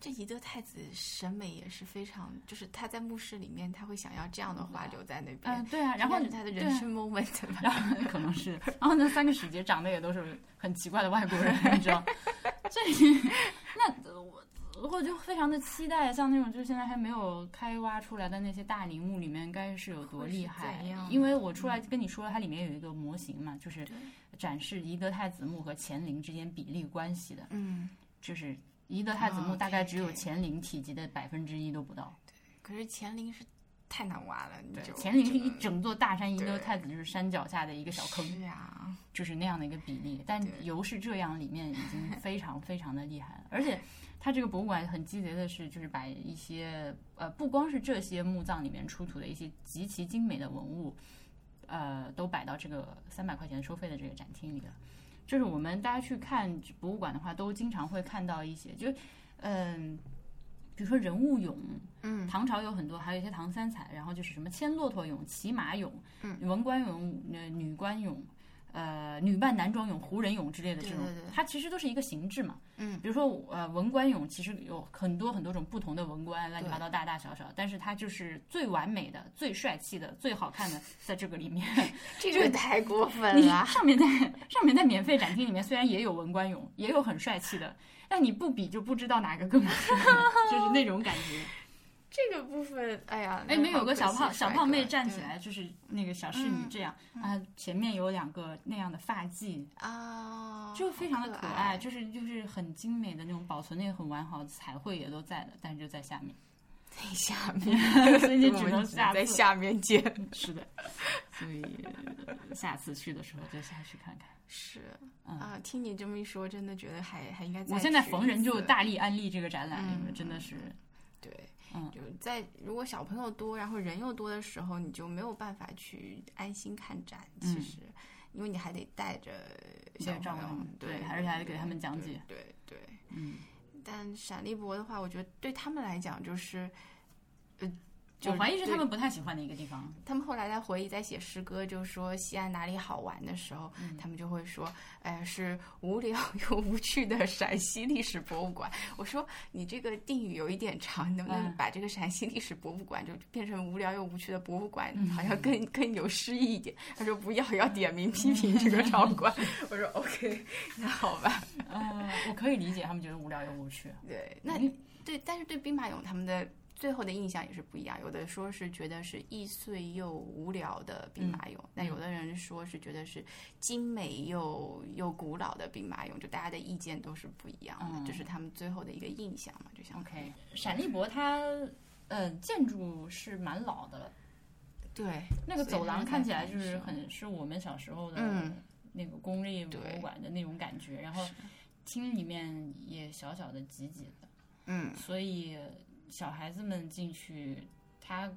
Speaker 2: 这宜德太子审美也是非常，就是他在墓室里面，他会想要这样的画留在那边，
Speaker 1: 嗯，对啊，然后
Speaker 2: 这应该是他的
Speaker 1: 对
Speaker 2: 人
Speaker 1: 啊 (laughs)
Speaker 2: 生 moment 吧。
Speaker 1: 然后可能是，然后那三个使节长得也都是很奇怪的外国人，你知道？ (laughs) 所以那呃我我就非常的期待，像那种就是现在还没有开挖出来的那些大陵墓里面，该是有多
Speaker 2: 会是
Speaker 1: 厉害
Speaker 2: 怎样？嗯
Speaker 1: 因为我出来跟你说了，它里面有一个模型嘛，就是
Speaker 2: 对
Speaker 1: 展示宜德太子墓和乾陵之间比例关系的，
Speaker 2: 嗯，
Speaker 1: 就是宜德太子墓
Speaker 2: 哦
Speaker 1: 大概
Speaker 2: 对
Speaker 1: 只有
Speaker 2: 对
Speaker 1: 乾陵体积的百分之一都不到。
Speaker 2: 可是乾陵是太难挖了，你
Speaker 1: 对
Speaker 2: 就，
Speaker 1: 乾陵是
Speaker 2: 就
Speaker 1: 一整座大山，宜德
Speaker 2: 对
Speaker 1: 太子就是山脚下的一个小坑。
Speaker 2: 是
Speaker 1: (laughs)
Speaker 2: 啊，
Speaker 1: 就是那样的一个比例。但
Speaker 2: 对
Speaker 1: 油是这样，里面已经非常非常的厉害了。而且它这个博物馆很积极的是，就是把一些呃，不光是这些墓葬里面出土的一些极其精美的文物，呃，都摆到这个三百块钱收费的这个展厅里了。就是我们大家去看博物馆的话，都经常会看到一些，就嗯。比如说人物俑，
Speaker 2: 嗯，
Speaker 1: 唐朝有很多，还有一些唐三彩，然后就是什么牵骆驼俑、骑马俑、
Speaker 2: 嗯
Speaker 1: 文官俑、呃女官俑、呃女扮男装俑、胡人俑之类的这种，
Speaker 2: 对对对
Speaker 1: 它其实都是一个形制嘛。
Speaker 2: 嗯，
Speaker 1: 比如说呃文官俑，其实有很多很多种不同的文官，乱七八
Speaker 2: 对
Speaker 1: 糟大大小小，但是它就是最完美的、最帅气的、最好看的，在这个里
Speaker 2: (laughs)
Speaker 1: 面。
Speaker 2: 这个太过分
Speaker 1: 你 (laughs)
Speaker 2: 了。
Speaker 1: 啊上面在上面在免费展厅里面，虽然也有文官俑，也有很帅气的，但你不比就不知道哪个更好看，就是那种感
Speaker 2: (laughs)
Speaker 1: 觉。
Speaker 2: 这个部分，哎呀，
Speaker 1: 哎，没有有个
Speaker 2: 好可
Speaker 1: 小
Speaker 2: 惜
Speaker 1: 胖小
Speaker 2: 帅
Speaker 1: 胖
Speaker 2: 哥
Speaker 1: 妹站起
Speaker 2: 对嗯
Speaker 1: 来，就是那个小侍女这样啊，前面有两个那样的发髻，
Speaker 2: 啊，
Speaker 1: 就非常的
Speaker 2: 好
Speaker 1: 可
Speaker 2: 可
Speaker 1: 爱，。就是就是很精美的那种，保存的也很完好，彩绘也都在的，但是就在下
Speaker 2: (laughs)
Speaker 1: 面，
Speaker 2: (laughs) 在
Speaker 1: (laughs)
Speaker 2: 下面，
Speaker 1: 所以你只能下
Speaker 2: 在
Speaker 1: 次。
Speaker 2: 下面见。
Speaker 1: 是的，所以呃下次去的时候就下去看看。
Speaker 2: 是
Speaker 1: (laughs) 嗯
Speaker 2: 啊，听你这么一说，真的觉得还还应该再
Speaker 1: 我现在
Speaker 2: 去
Speaker 1: 逢
Speaker 2: 一
Speaker 1: 人就
Speaker 2: 次
Speaker 1: 大力安利这个展览，
Speaker 2: 嗯
Speaker 1: 因为真的是
Speaker 2: 对，
Speaker 1: 嗯
Speaker 2: 就是在如果小朋友多，然后人又多的时候，你就没有办法去安心看展。其
Speaker 1: 嗯
Speaker 2: 实，因为你还得带着小
Speaker 1: 对照顾
Speaker 2: 朋友
Speaker 1: 他们，
Speaker 2: 对，
Speaker 1: 对还是还得给他们讲
Speaker 2: 对
Speaker 1: 解。
Speaker 2: 对对，
Speaker 1: 嗯，
Speaker 2: 但闪立博的话，我觉得对他们来讲就是。呃，就
Speaker 1: 我怀疑是
Speaker 2: 对
Speaker 1: 他们不太喜欢的一个地方。
Speaker 2: 他们后来在回忆，在写诗歌，就说西安哪里好玩的时候，他们就会说，哎，是无聊又无趣的陕西历史博物馆。我说你这个定语有一点长，你能不能
Speaker 1: 嗯
Speaker 2: 把这个陕西历史博物馆就变成无聊又无趣的博物馆，好像更更有诗意一点？他说不要，要点名批评这个场馆。我说 OK，那好吧。
Speaker 1: (laughs) 呃，我可以理解他们觉得无聊又无趣。
Speaker 2: 对，那
Speaker 1: 嗯
Speaker 2: 对，但是对兵马俑他们的最后的印象也是不一样。有的说是觉得是易碎又无聊的兵马俑，那、有的人说是觉得是精美又又古老的兵马俑，就大家的意见都是不一样的，这、
Speaker 1: 嗯
Speaker 2: 是他们最后的一个印象嘛，就像
Speaker 1: OK，闪立博它呃建筑是蛮老的了，
Speaker 2: 对
Speaker 1: 那个
Speaker 2: 所以
Speaker 1: 走
Speaker 2: 它
Speaker 1: 廊
Speaker 2: 是
Speaker 1: 看
Speaker 2: 在
Speaker 1: 起来
Speaker 2: 反
Speaker 1: 就是
Speaker 2: 射
Speaker 1: 很是我们小时候的
Speaker 2: 嗯
Speaker 1: 那个公立博
Speaker 2: 对
Speaker 1: 物馆的那种感觉，然后
Speaker 2: 是
Speaker 1: 厅里面也小小的挤挤的，
Speaker 2: 嗯
Speaker 1: 所以小孩子们进去，他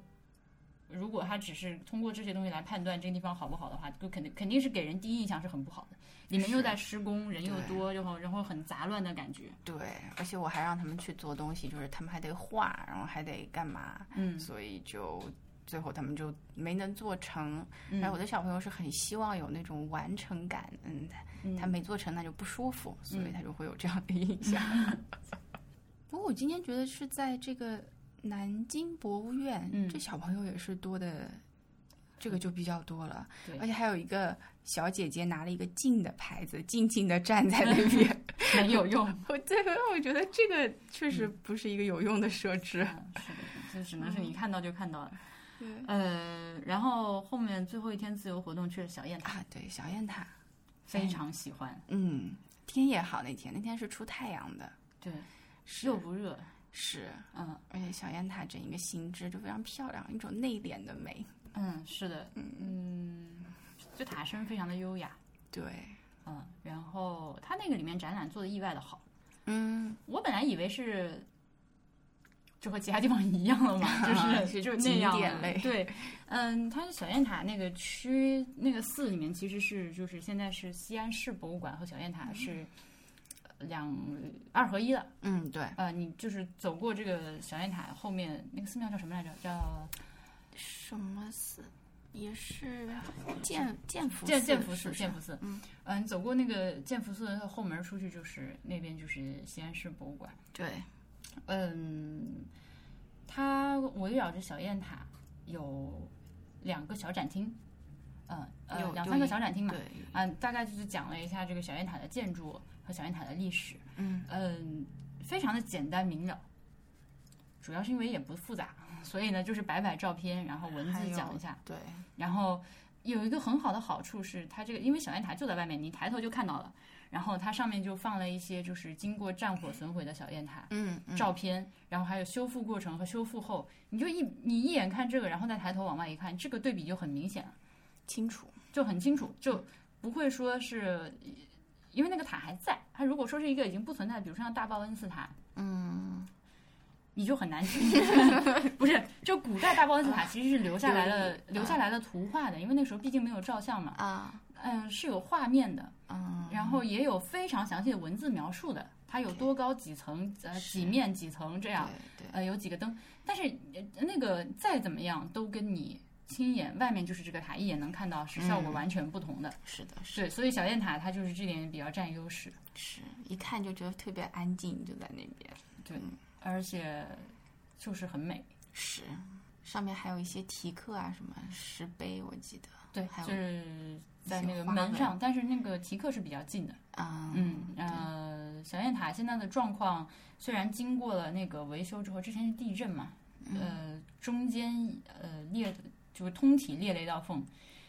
Speaker 1: 如果他只是通过这些东西来判断这个地方好不好的话，就肯定肯定是给人第一印象是很不好的，里面又
Speaker 2: 是
Speaker 1: 在施工，人又
Speaker 2: 对
Speaker 1: 多，然后然后很杂乱的感觉，
Speaker 2: 对，而且我还让他们去做东西，就是他们还得画，然后还得干嘛，
Speaker 1: 嗯
Speaker 2: 所以就。最后他们就没能做成，
Speaker 1: 嗯
Speaker 2: 哎，我的小朋友是很希望有那种完成感，嗯，
Speaker 1: 嗯
Speaker 2: 他没做成，那就不舒服，所以
Speaker 1: 嗯
Speaker 2: 他就会有这样的印 (laughs) 象。不过我今天觉得是在这个南京博物院，
Speaker 1: 嗯
Speaker 2: 这小朋友也是多的，这个就比较多了。
Speaker 1: 对
Speaker 2: 而且还有一个小姐姐拿了一个“静”的牌子，静静的站在那 (laughs) 边。
Speaker 1: 很有用。
Speaker 2: 我这个我觉得这个确实不是一个有用的设置。
Speaker 1: 嗯是的，就只能是你看到就看到了。
Speaker 2: 嗯对
Speaker 1: 呃，然后后面最后一天自由活动去了小雁塔，
Speaker 2: 啊，对，小雁塔，
Speaker 1: 非常喜欢。
Speaker 2: 嗯，天也好，那天那天是出太阳的，
Speaker 1: 对，
Speaker 2: 是
Speaker 1: 又不热，
Speaker 2: 是，
Speaker 1: 嗯
Speaker 2: 而且小雁塔整一个形制就非常漂亮，一种内敛的美。嗯
Speaker 1: 嗯嗯，是的，嗯，就塔身非常的优雅。
Speaker 2: 对，
Speaker 1: 嗯，然后他那个里面展览做的意外的好，
Speaker 2: 嗯，
Speaker 1: 我本来以为是就和其他地方一样了
Speaker 2: (laughs)
Speaker 1: 嘛，就
Speaker 2: 是
Speaker 1: 是就
Speaker 2: 景
Speaker 1: 那样
Speaker 2: 点
Speaker 1: 了
Speaker 2: 类
Speaker 1: 对，嗯，它是小雁塔那个区那个寺里面其实是就是现在是西安市博物馆和小雁塔是呃两二合一的。
Speaker 2: 嗯，对，
Speaker 1: 呃，你就是走过这个小雁塔后面那个寺庙叫什么来着？叫
Speaker 2: 什么寺也是建建福
Speaker 1: 建
Speaker 2: 寺
Speaker 1: 建福
Speaker 2: 是
Speaker 1: 寺，
Speaker 2: 不是
Speaker 1: 建福寺。
Speaker 2: 嗯
Speaker 1: 嗯，你走过那个建福寺的后门出去，就是那边就是西安市博物馆。
Speaker 2: 对，
Speaker 1: 嗯，它围绕着小雁塔有两个小展厅，嗯呃
Speaker 2: 有
Speaker 1: 两
Speaker 2: 有
Speaker 1: 三个
Speaker 2: 一
Speaker 1: 小展厅嘛。
Speaker 2: 对，
Speaker 1: 嗯，大概就是讲了一下这个小雁塔的建筑和小雁塔的历史。
Speaker 2: 嗯
Speaker 1: 嗯，非常的简单明了，主要是因为也不复杂， (laughs) 所以呢就是摆摆照片，然后文
Speaker 2: 还
Speaker 1: 字
Speaker 2: 有
Speaker 1: 讲一下，
Speaker 2: 对，
Speaker 1: 然后有一个很好的好处是，它这个因为小雁塔就在外面，你抬头就看到了。然后它上面就放了一些就是经过战火损毁的小雁塔
Speaker 2: 嗯嗯，
Speaker 1: 照片，然后还有修复过程和修复后，你就一你一眼看这个，然后再抬头往外一看，这个对比就很明显了，
Speaker 2: 清楚，
Speaker 1: 就很清楚，就不会说是因为那个塔还在。它如果说是一个已经不存在的，比如说像大报恩寺塔，
Speaker 2: 嗯，
Speaker 1: 你就很难去， (laughs) 不是？就古代大报恩寺塔其实是留下来了
Speaker 2: 留，
Speaker 1: 留下来了图画的，因为那时候毕竟没有照相嘛，
Speaker 2: 啊，
Speaker 1: 嗯，是有画面的，
Speaker 2: 嗯，
Speaker 1: 然后也有非常详细的文字描述的，它有多高几层，呃，
Speaker 2: 是
Speaker 1: 几面几层这
Speaker 2: 这
Speaker 1: 样，，
Speaker 2: 对，
Speaker 1: 呃，有几个灯，但是呃那个再怎么样都跟你亲眼外面就是这个塔一眼能看到是效果
Speaker 2: 嗯
Speaker 1: 完全不同的，
Speaker 2: 是的，是
Speaker 1: 对，所以小雁塔它就是这点比较占优势，
Speaker 2: 是，一看就觉得特别安静，就在那边，
Speaker 1: 而且就是很美，
Speaker 2: 是，上面还有一些题刻啊，什么石碑，我记得，
Speaker 1: 对
Speaker 2: 还，有
Speaker 1: 就是在
Speaker 2: 一些
Speaker 1: 那个
Speaker 2: 花
Speaker 1: 门
Speaker 2: 纹
Speaker 1: 上，但是那个题刻是比较近的。
Speaker 2: 啊，
Speaker 1: 嗯，呃，小雁塔现在的状况虽然经过了那个维修之后，之前是地震嘛，呃，中间呃裂就是通体裂了一道缝，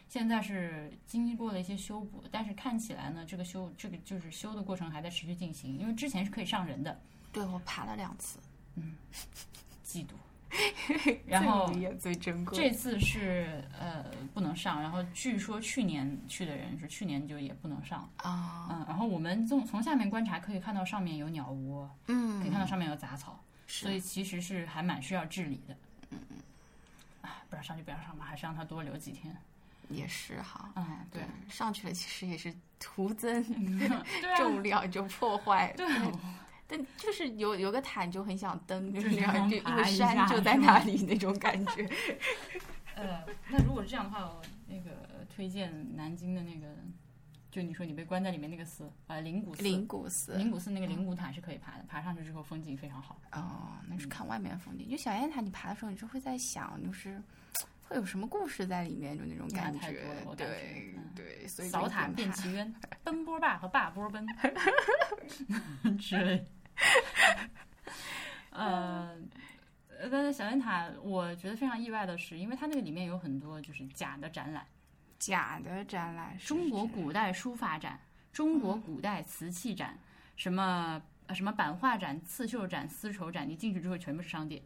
Speaker 1: 现在是经过了一些修补，但是看起来呢，这个修这个就是修的过程还在持续进行，因为之前是可以上人的，
Speaker 2: 对我爬了两次，
Speaker 1: 嫉 (laughs) 妒，然后
Speaker 2: 最无。言最珍贵，
Speaker 1: 这次是呃不能上，然后据说去年去的人是去年就也不能上，
Speaker 2: 啊，
Speaker 1: 嗯，然后我们从从下面观察可以看到上面有鸟窝，可以看
Speaker 2: 嗯，
Speaker 1: 到上面有杂草，所
Speaker 2: 是，嗯
Speaker 1: 以其实是还蛮需要治理的。啊，不让上就不要上吧，还是让他多留几天。
Speaker 2: 也是哈，
Speaker 1: 嗯，对，，
Speaker 2: 上去了其实也是徒增
Speaker 1: 对啊，
Speaker 2: 重量，就嗯破坏，
Speaker 1: 对
Speaker 2: 但
Speaker 1: 啊，
Speaker 2: 但就是有有个毯就很想登，就是
Speaker 1: 是
Speaker 2: 这样，
Speaker 1: 想
Speaker 2: 就一个
Speaker 1: 爬一
Speaker 2: 山
Speaker 1: 下
Speaker 2: 就在
Speaker 1: 是
Speaker 2: 那
Speaker 1: 吗
Speaker 2: 里那种感觉。
Speaker 1: (laughs) 呃，那如果是这样的话，我那个推荐南京的那个，就你说你被关在里面那个寺，呃，灵谷寺，
Speaker 2: 灵谷寺嗯
Speaker 1: 灵谷寺那个灵谷塔是可以爬的，爬上去之后风景非常好。
Speaker 2: 哦，那是看外面风景。就小雁塔，你爬的时候，你就会在想，就是会有什么故事在里面，就那种
Speaker 1: 那
Speaker 2: 感
Speaker 1: 太
Speaker 2: 觉
Speaker 1: 多了。我感
Speaker 2: 对
Speaker 1: 觉嗯
Speaker 2: 对，所以就
Speaker 1: 扫
Speaker 2: 一
Speaker 1: 塔
Speaker 2: 边
Speaker 1: 变
Speaker 2: 爬
Speaker 1: 奇冤，奔波霸和霸波奔 (laughs) 之类。呃，呃但是小雁塔，我觉得非常意外的是，因为它那个里面有很多就是假的展览，
Speaker 2: 假的展览是
Speaker 1: 中国
Speaker 2: 指
Speaker 1: 古代书法展、中国古代瓷器展，什么。呃什么版画展、刺绣展、丝绸展，你进去之后全部是商店，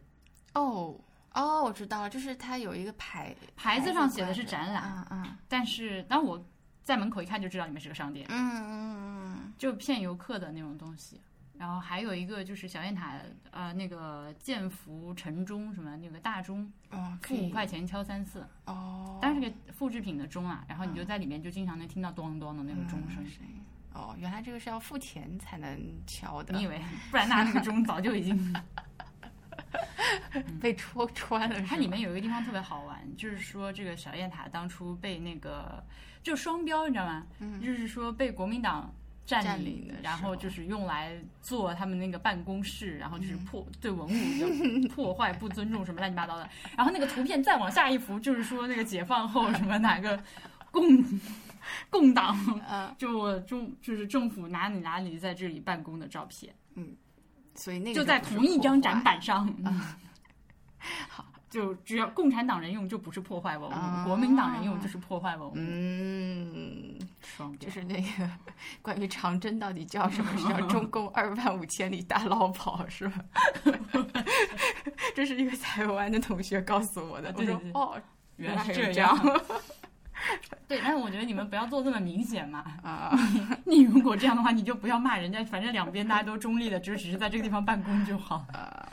Speaker 2: 哦哦，我知道了，就是它有一个牌
Speaker 1: 牌子上写的嗯是展览，
Speaker 2: 啊啊
Speaker 1: 但是当我在门口一看就知道里面是个商店。
Speaker 2: 嗯嗯嗯
Speaker 1: 就骗游客的那种东西。然后还有一个就是小雁塔，呃，那个建福城钟什么那个大钟，
Speaker 2: 嗯，哦，可
Speaker 1: 付五
Speaker 2: 以
Speaker 1: 块钱敲三次，
Speaker 2: 哦，
Speaker 1: 但是个复制品的钟啊，然后你就在里面就经常能听到咚咚的那个钟
Speaker 2: 嗯
Speaker 1: 声。
Speaker 2: 声音哦，原来这个是要付钱才能敲的
Speaker 1: 你，以为，不然那那个钟早就已经。
Speaker 2: 被戳穿了是吗。
Speaker 1: 它里面有一个地方特别好玩，就是说这个小雁塔当初被那个就双标，你知道吗？
Speaker 2: 嗯
Speaker 1: 就是说被国民党占
Speaker 2: 占
Speaker 1: 领
Speaker 2: 领的时候
Speaker 1: 然后就是用来做他们那个办公室，然后就是
Speaker 2: 嗯
Speaker 1: 破、对文物
Speaker 2: (laughs)
Speaker 1: 有破坏、不尊重什么乱七八糟的。然后那个图片再往下一幅，就是说那个解放后什么哪个共共党
Speaker 2: 呃，
Speaker 1: 就中就是政府哪里哪里在这里办公的照片，
Speaker 2: 所以那个
Speaker 1: 就在
Speaker 2: 不是
Speaker 1: 同一
Speaker 2: 破
Speaker 1: 张展
Speaker 2: 坏嗯
Speaker 1: 板上。 (laughs) 好，就只要共产党人用就不是破坏文物，
Speaker 2: 啊
Speaker 1: 国民党人用就是破坏文物，
Speaker 2: 嗯，
Speaker 1: 双标。
Speaker 2: 就是那个关于长征到底叫什么？
Speaker 1: (laughs)
Speaker 2: 是叫中共二万五千里大绕跑是吧？ (laughs) 这是一个台湾的同学告诉我的，
Speaker 1: 啊对
Speaker 2: 我
Speaker 1: 对
Speaker 2: 说
Speaker 1: 对
Speaker 2: 哦，
Speaker 1: (laughs) 原来
Speaker 2: 是
Speaker 1: 是这
Speaker 2: 样。
Speaker 1: 对，但是我觉得你们不要做这么明显嘛。
Speaker 2: 啊、
Speaker 1: 你如果这样的话，你就不要骂人家，反正两边大家都中立的，只是只是在这个地方办公就好。
Speaker 2: 啊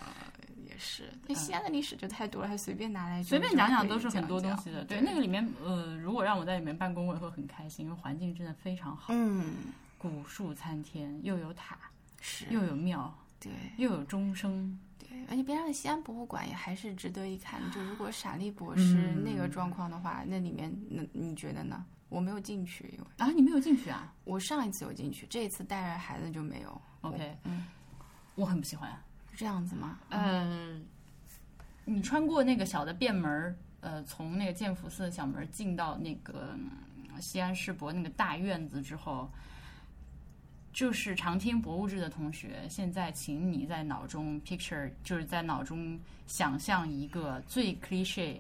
Speaker 2: 也是。那西安的历史就太多了，还随便拿来就
Speaker 1: 嗯随便讲讲都是
Speaker 2: 就可以
Speaker 1: 很多
Speaker 2: 讲
Speaker 1: 东
Speaker 2: 讲
Speaker 1: 西的。
Speaker 2: 对，
Speaker 1: 对，那个里面，呃，如果让我在里面办公，我也会很开心，因为环境真的非常好，
Speaker 2: 嗯
Speaker 1: 古树参天，又有塔，
Speaker 2: 是，
Speaker 1: 又有庙，
Speaker 2: 对
Speaker 1: 又有钟声。
Speaker 2: 对，而且边上的西安博物馆也还是值得一看。就如
Speaker 1: (gasps)
Speaker 2: 果傻利
Speaker 1: 嗯
Speaker 2: 博士那个状况的话，那里面那你觉得呢？我没有进去，因为
Speaker 1: 啊，你没有进去啊
Speaker 2: 我上一次有进去，这一次带着孩子就没有。
Speaker 1: ？OK，
Speaker 2: 嗯，
Speaker 1: 我很不喜欢。
Speaker 2: 是这样子吗？
Speaker 1: 嗯，你穿过那个小的便门儿，呃，从那个建福寺的小门儿进到那个嗯西安世博那个大院子之后，就是常听博物志的同学，现在请你在脑中 picture，就是在脑中想象一个最 cliche、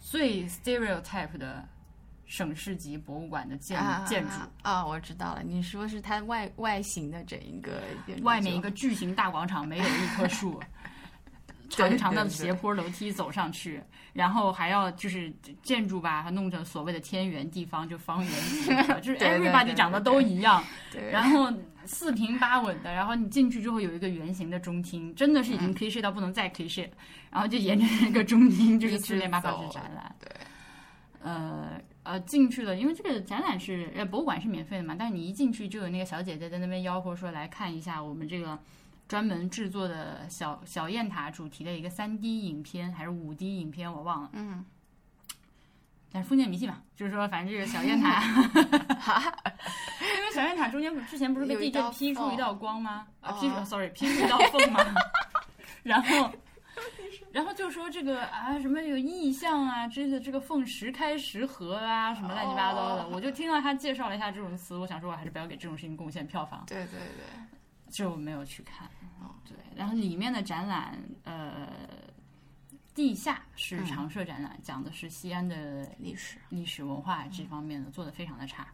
Speaker 1: 最 stereotype 的省市级博物馆的建、
Speaker 2: 啊
Speaker 1: 建筑。
Speaker 2: 啊、我知道了，你说是它外外形的整一个建筑
Speaker 1: 啊外面
Speaker 2: 就
Speaker 1: 一个巨型大广场，没有一棵
Speaker 2: (laughs)
Speaker 1: 树，
Speaker 2: 对
Speaker 1: 长长的
Speaker 2: 对
Speaker 1: 斜坡楼梯走上去，然后还要就是建筑吧，还弄成所谓的天圆地方，就方圆几
Speaker 2: (laughs)
Speaker 1: 何，就是
Speaker 2: 对对对
Speaker 1: everybody
Speaker 2: 对
Speaker 1: 长得都一样，
Speaker 2: 对，
Speaker 1: 然后四平八稳的，然后你进去之后有一个圆形的中厅，真的是
Speaker 2: 嗯
Speaker 1: 已经 cliche 到不能再 cliche，了然后就沿着那个中厅就是
Speaker 2: 一
Speaker 1: 四
Speaker 2: 直
Speaker 1: 面八方
Speaker 2: 走
Speaker 1: 是展览，
Speaker 2: 对，
Speaker 1: 呃呃，进去了，因为这个展览是呃博物馆是免费的嘛，但是你一进去就有那个小姐姐在那边吆喝说来看一下我们这个专门制作的小小雁塔主题的一个三 D 影片还是五 D 影片，我忘了。
Speaker 2: 嗯，
Speaker 1: 但是封建迷信嘛，就是说反正这个小雁
Speaker 2: (laughs)
Speaker 1: 塔，因为小雁塔中间不之前不是被
Speaker 2: 有一
Speaker 1: 地震
Speaker 2: 道
Speaker 1: 劈出
Speaker 2: 缝
Speaker 1: 一道光
Speaker 2: (laughs)
Speaker 1: 吗？啊，
Speaker 2: 哦
Speaker 1: 劈出 sorry 劈出一道缝吗？ (laughs) 然后。然后就说这个啊，什么有意象啊，这个这个缝时开时合啊，什么乱七八糟的。
Speaker 2: 哦
Speaker 1: 我就听到他介绍了一下这种词，我想说，我还是不要给这种事情贡献票房，
Speaker 2: 对对对，
Speaker 1: 就没有去看
Speaker 2: 哦。
Speaker 1: 对，然后里面的展览，呃，地下是
Speaker 2: 嗯
Speaker 1: 常设展览，讲的是西安的
Speaker 2: 历史
Speaker 1: 历史文化这方面的，做的非常的差，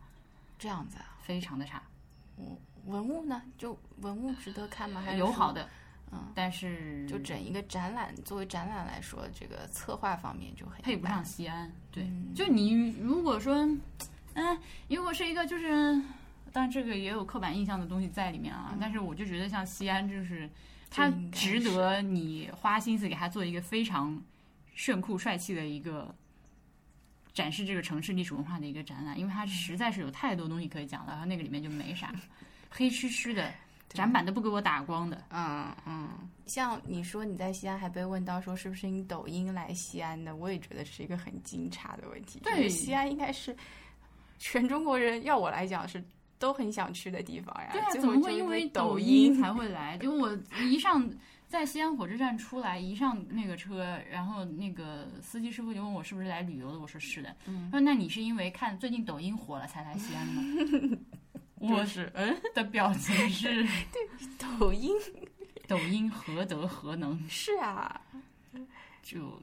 Speaker 2: 这样子啊。
Speaker 1: 非常的差。
Speaker 2: 我文物呢？就文物值得看吗？还是
Speaker 1: 有
Speaker 2: 说
Speaker 1: 好的，
Speaker 2: 嗯，
Speaker 1: 但是
Speaker 2: 就整一个展览，作为展览来说，这个策划方面就很一
Speaker 1: 配不
Speaker 2: 般
Speaker 1: 上西安。对，
Speaker 2: 嗯
Speaker 1: 就你如果说，嗯，如果是一个就是，当然这个也有刻板印象的东西在里面啊，但是我就觉得像西安就是，它
Speaker 2: 嗯应该
Speaker 1: 值得你花心思给它做一个非常炫酷帅气的一个。展示这个城市历史文化的一个展览，因
Speaker 2: 嗯
Speaker 1: 为它实在是有太多东西可以讲了，然后那个里面就没
Speaker 2: (laughs)
Speaker 1: 啥，黑黢黢的，展板都不给我打光的，
Speaker 2: 嗯嗯，像你说你在西安还被问到说是不是你抖音来西安的，我也觉得是一个很惊诧的问题。
Speaker 1: 对
Speaker 2: 就是西安应该是全中国人，要我来讲是都很想去的地方呀。
Speaker 1: 对啊，
Speaker 2: 结
Speaker 1: 怎
Speaker 2: 果
Speaker 1: 么会
Speaker 2: 就
Speaker 1: 因为抖
Speaker 2: 抖
Speaker 1: 音？ (laughs) 才会来？就我一上在西安火车站出来，一上那个车，然后那个司机师傅就问我是不是来旅游的，我说是的。嗯，说那你是因为看最近抖音火了才来西安的 (laughs) 吗？我
Speaker 2: 是嗯，
Speaker 1: (laughs) 的表情是
Speaker 2: (laughs)
Speaker 1: (laughs)
Speaker 2: 抖音
Speaker 1: 抖音何德何能，
Speaker 2: 是啊，
Speaker 1: 就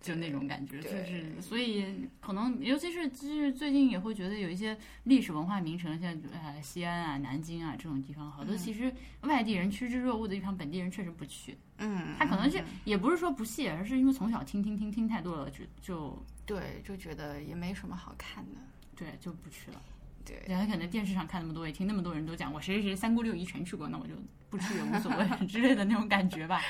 Speaker 1: 就那种感觉，就
Speaker 2: 对
Speaker 1: 是所以可能尤其是就是最近也会觉得有一些历史文化名城，像呃西安啊、南京啊这种地方，好
Speaker 2: 嗯
Speaker 1: 多其实外地人趋之若鹜的地方，本地人确实不去。
Speaker 2: 嗯，
Speaker 1: 他可能是
Speaker 2: 嗯
Speaker 1: 也不是说不屑，而是因为从小听听听听太多了，就就
Speaker 2: 对，就觉得也没什么好看的。
Speaker 1: 对就不去了。
Speaker 2: 对，
Speaker 1: 人家可能电视上看那么多，也听那么多人都讲，我谁谁谁三姑六姨全去过，那我就不去也无所
Speaker 2: (laughs)
Speaker 1: 谓之类的那种感觉吧。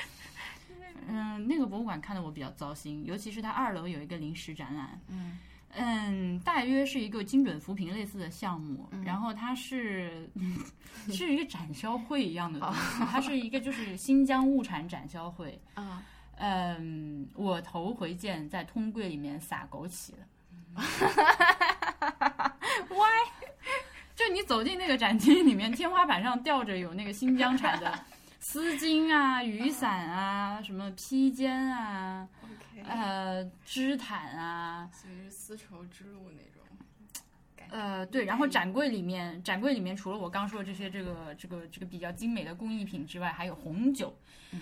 Speaker 1: 嗯，那个博物馆看得我比较糟心，尤其是它二楼有一个临时展览，
Speaker 2: 嗯
Speaker 1: 嗯，大约是一个精准扶贫类似的项目，
Speaker 2: 嗯
Speaker 1: 然后它是 (laughs) 是一个展销会一样的东西，
Speaker 2: 哦
Speaker 1: 它是一个就是新疆物产展销会，
Speaker 2: 啊，
Speaker 1: 嗯，我头回见在通柜里面撒枸杞的。Why？就你走进那个展厅里面，天花板上吊着有那个新疆产的丝巾啊、雨伞啊、什么披肩啊、
Speaker 2: 嗯 OK，
Speaker 1: 呃织毯啊，
Speaker 2: 所以是丝绸之路那种感觉。
Speaker 1: 呃，对，然后展柜里面，展柜里面除了我刚说的这些这个这个这个比较精美的工艺品之外，还有红酒，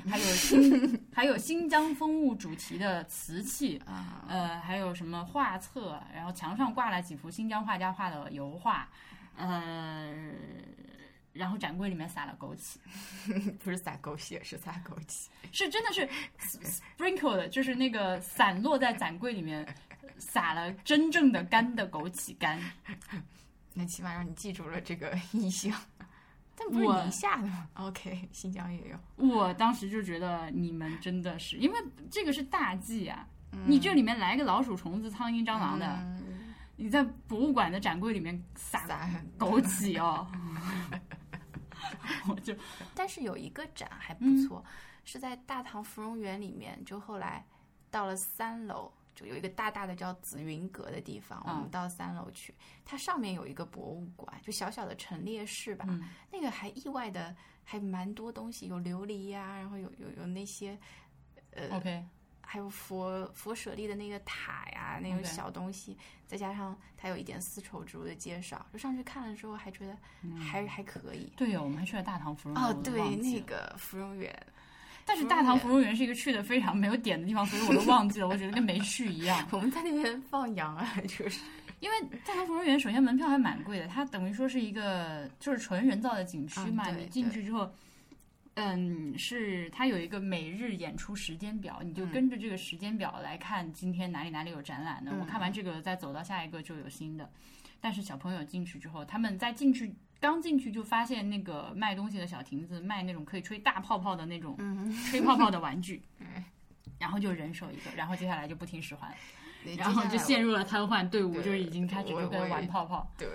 Speaker 1: 还有新还有新疆风物主题的瓷器，
Speaker 2: 啊，
Speaker 1: 呃，还有什么画册，然后墙上挂了几幅新疆画家画的油画，呃，然后展柜里面撒了枸杞，
Speaker 2: (laughs) 不是撒狗血，是撒枸杞。
Speaker 1: 是真的是 sprinkled，就是那个散落在展柜里面，撒了真正的干的枸杞干。
Speaker 2: 那起码让你记住了这个印象。但不是
Speaker 1: 我
Speaker 2: 宁夏的吗？OK，新疆也有。
Speaker 1: 我当时就觉得你们真的是，因为这个是大忌啊！你这里面来个老鼠、虫子、苍蝇、蟑螂的，
Speaker 2: 嗯
Speaker 1: 你在博物馆的展柜里面撒
Speaker 2: 撒
Speaker 1: 枸杞哦， (laughs) 我就
Speaker 2: 但是有一个展还不
Speaker 1: 嗯
Speaker 2: 错，是在大唐芙蓉园里面，就后来到了三楼。就有一个大大的叫紫云阁的地方，我
Speaker 1: 嗯
Speaker 2: 们到三楼去，它上面有一个博物馆，就小小的陈列室吧，
Speaker 1: 嗯
Speaker 2: 那个还意外的还蛮多东西，有琉璃呀、然后有有有那些，呃
Speaker 1: OK，
Speaker 2: 还有佛佛舍利的那个塔呀，那种
Speaker 1: OK
Speaker 2: 小东西再加上它有一点丝绸之路的介绍，就上去看了之后还觉得还、还可以。
Speaker 1: 对哦，我们还去了大唐芙蓉园
Speaker 2: 哦，
Speaker 1: 我都
Speaker 2: 对，
Speaker 1: 嗯忘记
Speaker 2: 那
Speaker 1: 了
Speaker 2: 个芙蓉园，
Speaker 1: 但是大唐芙蓉园是一个去的非常没有点的地方，所以我都忘记了，我觉得跟没去一样。
Speaker 2: 我们在那边放羊啊，
Speaker 1: (laughs)
Speaker 2: 就是
Speaker 1: 因为大唐芙蓉园首先门票还蛮贵的，它等于说是一个就是纯人造的景区嘛，
Speaker 2: 嗯对
Speaker 1: 你进去之后。嗯，是它有一个每日演出时间表，你
Speaker 2: 嗯
Speaker 1: 就跟着这个时间表来看今天哪里哪里有展览的。
Speaker 2: 嗯
Speaker 1: 我看完这个再走到下一个就有新的。但是小朋友进去之后，他们在进去刚进去就发现那个卖东西的小亭子卖那种可以吹大泡泡的那种
Speaker 2: 嗯，
Speaker 1: 吹泡泡的玩
Speaker 2: (laughs)
Speaker 1: 具，然后就人手一个，然后接下来就不听使唤了。
Speaker 2: 对
Speaker 1: 然后
Speaker 2: 接
Speaker 1: 就
Speaker 2: 下来
Speaker 1: 陷入了瘫痪队伍，
Speaker 2: 对
Speaker 1: 就是已经开始
Speaker 2: 我
Speaker 1: 就
Speaker 2: 我
Speaker 1: 跟
Speaker 2: 也
Speaker 1: 玩泡泡。
Speaker 2: 我对，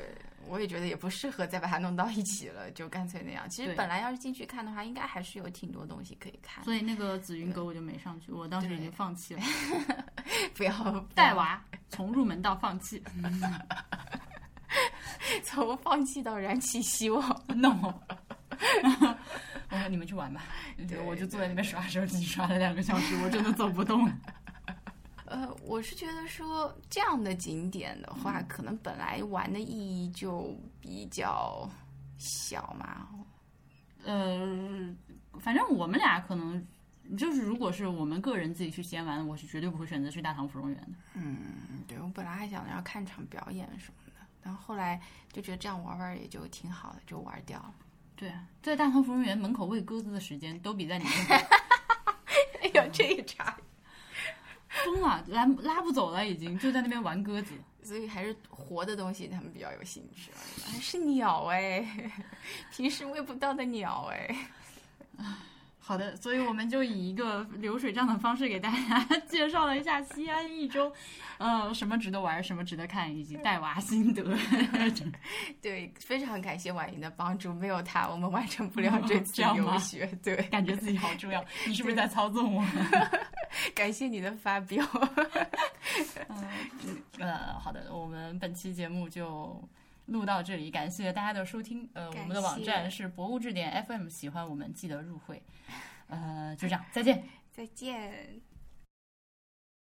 Speaker 2: 我也觉得也不适合再把它弄到一起了，就干脆那样。其实
Speaker 1: 对
Speaker 2: 本来要是进去看的话，应该还是有挺多东西可以看。
Speaker 1: 所以那个紫云阁我就没上去，我当时已经放弃了。
Speaker 2: 哎 (laughs) 不要
Speaker 1: 带娃从入门到放
Speaker 2: (laughs)
Speaker 1: 弃
Speaker 2: 从放弃到燃起希望。
Speaker 1: ，no。我说你们去玩吧，
Speaker 2: 对
Speaker 1: 我就坐在那边刷手机，刷了两个小时，我真的走不动
Speaker 2: (laughs)
Speaker 1: 了。
Speaker 2: 呃，我是觉得说这样的景点的话，可能本来玩的意义就比较小嘛。
Speaker 1: 呃，反正我们俩可能就是，如果是我们个人自己去西安玩，我是绝对不会选择去大唐芙蓉园的。
Speaker 2: 嗯，对我本来还想着要看场表演什么的，但后来就觉得这样玩玩也就挺好的，就玩掉 (laughs) 了。
Speaker 1: 对啊，在大唐芙蓉园门口喂鸽子的时间都比在你门口
Speaker 2: 哎呀，这一茬，
Speaker 1: (laughs) 疯了，拉拉不走了，已经就在那边玩鸽子。
Speaker 2: (laughs) 所以还是活的东西他们比较有兴趣，还是鸟哎， (laughs) 平时喂不到的鸟哎。
Speaker 1: 好的，所以我们就以一个流水账的方式给大家 (laughs) 介绍了一下西安一周，呃，什么值得玩，什么值得看，以及带娃心得。
Speaker 2: 对，非常感谢婉莹的帮助，没有她我们完成不了 (laughs) 这次
Speaker 1: 这样吗
Speaker 2: 游学。对，
Speaker 1: 感觉自己好重要，你是不是在操纵
Speaker 2: (laughs)
Speaker 1: 我？
Speaker 2: 感谢你的发表。
Speaker 1: 呃，好的，我们本期节目就录到这里，感谢大家的收听。呃，我们的网站
Speaker 2: 感
Speaker 1: 是博物志典 FM，喜欢我们记得入会。呃，就这样，再见。
Speaker 2: 再见。